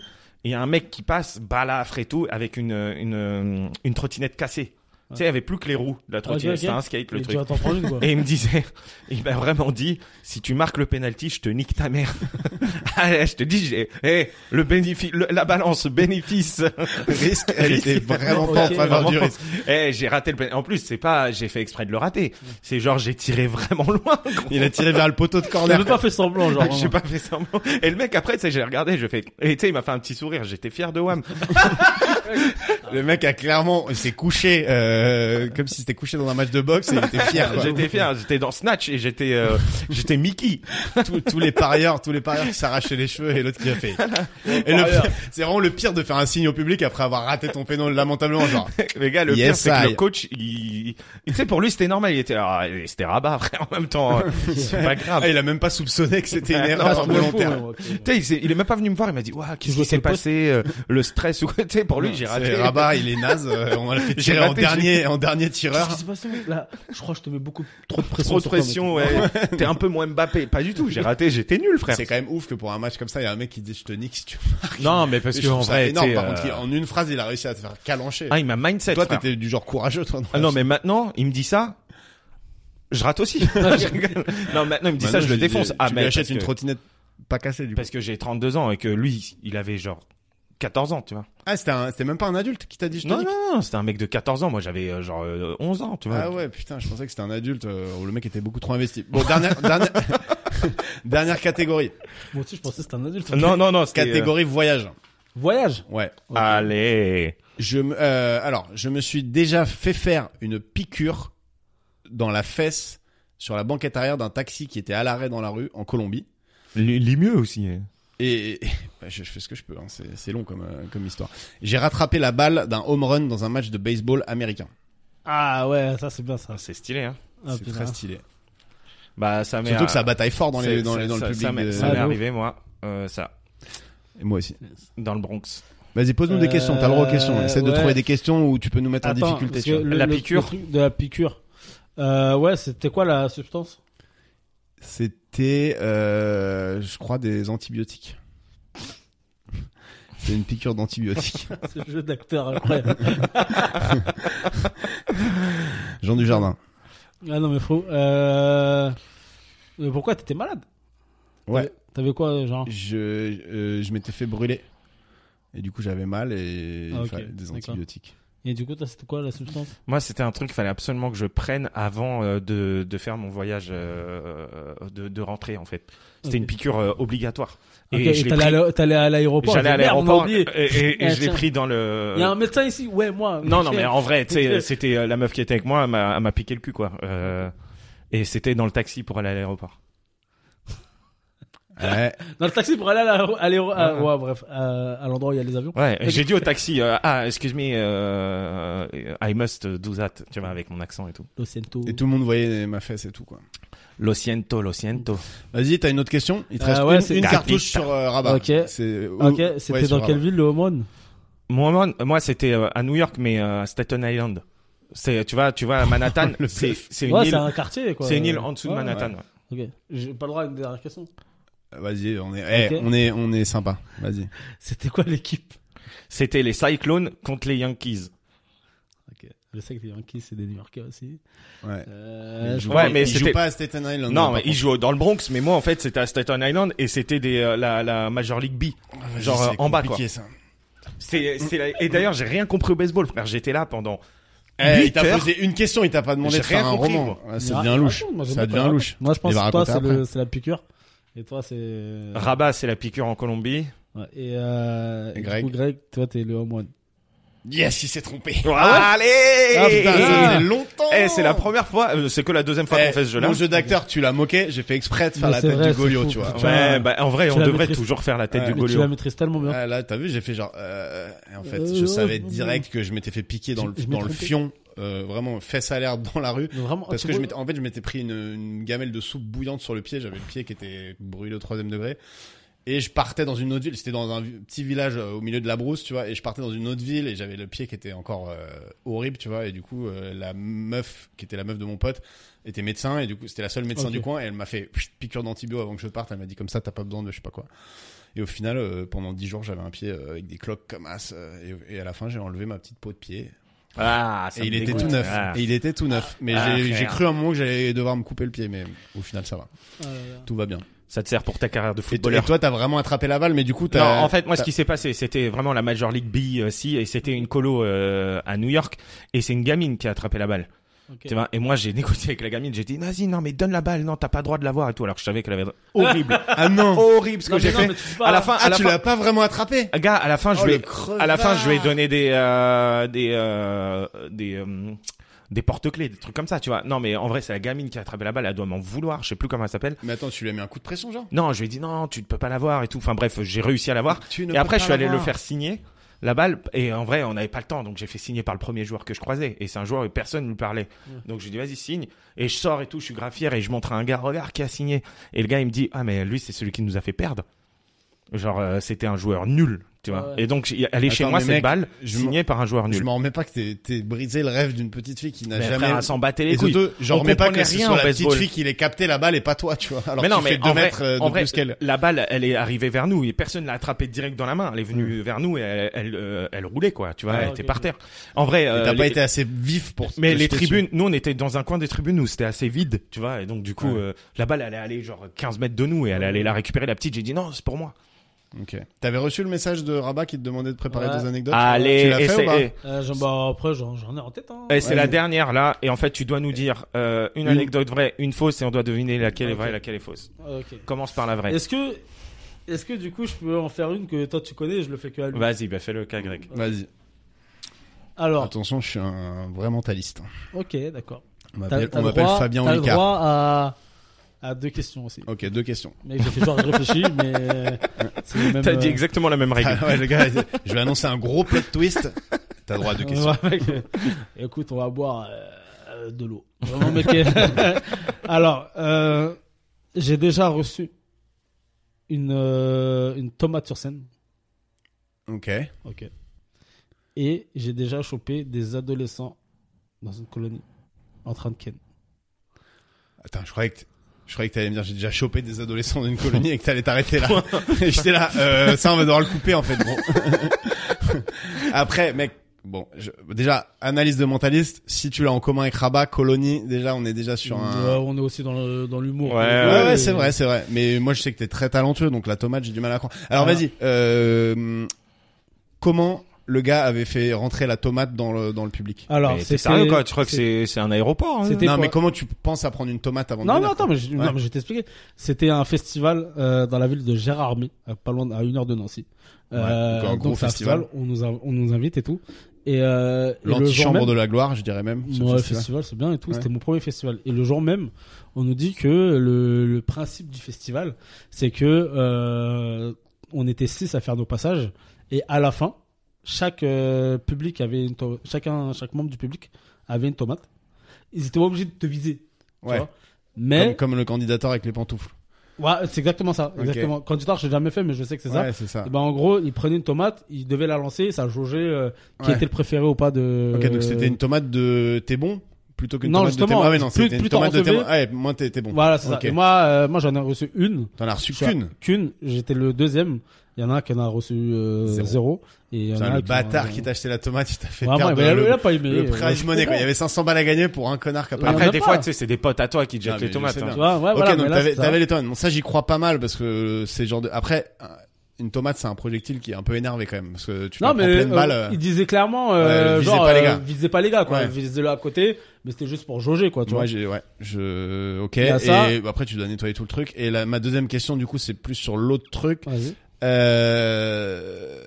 S3: et il y a un mec qui passe balafre et tout avec une, une, euh, une trottinette cassée. Tu sais, il n'y avait plus que les roues de la trottinette,
S4: ok.
S3: c'était un skate le
S4: Et
S3: truc.
S4: tu vas t'en prendre une quoi.
S3: Et il me disait, il m'a vraiment dit, si tu marques le penalty, je te nique ta mère. Allez, je te dis, j'ai, eh, le bénéfice, le- la balance bénéfice.
S2: risque elle était vraiment pas en
S4: Ok.
S2: faveur du risque.
S3: Eh, j'ai raté le penalty. En plus, c'est pas, j'ai fait exprès de le rater. C'est genre, j'ai tiré vraiment loin. gros.
S2: Il a tiré vers le poteau de
S4: On a
S2: corner.
S4: même pas fait semblant genre.
S2: hein.
S3: J'ai pas fait semblant. Et le mec après, tu sais, j'ai regardé, je fais, et tu sais, il m'a fait un petit sourire. J'étais fier de Wam.
S2: Le mec a clairement il s'est couché euh, comme si c'était couché dans un match de boxe et il était fier. quoi.
S3: J'étais fier. J'étais dans Snatch et j'étais, euh, j'étais Mickey.
S2: tous, tous les parieurs, tous les parieurs qui s'arrachaient les cheveux et l'autre qui a fait. et le pire- c'est vraiment le pire de faire un signe au public après avoir raté ton pénal lamentablement genre.
S3: Les gars, le
S2: Yes,
S3: pire, c'est que
S2: I.
S3: le coach, il, il- tu sais, pour lui, c'était normal. Il était, ah, c'était rabat, frère, en même temps. euh, c'est pas grave.
S2: Ah, il a même pas soupçonné que c'était une
S3: Ah,
S2: erreur
S3: non,
S2: volontaire.
S3: Tu sais, il, s'est- il est même pas venu me voir. Il m'a dit, ouah, qu'est-ce
S4: joues
S3: qui s'est
S4: quel poste
S3: passé, euh, le stress ou quoi. Tu sais, pour lui, j'ai
S2: C'est
S3: raté.
S2: Rabat, il est naze. euh, on l'a fait
S3: J'ai
S2: tirer en
S3: raté,
S2: dernier, en dernier
S4: Qu'est-ce
S2: tireur.
S4: qui s'est passé mec Là, je crois que je te mets beaucoup trop de pression.
S3: Trop de
S4: sur toi, mec.
S3: pression, ouais. T'es un peu moins Mbappé. Pas du tout. J'ai raté. J'étais nul, frère.
S2: C'est quand même ouf que pour un match comme ça, il y a un mec qui dit je te nique si tu
S5: Non, mais
S2: veux.
S5: parce
S2: Je
S5: que en
S2: trouve ça
S5: vrai,
S2: énorme.
S5: t'sais,
S2: Par
S5: euh,
S2: contre, il- en une phrase, il a réussi à te faire calancher.
S3: Ah, il m'a mindset.
S2: toi,
S3: frère.
S2: t'étais du genre courageux, toi.
S3: Ah non, mais maintenant, il me dit ça. Je rate aussi. Je rigole. non, maintenant, il me dit ça, je le défonce. Ah,
S2: tu Bah
S3: mais.
S2: lui achètes
S3: parce
S2: une
S3: que-
S2: trottinette pas cassée du coup.
S3: Parce que j'ai 32 ans et que lui, il avait genre 14 ans, tu vois.
S2: Ah, c'était un- c'était même pas un adulte qui t'a dit je te
S3: Non,
S2: nique.
S3: non, non, c'était un mec de 14 ans. Moi, j'avais euh, genre euh, 11 ans, tu vois.
S2: Ah ouais, putain, je pensais que c'était un adulte euh, où le mec était beaucoup trop investi. Bon, dernière, dernière, dernière catégorie.
S4: Moi aussi je pensais que c'était un adulte.
S3: Non, non, non, c'était. euh,
S2: Catégorie voyage.
S4: Voyage.
S2: Ouais.
S3: Ah, Allez.
S2: Je me, euh, alors, je me suis déjà fait faire une piqûre dans la fesse sur la banquette arrière d'un taxi qui était à l'arrêt dans la rue en Colombie.
S3: Les, les mieux aussi. hein.
S2: Et bah, je, je fais ce que je peux, hein, c'est c'est long comme, euh, comme histoire. J'ai rattrapé la balle d'un home run dans un match de baseball américain.
S4: Ah ouais, ça c'est bien ça.
S3: Ah, c'est stylé. Hein.
S4: Ah,
S2: c'est
S4: putain.
S2: très stylé.
S3: Bah ça m'est.
S2: Surtout que ça bataille fort dans, les,
S3: c'est-
S2: dans, les-
S3: ça-
S2: dans le
S3: ça-
S2: public.
S3: Ça m'est
S2: de-
S3: ça
S4: Ah,
S3: m'est
S4: de ouf.
S3: arrivé moi. euh, ça
S2: Et Moi aussi.
S3: dans le Bronx.
S2: Vas-y, pose-nous des
S4: Euh,
S2: questions. T'as le droit aux questions. Essaie de
S4: ouais.
S2: trouver des questions où tu peux nous mettre
S4: Attends,
S2: en difficulté.
S4: parce
S2: tu
S4: que
S2: vois.
S4: le-
S3: La
S4: le-
S3: piqûre.
S4: le truc de la piqûre. Euh, ouais, c'était quoi la substance
S2: C'était, euh, je crois, des antibiotiques. C'était une piqûre d'antibiotiques.
S4: ce jeu d'acteur incroyable.
S2: Jean du Jardin.
S4: Ah non, mais fou. Euh... mais Pourquoi t'étais malade
S2: Ouais.
S4: T'avais quoi, genre
S2: Je, euh, je m'étais fait brûler. Et du coup, j'avais mal et
S4: Ah,
S2: il
S4: ok,
S2: fallait des
S4: d'accord.
S2: antibiotiques.
S4: Et du coup, toi, c'était quoi la substance
S3: Moi, c'était un truc qu'il fallait absolument que je prenne avant euh, de, de faire mon voyage, euh, de, de rentrer en fait. C'était
S4: Ok.
S3: une piqûre euh, obligatoire.
S4: Ok,
S3: je l'ai
S4: t'allais
S3: pris-
S4: à la- t'allais à l'aéroport.
S3: j'allais à
S4: j'ai dit, merde, on m'a
S3: l'aéroport et,
S4: oublié.
S3: et- et
S4: Ah,
S3: je l'ai
S4: tiens.
S3: pris dans le.
S4: Il y a un médecin ici Ouais, moi.
S3: Non, non, mais
S4: Chef.
S3: en vrai, tu sais,
S4: Ok.
S3: c'était euh, la meuf qui était avec moi, elle m'a elle m'a piqué le cul, quoi. Euh, et c'était dans le taxi pour aller à l'aéroport.
S2: Ouais.
S4: Dans le taxi pour aller à l'aéro- à l'aéro- à-
S3: Ah.
S4: ouais, bref, à, à l'endroit où il y a les avions.
S3: Ouais,
S4: Ok.
S3: j'ai dit au taxi, euh, ah, excuse me, euh, I must do that, tu vois, avec mon accent et tout.
S4: Lo siento.
S2: Et tout le monde voyait ma fesse et tout, quoi.
S3: Lo siento, lo siento.
S2: Vas-y, t'as une autre question Il te
S4: Euh,
S2: reste
S4: ouais,
S2: une-
S4: c'est-
S2: une,
S3: Capita.
S2: cartouche sur euh, Rabat.
S4: Ok.
S2: C'est- ou-
S4: Ah, Ok,
S2: ouais,
S4: c'était
S2: sur
S4: dans
S2: Rabat.
S4: quelle ville le Homon
S3: Moi, moi, moi, c'était euh, à New York, mais euh, à Staten Island. C'est, tu vois, tu vois, à Manhattan,
S2: Le
S3: c'est
S2: bluff.
S3: c'est une
S4: Ouais, c'est
S3: île,
S4: un quartier quoi.
S3: c'est une île en dessous
S4: Ouais,
S3: de Manhattan. ouais.
S4: Ok, j'ai pas le droit à une dernière question.
S2: Euh, Vas-y, on est, eh,
S4: Ok.
S2: on est, on est sympa. Vas-y.
S4: C'était quoi l'équipe
S3: C'était les Cyclones contre les Yankees.
S4: Ok, je sais que les Yankees c'est des New Yorkais aussi.
S2: Ouais.
S4: Euh, je
S3: Ouais,
S4: crois-
S3: mais
S2: il joue
S3: c'était-
S2: pas à Staten Island.
S3: Non,
S2: hein,
S3: mais
S2: par
S3: ils
S2: contre.
S3: jouent dans le Bronx, mais moi, en fait, c'était à Staten Island et c'était des euh, la, la Major League B.
S2: Ah, Vas-y,
S3: genre,
S2: c'est
S3: euh, en bas,
S2: compliqué, Ça.
S3: C'est, c'est la- Et d'ailleurs, j'ai rien compris au baseball, frère. J'étais là pendant.
S2: Eh, il
S3: Huit
S2: t'a
S3: heures.
S2: posé une question, il t'a pas demandé
S3: J'ai
S2: de faire
S3: rien
S2: un
S3: compris,
S2: roman.
S3: moi.
S2: Ah, Ça
S4: Ah,
S2: devient louche.
S4: raconte, moi, j'aime
S2: Ça
S4: bien
S2: devient
S4: qu'on
S2: louche.
S4: Moi je pense
S2: Il va
S4: que toi
S2: raconter
S4: c'est le-
S2: après.
S4: c'est la piqûre et toi c'est.
S3: Rabat, c'est la piqûre en Colombie.
S4: Ouais, Et, euh, et
S2: Greg.
S4: du coup, Greg, toi t'es le Homon.
S2: Yes, il s'est trompé.
S4: Ah,
S3: Allez!
S2: Ah putain, ça
S3: Ah.
S2: faisait longtemps.
S3: Eh, c'est la première fois, euh, c'est que la deuxième fois
S2: Eh,
S3: qu'on fait ce jeu-là.
S2: Mon jeu d'acteur, tu l'as moqué. J'ai fait exprès de faire
S4: Mais
S2: la
S4: c'est
S2: tête
S4: vrai,
S2: du
S4: c'est
S2: Goliot,
S4: fou,
S2: tu vois.
S4: putain.
S3: Ouais, bah, en vrai,
S4: Tu
S3: on
S4: la
S3: devrait
S4: maîtrises.
S3: toujours faire la tête
S2: Ouais,
S3: du
S2: mais
S4: Tu la
S3: Goliot.
S4: maîtrises tellement bien.
S2: Ah, là, t'as vu, j'ai fait genre. euh, et en fait,
S4: Euh,
S2: je
S4: ouais,
S2: savais
S4: ouais,
S2: direct que je m'étais fait piquer dans
S4: Je-
S2: le
S4: je m'ai
S2: dans le
S4: trompé.
S2: fion, euh, vraiment fesse à l'air dans la rue.
S4: Mais Vraiment.
S2: Parce
S4: tu
S2: que je
S4: vois-
S2: m'étais, en fait, je m'étais pris une, une gamelle de soupe bouillante sur le pied. J'avais le pied qui était brûlé au troisième degré. Et je partais dans une autre ville. C'était dans un vi- petit village euh, au milieu de la brousse, tu vois. Et je partais dans une autre ville et j'avais le pied qui était encore euh, horrible, tu vois. Et du coup, euh, la meuf qui était la meuf de mon pote était médecin. Et du coup, c'était la seule médecin
S4: Ok.
S2: du coin. Et elle m'a fait pfft, piqûre d'antibio avant que je parte. Elle m'a dit comme ça, t'as pas besoin de je sais pas quoi. Et au final, euh, pendant dix jours, j'avais un pied euh, avec des cloques comme as. euh, et, et à la fin, j'ai enlevé ma petite peau de pied.
S3: Ah,
S2: Et
S3: ça me
S2: il était
S3: dégoûte.
S2: tout neuf.
S3: Ah.
S2: Et il était tout neuf. Mais
S3: Ah,
S2: j'ai-
S3: frère.
S2: j'ai cru un moment que j'allais devoir me couper le pied, mais au final ça va.
S4: Ah là là.
S2: Tout va bien.
S3: Ça te sert pour ta carrière de
S2: Et, t- et
S3: footballeur.
S2: toi, t'as vraiment attrapé la balle, mais du coup,
S3: Non,
S2: t'as.
S3: en fait, moi, ce
S2: t'as-
S3: qui s'est passé, c'était vraiment la Major League B aussi, et c'était une colo euh, à New York, et c'est une gamine qui a attrapé la balle.
S4: Ok.
S3: Tu vois, et moi, j'ai négocié avec la gamine, j'ai dit, vas-y, non, mais donne la balle, non, t'as pas le droit de l'avoir et tout, alors que je savais qu'elle avait horrible,
S2: Ah non.
S3: horrible ce que
S4: Non, mais
S3: j'ai
S4: non,
S3: fait.
S4: mais tu fais pas-
S3: À la fin, à
S2: Ah,
S3: la
S2: tu
S3: fin,
S2: l'as pas vraiment attrapé.
S3: gars, à la fin, je
S2: Oh,
S3: lui ai-
S2: le crevard.
S3: à la fin, je lui ai donné des, euh, des, euh, des, euh, des porte-clés, des trucs comme ça, tu vois. Non, mais en vrai, c'est la gamine qui a attrapé la balle, elle doit m'en vouloir, je sais plus comment elle s'appelle.
S2: Mais attends, tu lui as mis un coup de pression, genre.
S3: Non, je lui ai dit non, tu ne peux pas l'avoir et tout. Enfin bref, j'ai réussi à l'avoir.
S2: Tu ne
S3: Et
S2: peux
S3: après,
S2: pas
S3: je suis allé le
S2: l'avoir.
S3: faire signer la balle. Et en vrai, on n'avait pas le temps, donc j'ai fait signer par le premier joueur que je croisais. Et c'est un joueur et personne ne lui parlait. Donc je lui dis vas-y signe. Et je sors et tout, je suis grave fier et je montre à un gars regarde qui a signé. Et le gars il me dit ah mais lui c'est celui qui nous a fait perdre. Genre euh, c'était un joueur nul, tu vois.
S4: Ah ouais.
S3: Et donc il- elle est chez
S2: Attends,
S3: moi
S2: mais
S3: cette
S2: mec,
S3: balle
S2: je
S3: signée par un joueur
S2: Je
S3: nul.
S2: m'en remets pas que t'aies- t'aies brisé le rêve d'une petite fille qui n'a
S3: Mais
S2: jamais.
S3: frère, elle s'en battait les
S2: Et
S3: couilles.
S2: surtout, je
S3: On
S2: remets pas que
S3: comprenait
S2: ce
S3: rien
S2: soit
S3: au
S2: la petite
S3: baseball.
S2: fille qui l'ait capté la balle et pas toi, tu vois. Alors
S3: mais
S2: que
S3: non,
S2: tu
S3: mais
S2: fais
S3: en
S2: deux
S3: vrai,
S2: mètres euh,
S3: en
S2: de
S3: vrai,
S2: plus qu'elle.
S3: la balle, elle est arrivée vers nous et personne l'a attrapée direct dans la main. Elle est
S2: Mm.
S3: venue vers nous et elle, elle, euh, elle roulait quoi. Tu vois,
S4: Ah,
S3: elle
S4: ok,
S3: était par
S4: ok.
S3: terre. En vrai,
S2: Et
S3: euh,
S2: T'as pas
S3: les-
S2: été assez vif pour. te
S3: mais les
S2: jeter dessus.
S3: tribunes, nous on était dans un coin des tribunes où c'était assez vide, tu vois, et donc du coup
S2: Ouais.
S3: euh, la balle elle est allée genre 15 mètres de nous et elle est allée la récupérer la petite. J'ai dit non, c'est pour moi.
S2: Ok. T'avais reçu le message de Rabat qui te demandait de préparer
S4: Ouais.
S2: des anecdotes. tu
S3: Ah, Allez, eh.
S2: l'as
S3: et
S2: fait
S3: c'est
S2: ou pas
S3: et-
S4: Euh, j'en- bah, après, j'en j'en ai en tête. Hein.
S3: et c'est
S2: Ouais,
S3: la
S2: mais-
S3: dernière là. Et en fait, tu dois nous dire euh, une
S2: Une.
S3: anecdote vraie, une fausse, et on doit deviner laquelle est vraie,
S4: Ok.
S3: et laquelle est fausse.
S4: Euh, Ok.
S3: Commence par la vraie.
S4: Est-ce que, est-ce que du coup, je peux en faire une que toi tu connais et je le fais que à lui
S3: Vas-y, bah fais-le cas grec.
S2: Vas-y.
S4: Alors,
S2: Attention, je suis un vrai mentaliste.
S4: ok, d'accord.
S2: On
S4: T'as-
S2: m'appelle
S4: t'as
S2: on
S4: le
S2: m'appelle
S4: droit-
S2: Fabien
S4: T'as le
S2: Olicard.
S4: droit à, à deux questions aussi.
S2: Ok, deux questions.
S4: Mec, j'ai fait genre, je réfléchis, mais euh, c'est le même.
S3: T'as dit
S4: euh,
S3: exactement la même règle.
S2: Ah ouais, le gars, je vais annoncer un gros plot twist. T'as le droit à deux questions.
S4: Ouais, mec, euh, écoute, on va boire euh, euh, de l'eau. Vraiment, mec. euh, Alors, euh, j'ai déjà reçu une, euh, une tomate sur scène.
S2: Ok.
S4: Ok. Et j'ai déjà chopé des adolescents dans une colonie en train de ken.
S2: Attends, je croyais que. t- Je croyais que t'allais me dire j'ai déjà chopé des adolescents d'une colonie et que t'allais t'arrêter là. Et J'étais là, euh, ça on va devoir le couper en fait. Bon. Après, mec, bon, je- déjà analyse de mentaliste. Si tu l'as en commun avec Rabat, colonie, déjà on est déjà sur
S6: Ouais,
S4: euh,
S2: un.
S6: on est aussi dans le- dans l'humour.
S3: Ouais,
S2: Ouais,
S3: ouais,
S2: ouais, c'est vrai, c'est vrai. Mais moi je sais que t'es très talentueux, donc la tomate j'ai du mal à croire. Alors
S4: Ah.
S6: Voilà.
S2: vas-y, euh, comment le gars avait fait rentrer la tomate dans le dans le public
S4: Alors,
S3: Mais
S4: c'est
S3: t'es sérieux quoi, tu crois que c'est c'est un aéroport hein
S4: c'était
S2: Non,
S4: pas-
S2: mais comment tu penses à prendre une tomate avant de
S4: Non,
S2: venir,
S4: non, attends,
S2: quoi
S4: mais je, non,
S2: Ouais.
S4: mais je vais t'expliquer. C'était un festival euh, dans la ville de Gérardmer, à pas loin, de- à une heure de Nancy. Euh,
S2: Ouais, donc un gros
S4: c'est un
S2: festival.
S4: on nous, a- on nous invite et tout. Et, euh, et le jour
S2: L'antichambre
S4: même,
S2: de la gloire, je dirais même. ce
S4: Ouais, le
S2: festival.
S4: festival, c'est bien et tout.
S2: Ouais.
S4: C'était mon premier festival. Et le jour même, on nous dit que le, le principe du festival, c'est que euh, on était six à faire nos passages et à la fin, chaque euh, public avait une to- chacun, chaque membre du public avait une tomate. Ils étaient obligés de te viser. tu
S2: Ouais.
S4: vois.
S2: Comme,
S4: Mais
S2: comme le candidateur avec les pantoufles.
S4: ouais, c'est exactement ça. Exactement. Quand tu je l'ai jamais fait, mais je sais que c'est ça.
S2: Ouais, c'est ça.
S4: Et ben en gros, ils prenaient une tomate, ils devaient la lancer, ça jaugeait euh, qui
S2: Ouais.
S4: était le préféré ou pas de.
S2: Ok, donc c'était une tomate de t'es bon plutôt qu'une
S4: ben, euh, Non,
S2: tomate
S4: justement,
S2: de t'es bon. Ah ouais, non,
S4: plus-
S2: c'était une
S4: plus t'en
S2: tomate de t'es bon.
S4: recevais-
S2: Ouais, moins t'es t'es bon.
S4: Voilà, c'est
S2: Ok.
S4: ça. Et moi, euh, moi j'en ai reçu une.
S2: T'en as reçu
S4: Je suis à-
S2: qu'une.
S4: Qu'une. J'étais le deuxième. Il y en a un qui en a reçu euh,
S2: Zéro.
S4: zéro. Et il y en
S2: Putain,
S4: a
S2: le
S4: en a-
S2: bâtard qui t'a acheté la tomate, il t'a fait
S4: Vraiment,
S2: perdre
S4: il a- il
S2: le,
S4: a pas aimé.
S2: le
S4: euh,
S2: prize
S4: je
S2: money. Quoi.
S4: comprends.
S2: Il y avait 500 balles à gagner pour un connard qui a pas
S4: Ouais,
S2: pris.
S4: y en
S3: Après
S4: a
S3: des
S4: pas.
S3: fois tu sais c'est des potes à toi qui te
S2: Non,
S3: jettent
S2: mais
S3: les
S2: je
S3: tomates.
S2: sais
S3: hein.
S2: bien.
S4: Tu vois, ouais,
S2: Ok,
S4: Ah, voilà,
S2: donc
S4: mais là,
S2: t'avais
S4: c'est ça.
S2: t'avais les tomates. Bon, ça j'y crois pas mal parce que euh, c'est genre de. Après, euh, une tomate c'est un projectile qui est un peu énervé quand même parce que tu
S4: Non,
S2: prends
S4: mais
S2: pleine
S4: euh,
S2: balle. euh,
S4: il disait clairement, euh,
S2: Ouais, visez
S4: genre,
S2: pas les
S4: euh,
S2: gars.
S4: visez pas les gars, quoi.
S2: Ouais.
S4: Visez-le à côté, mais c'était juste pour jauger, quoi, tu
S2: Moi,
S4: vois.
S2: j'ai, ouais, je, ok.
S4: Il y
S2: Et
S4: a ça.
S2: bah, après, tu dois nettoyer tout le truc. Et la, ma deuxième question, du coup, c'est plus sur l'autre truc.
S4: Vas-y.
S2: Euh...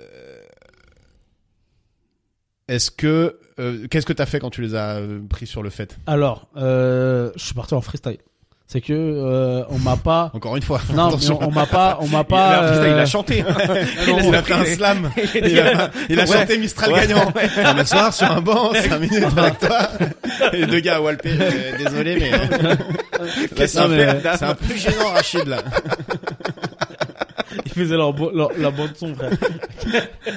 S2: Est-ce que, euh, qu'est-ce que t'as fait quand tu les as euh, pris sur le fait
S4: Alors, euh, je suis parti en freestyle. C'est que, euh, on m'a pas,
S2: Encore une fois.
S4: non, mais
S2: attention.
S4: on, on m'a pas, euh, on
S3: Il
S4: m'a
S3: a-
S4: pas,
S3: putain, il
S4: euh,
S3: a chanté.
S2: Non,
S3: il
S2: il
S3: a
S2: a fait un
S3: pris les-
S2: slam. Il a, il a
S3: Ouais.
S2: chanté Mistral
S3: Ouais.
S2: gagnant. On va se voir sur un banc, 5 minutes avec toi. Et deux gars à Walpé, euh, désolé, mais, là, c'est
S4: Non,
S2: un
S4: mais-
S2: peu- c'est un peu gênant, Rachid, là.
S4: ils faisaient leur, bo- leur- la bande son, frère.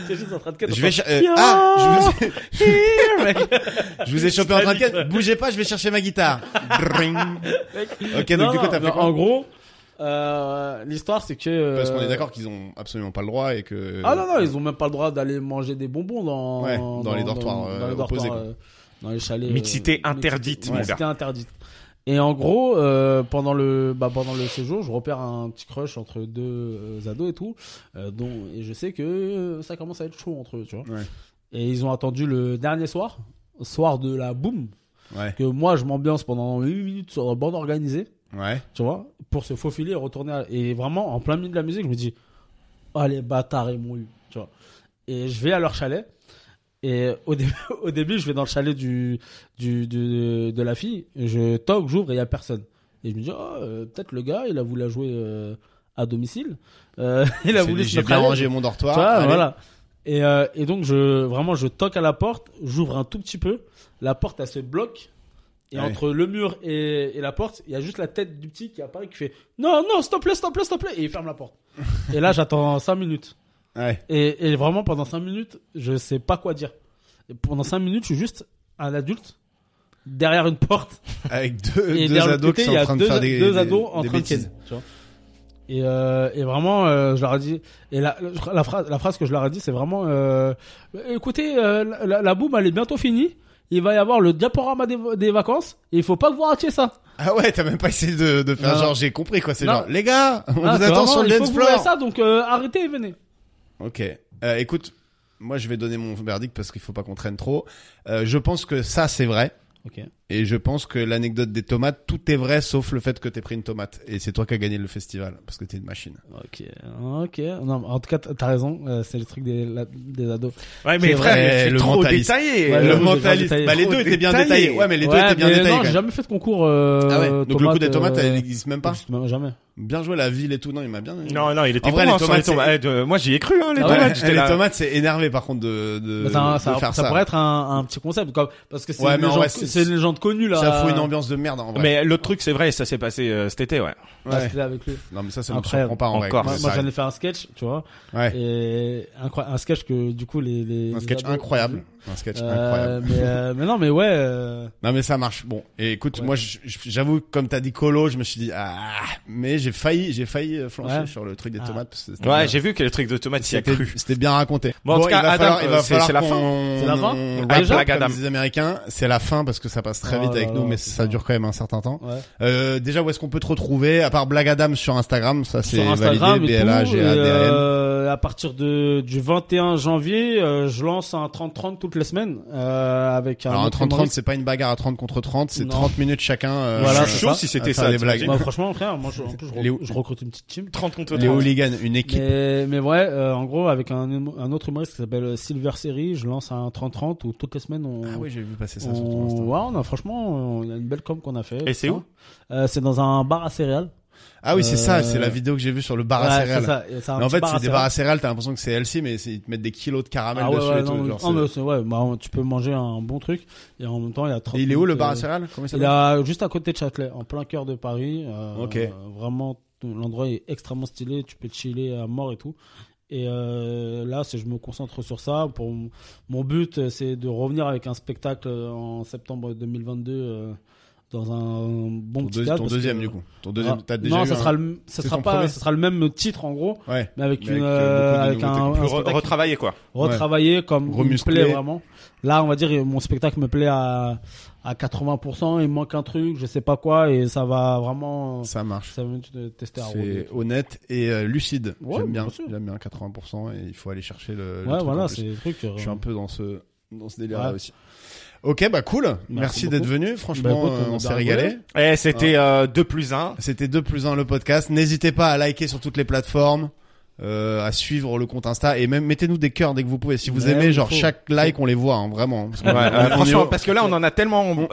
S4: C'est juste en train de
S2: Je vais cher- euh, ah, je vous, je vous ai chopé en train de
S4: Staline, ouais.
S2: Bougez pas, je vais chercher ma guitare. Dring. ok, donc
S4: Non,
S2: du coup
S4: non,
S2: t'as fait
S4: mais
S2: quoi
S4: En gros, euh, l'histoire c'est que. euh,
S2: Parce qu'on est d'accord qu'ils ont absolument pas le droit et que.
S4: Ah non non, ils ont même pas le droit d'aller manger des bonbons dans.
S2: Ouais, dans les dortoirs, euh,
S4: dans les
S2: opposés, quoi.
S4: euh, dans les chalets. euh,
S3: Mixité interdite, mon
S4: Mixité interdite. Et en gros, euh, pendant le bah, pendant le séjour, je repère un petit crush entre deux euh, ados et tout, euh, dont et je sais que euh, ça commence à être chaud entre eux, tu vois.
S2: Ouais.
S4: Et ils ont attendu le dernier soir, soir de la boum,
S2: Ouais.
S4: que moi je m'ambiance pendant 8 minutes sur la bande organisée
S2: Ouais.
S4: tu vois, pour se faufiler et retourner. à- Et vraiment, en plein milieu de la musique, je me dis, ah les bâtards, ils m'ont eu, tu vois. Et je vais à leur chalet. Et au début, au début je vais dans le chalet du, du, du- de la fille. et Je toque, j'ouvre et il n'y a personne. Et je me dis, Ah, euh, peut-être le gars, il a voulu la jouer euh, à domicile. Euh, il a
S2: C'est
S4: voulu
S2: dit,
S4: se
S2: J'ai
S4: mettre
S2: bien
S4: à l'aise.
S2: rangé mon dortoir.
S4: Tu vois,
S2: allez.
S4: voilà. Et, euh, et donc, je, vraiment, je toque à la porte, j'ouvre un tout petit peu, la porte, elle se bloque, et
S2: Ouais.
S4: entre le mur et, et la porte, il y a juste la tête du petit qui apparaît, qui fait Non, non, s'il te plaît, s'il te plaît, s'il te plaît, et il ferme la porte. et là, j'attends 5 minutes.
S2: Ouais.
S4: Et, et vraiment, pendant 5 minutes, je sais pas quoi dire. Et pendant 5 minutes, je suis juste un adulte derrière une porte
S2: Avec deux,
S4: et
S2: deux
S4: derrière
S2: ados
S4: l'autre
S2: qui
S4: côté,
S2: sont
S4: il y
S2: en
S4: a
S2: train
S4: deux,
S2: de faire des.
S4: deux
S2: des-
S4: ados en
S2: des
S4: train de
S2: bêtises.
S4: ken, tu vois. Et, euh, et vraiment, euh, je leur ai dit. Et la, la, phrase, la phrase que je leur ai dit, c'est vraiment euh, écoutez, euh, la, la, la boum, elle est bientôt finie. Il va y avoir le diaporama des, des vacances. Et il faut pas que vous ratiez ça.
S2: Ah ouais, t'as même pas essayé de, de faire
S4: Non.
S2: genre j'ai compris quoi. C'est
S4: Non.
S2: genre les gars, on
S4: Ah,
S2: vous
S4: c'est
S2: attend
S4: vraiment,
S2: sur le
S4: il faut que
S2: dance
S4: vous voyez
S2: floor.
S4: ça, donc euh, arrêtez et venez.
S2: Ok. Euh, écoute, moi je vais donner mon verdict parce qu'il faut pas qu'on traîne trop. Euh, je pense que ça c'est vrai.
S4: Ok.
S2: Et je pense que l'anecdote des tomates, tout est vrai sauf le fait que t'aies pris une tomate. Et c'est toi qui as gagné le festival parce que t'es une machine.
S4: Ok. Ok. Non, mais en tout cas, t'as t'as raison. euh, c'est le truc des, la- des ados.
S3: Ouais,
S4: C'est
S3: mais
S4: vrai,
S3: frère,
S2: le
S3: c'est trop
S2: mentaliste.
S3: détaillé. euh.
S4: Ouais,
S2: le
S4: j'avoue, j'ai
S2: mentaliste.
S4: bien détaillé.
S2: Bah les deux
S3: Trop
S2: étaient bien
S3: détaillé.
S2: détaillés. Ouais, mais les deux
S4: Ouais,
S2: étaient bien
S4: mais
S2: détaillés.
S4: Non,
S2: quand
S4: j'ai
S2: même.
S4: jamais fait de concours. euh,
S2: Ah ouais. Donc le coup
S4: tomate,
S2: des tomates,
S4: euh,
S2: elle n'existe même pas.
S4: justement, Jamais.
S2: Bien joué la ville et tout. Non, il m'a bien.
S3: Non, non, il était
S2: En vrai,
S3: bon,
S2: les
S3: hein, sans
S2: tomates,
S3: tomates. Eh, de- Moi, j'y ai cru, hein, les
S4: Ah
S2: Ouais,
S3: tomates. j'étais
S2: les
S3: là.
S2: tomates, c'est énervé par contre de, de,
S4: Bah, ça,
S2: de
S4: ça,
S2: faire
S4: ça
S2: ça.
S4: pourrait être un, un petit concept comme- parce que c'est
S2: Ouais,
S4: une,
S2: mais en
S4: légende-
S2: vrai, c'est-
S4: c'est une légende connu là.
S2: Ça fout une ambiance de merde en vrai.
S3: Mais l'autre truc, c'est vrai, ça s'est passé euh, cet été, ouais.
S4: Ouais,
S2: Ouais.
S4: c'était avec lui.
S2: Non mais ça, ça me
S4: Après,
S2: surprend pas en vrai.
S3: encore,
S4: Moi,
S2: Ça, ça
S4: moi, j'en ai
S2: arrive.
S4: fait un sketch, tu vois.
S2: Ouais.
S4: Et incro- un sketch que du coup les. les-
S2: Un sketch
S4: les-
S2: incroyable. Un sketch
S4: Euh,
S2: incroyable.
S4: Mais, euh, mais non, mais ouais. euh,
S2: Non mais ça marche. Bon, et écoute,
S4: Ouais.
S2: moi je- je- j'avoue que comme t'as dit colo, je me suis dit ah, mais j'ai failli, j'ai failli euh, flancher
S4: Ouais.
S2: sur le truc des
S4: Ah.
S2: tomates. parce que c'était bien.
S3: Ouais, j'ai vu que le truc de tomate s'y a
S2: C'était
S3: cru.
S2: c'était bien raconté.
S3: Bon, en tout cas,
S2: il va
S3: Adam,
S2: falloir, il va
S3: euh, c'est-
S2: falloir
S3: c'est la fin.
S2: qu'on-
S4: C'est la fin
S2: on
S4: Ah,
S2: wrap
S3: déjà
S2: up, comme
S3: Adam.
S2: disent les Américains, c'est la fin parce que ça passe très
S4: Oh
S2: vite
S4: là
S2: avec
S4: là,
S2: nous, mais
S4: c'est
S2: ça
S4: ça.
S2: dure quand même un certain temps.
S4: ouais.
S2: Euh, déjà, où est-ce qu'on peut te retrouver À part Blague Adam sur Instagram, ça c'est
S4: Sur Instagram
S2: validé.
S4: et tout.
S2: BLA,
S4: et,
S2: GA, DRN.
S4: euh, à partir de, du 21 janvier, euh, je lance un 30-30 toutes les semaines euh, avec un.
S2: Alors un
S4: autre
S2: 30-30,
S4: humoriste.
S2: c'est pas une bagarre à 30 contre 30, c'est
S4: Non.
S2: 30 minutes chacun. euh,
S4: Voilà,
S2: je suis
S4: c'est
S2: chaud
S4: ça.
S2: si c'était
S5: À
S2: ça.
S5: faire des
S2: t'imagines
S4: Bah, franchement, frère, moi, je, en plus, je,
S2: Les-
S4: re- je recrute une petite team.
S3: 30 contre
S2: Les
S3: 30.
S2: hooligans, une équipe.
S4: Mais, mais ouais, euh, en gros, avec un, humo- un autre humoriste qui s'appelle euh, Silver Series, je lance un 30-30 où toutes les semaines on.
S2: Ah oui, j'ai vu passer ça sur ton
S4: on...
S2: Insta.
S4: Ouais, on a franchement, on a une belle com qu'on a fait.
S3: Et c'est où
S4: Euh, C'est dans un bar à céréales.
S2: Ah oui, c'est ça,
S4: Euh,
S2: c'est la vidéo que j'ai vue sur le bar
S4: Ouais,
S2: à
S4: c'est
S2: céréales.
S4: ça. Et c'est un
S2: Mais en
S4: petit
S2: fait,
S4: bar
S2: c'est
S4: à
S2: des bars
S4: céréales.
S2: à céréales, t'as l'impression que c'est healthy, mais c'est- ils te mettent des kilos de caramel
S4: Ah ouais,
S2: dessus
S4: ouais,
S2: et tout.
S4: non,
S2: genre,
S4: non, mais
S2: c'est-
S4: c'est- ouais, bah, on- tu peux manger un bon truc et en même temps il y a 30
S2: Et il est où le
S4: minutes,
S2: bar
S4: euh,
S2: à céréales Comment il
S4: Il
S2: s'appelle
S4: est à- juste à côté de Châtelet, en plein cœur de Paris. euh,
S2: Ok.
S4: euh, Vraiment, tout- l'endroit est extrêmement stylé. Tu peux chiller à mort et tout. Et euh, là, c'est je me concentre sur ça. Pour m- mon but, euh, c'est de revenir avec un spectacle euh, en septembre 2022 euh, dans un bon
S2: Ton,
S4: petit
S2: deux-
S4: théâtre,
S2: ton
S4: parce que-
S2: deuxième, du coup. Ton deuxième,
S4: Ah,
S2: t'as déjà
S4: non,
S2: eu
S4: ça
S2: un-
S4: sera le, ça
S2: c'est
S4: sera
S2: ton
S4: pas,
S2: premier
S4: ça sera le même titre en gros,
S2: Ouais.
S4: mais avec,
S2: Mais avec,
S4: une, euh,
S2: euh,
S4: avec
S2: beaucoup de
S4: un,
S2: nouveautés.
S4: un
S3: Re-
S4: spectacle
S3: Retravailler, quoi.
S4: retravailler comme il me
S2: Remuscler.
S4: plaît vraiment. Là, on va dire euh, mon spectacle me plaît à à 80%, il me manque un truc, je sais pas quoi et ça va vraiment
S2: Ça marche.
S4: ça va me tester à
S2: C'est
S4: Rodez.
S2: honnête et euh, lucide.
S4: Ouais,
S2: J'aime bien.
S4: bien sûr.
S2: J'aime bien 80% et il faut aller chercher le. le
S4: Ouais,
S2: truc en
S4: voilà,
S2: plus.
S4: c'est le truc. euh,
S2: Je suis un peu dans ce dans ce délire là
S4: Ouais.
S2: aussi. Ok, bah cool. Merci,
S4: Merci
S2: d'être
S4: beaucoup.
S2: venu. Franchement,
S4: Bah, écoute,
S2: euh,
S4: on
S2: on
S4: a
S2: s'est
S4: bien
S2: régalé.
S4: rigolé.
S3: Eh, c'était euh, 2 plus 1.
S2: C'était 2 plus 1 le podcast. N'hésitez pas à liker sur toutes les plateformes. euh, à suivre le compte Insta et même mettez-nous des cœurs dès que vous pouvez si vous
S4: Ouais,
S2: aimez genre
S4: faut.
S2: chaque like on les voit hein, vraiment Parce qu'on-
S3: Ouais, euh,
S2: on- on est-
S3: franchement, parce que là, on en a tellement,
S2: Ouais.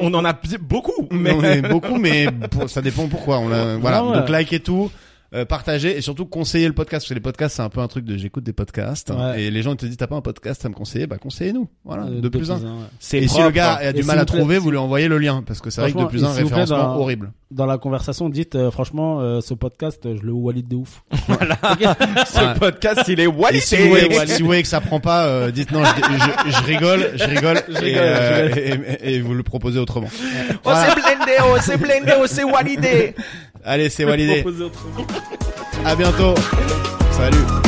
S3: on en a bi- beaucoup,
S2: mais
S3: mais
S2: on est beaucoup mais pour- ça dépend pourquoi on l'a- voilà
S4: ouais.
S2: donc likez tout euh, partagez et surtout conseillez le podcast parce que les podcasts c'est un peu un truc de j'écoute des podcasts hein,
S4: Ouais.
S2: et les gens te disent t'as pas un podcast à me conseiller bah conseillez-nous voilà
S4: euh,
S2: de,
S4: deux
S2: plus un
S4: un, ouais.
S3: c'est
S2: et si le gars a
S4: Et
S2: du
S4: s'il
S2: mal à
S4: vous plaît,
S2: trouver
S4: s'il-
S2: vous lui envoyez le lien parce que c'est vrai que de
S4: Franchement,
S2: plus un
S4: et s'il vous plaît,
S2: référencement
S4: dans-
S2: horrible
S4: Dans la conversation, dites euh, franchement euh, ce podcast, euh, je le walid de ouf.
S2: Ouais.
S3: hein. ce podcast, il est
S2: Et
S3: Wally.
S2: si vous, voyez, si vous voyez que ça prend pas, euh, dites non, je, je- je rigole, je rigole, et, euh, et- et- et vous le proposez autrement. Voilà.
S3: Blendéo, c'est Blendéo, c'est Walidé.
S2: Allez, c'est validé.
S4: Proposez autrement.
S2: À bientôt. Salut.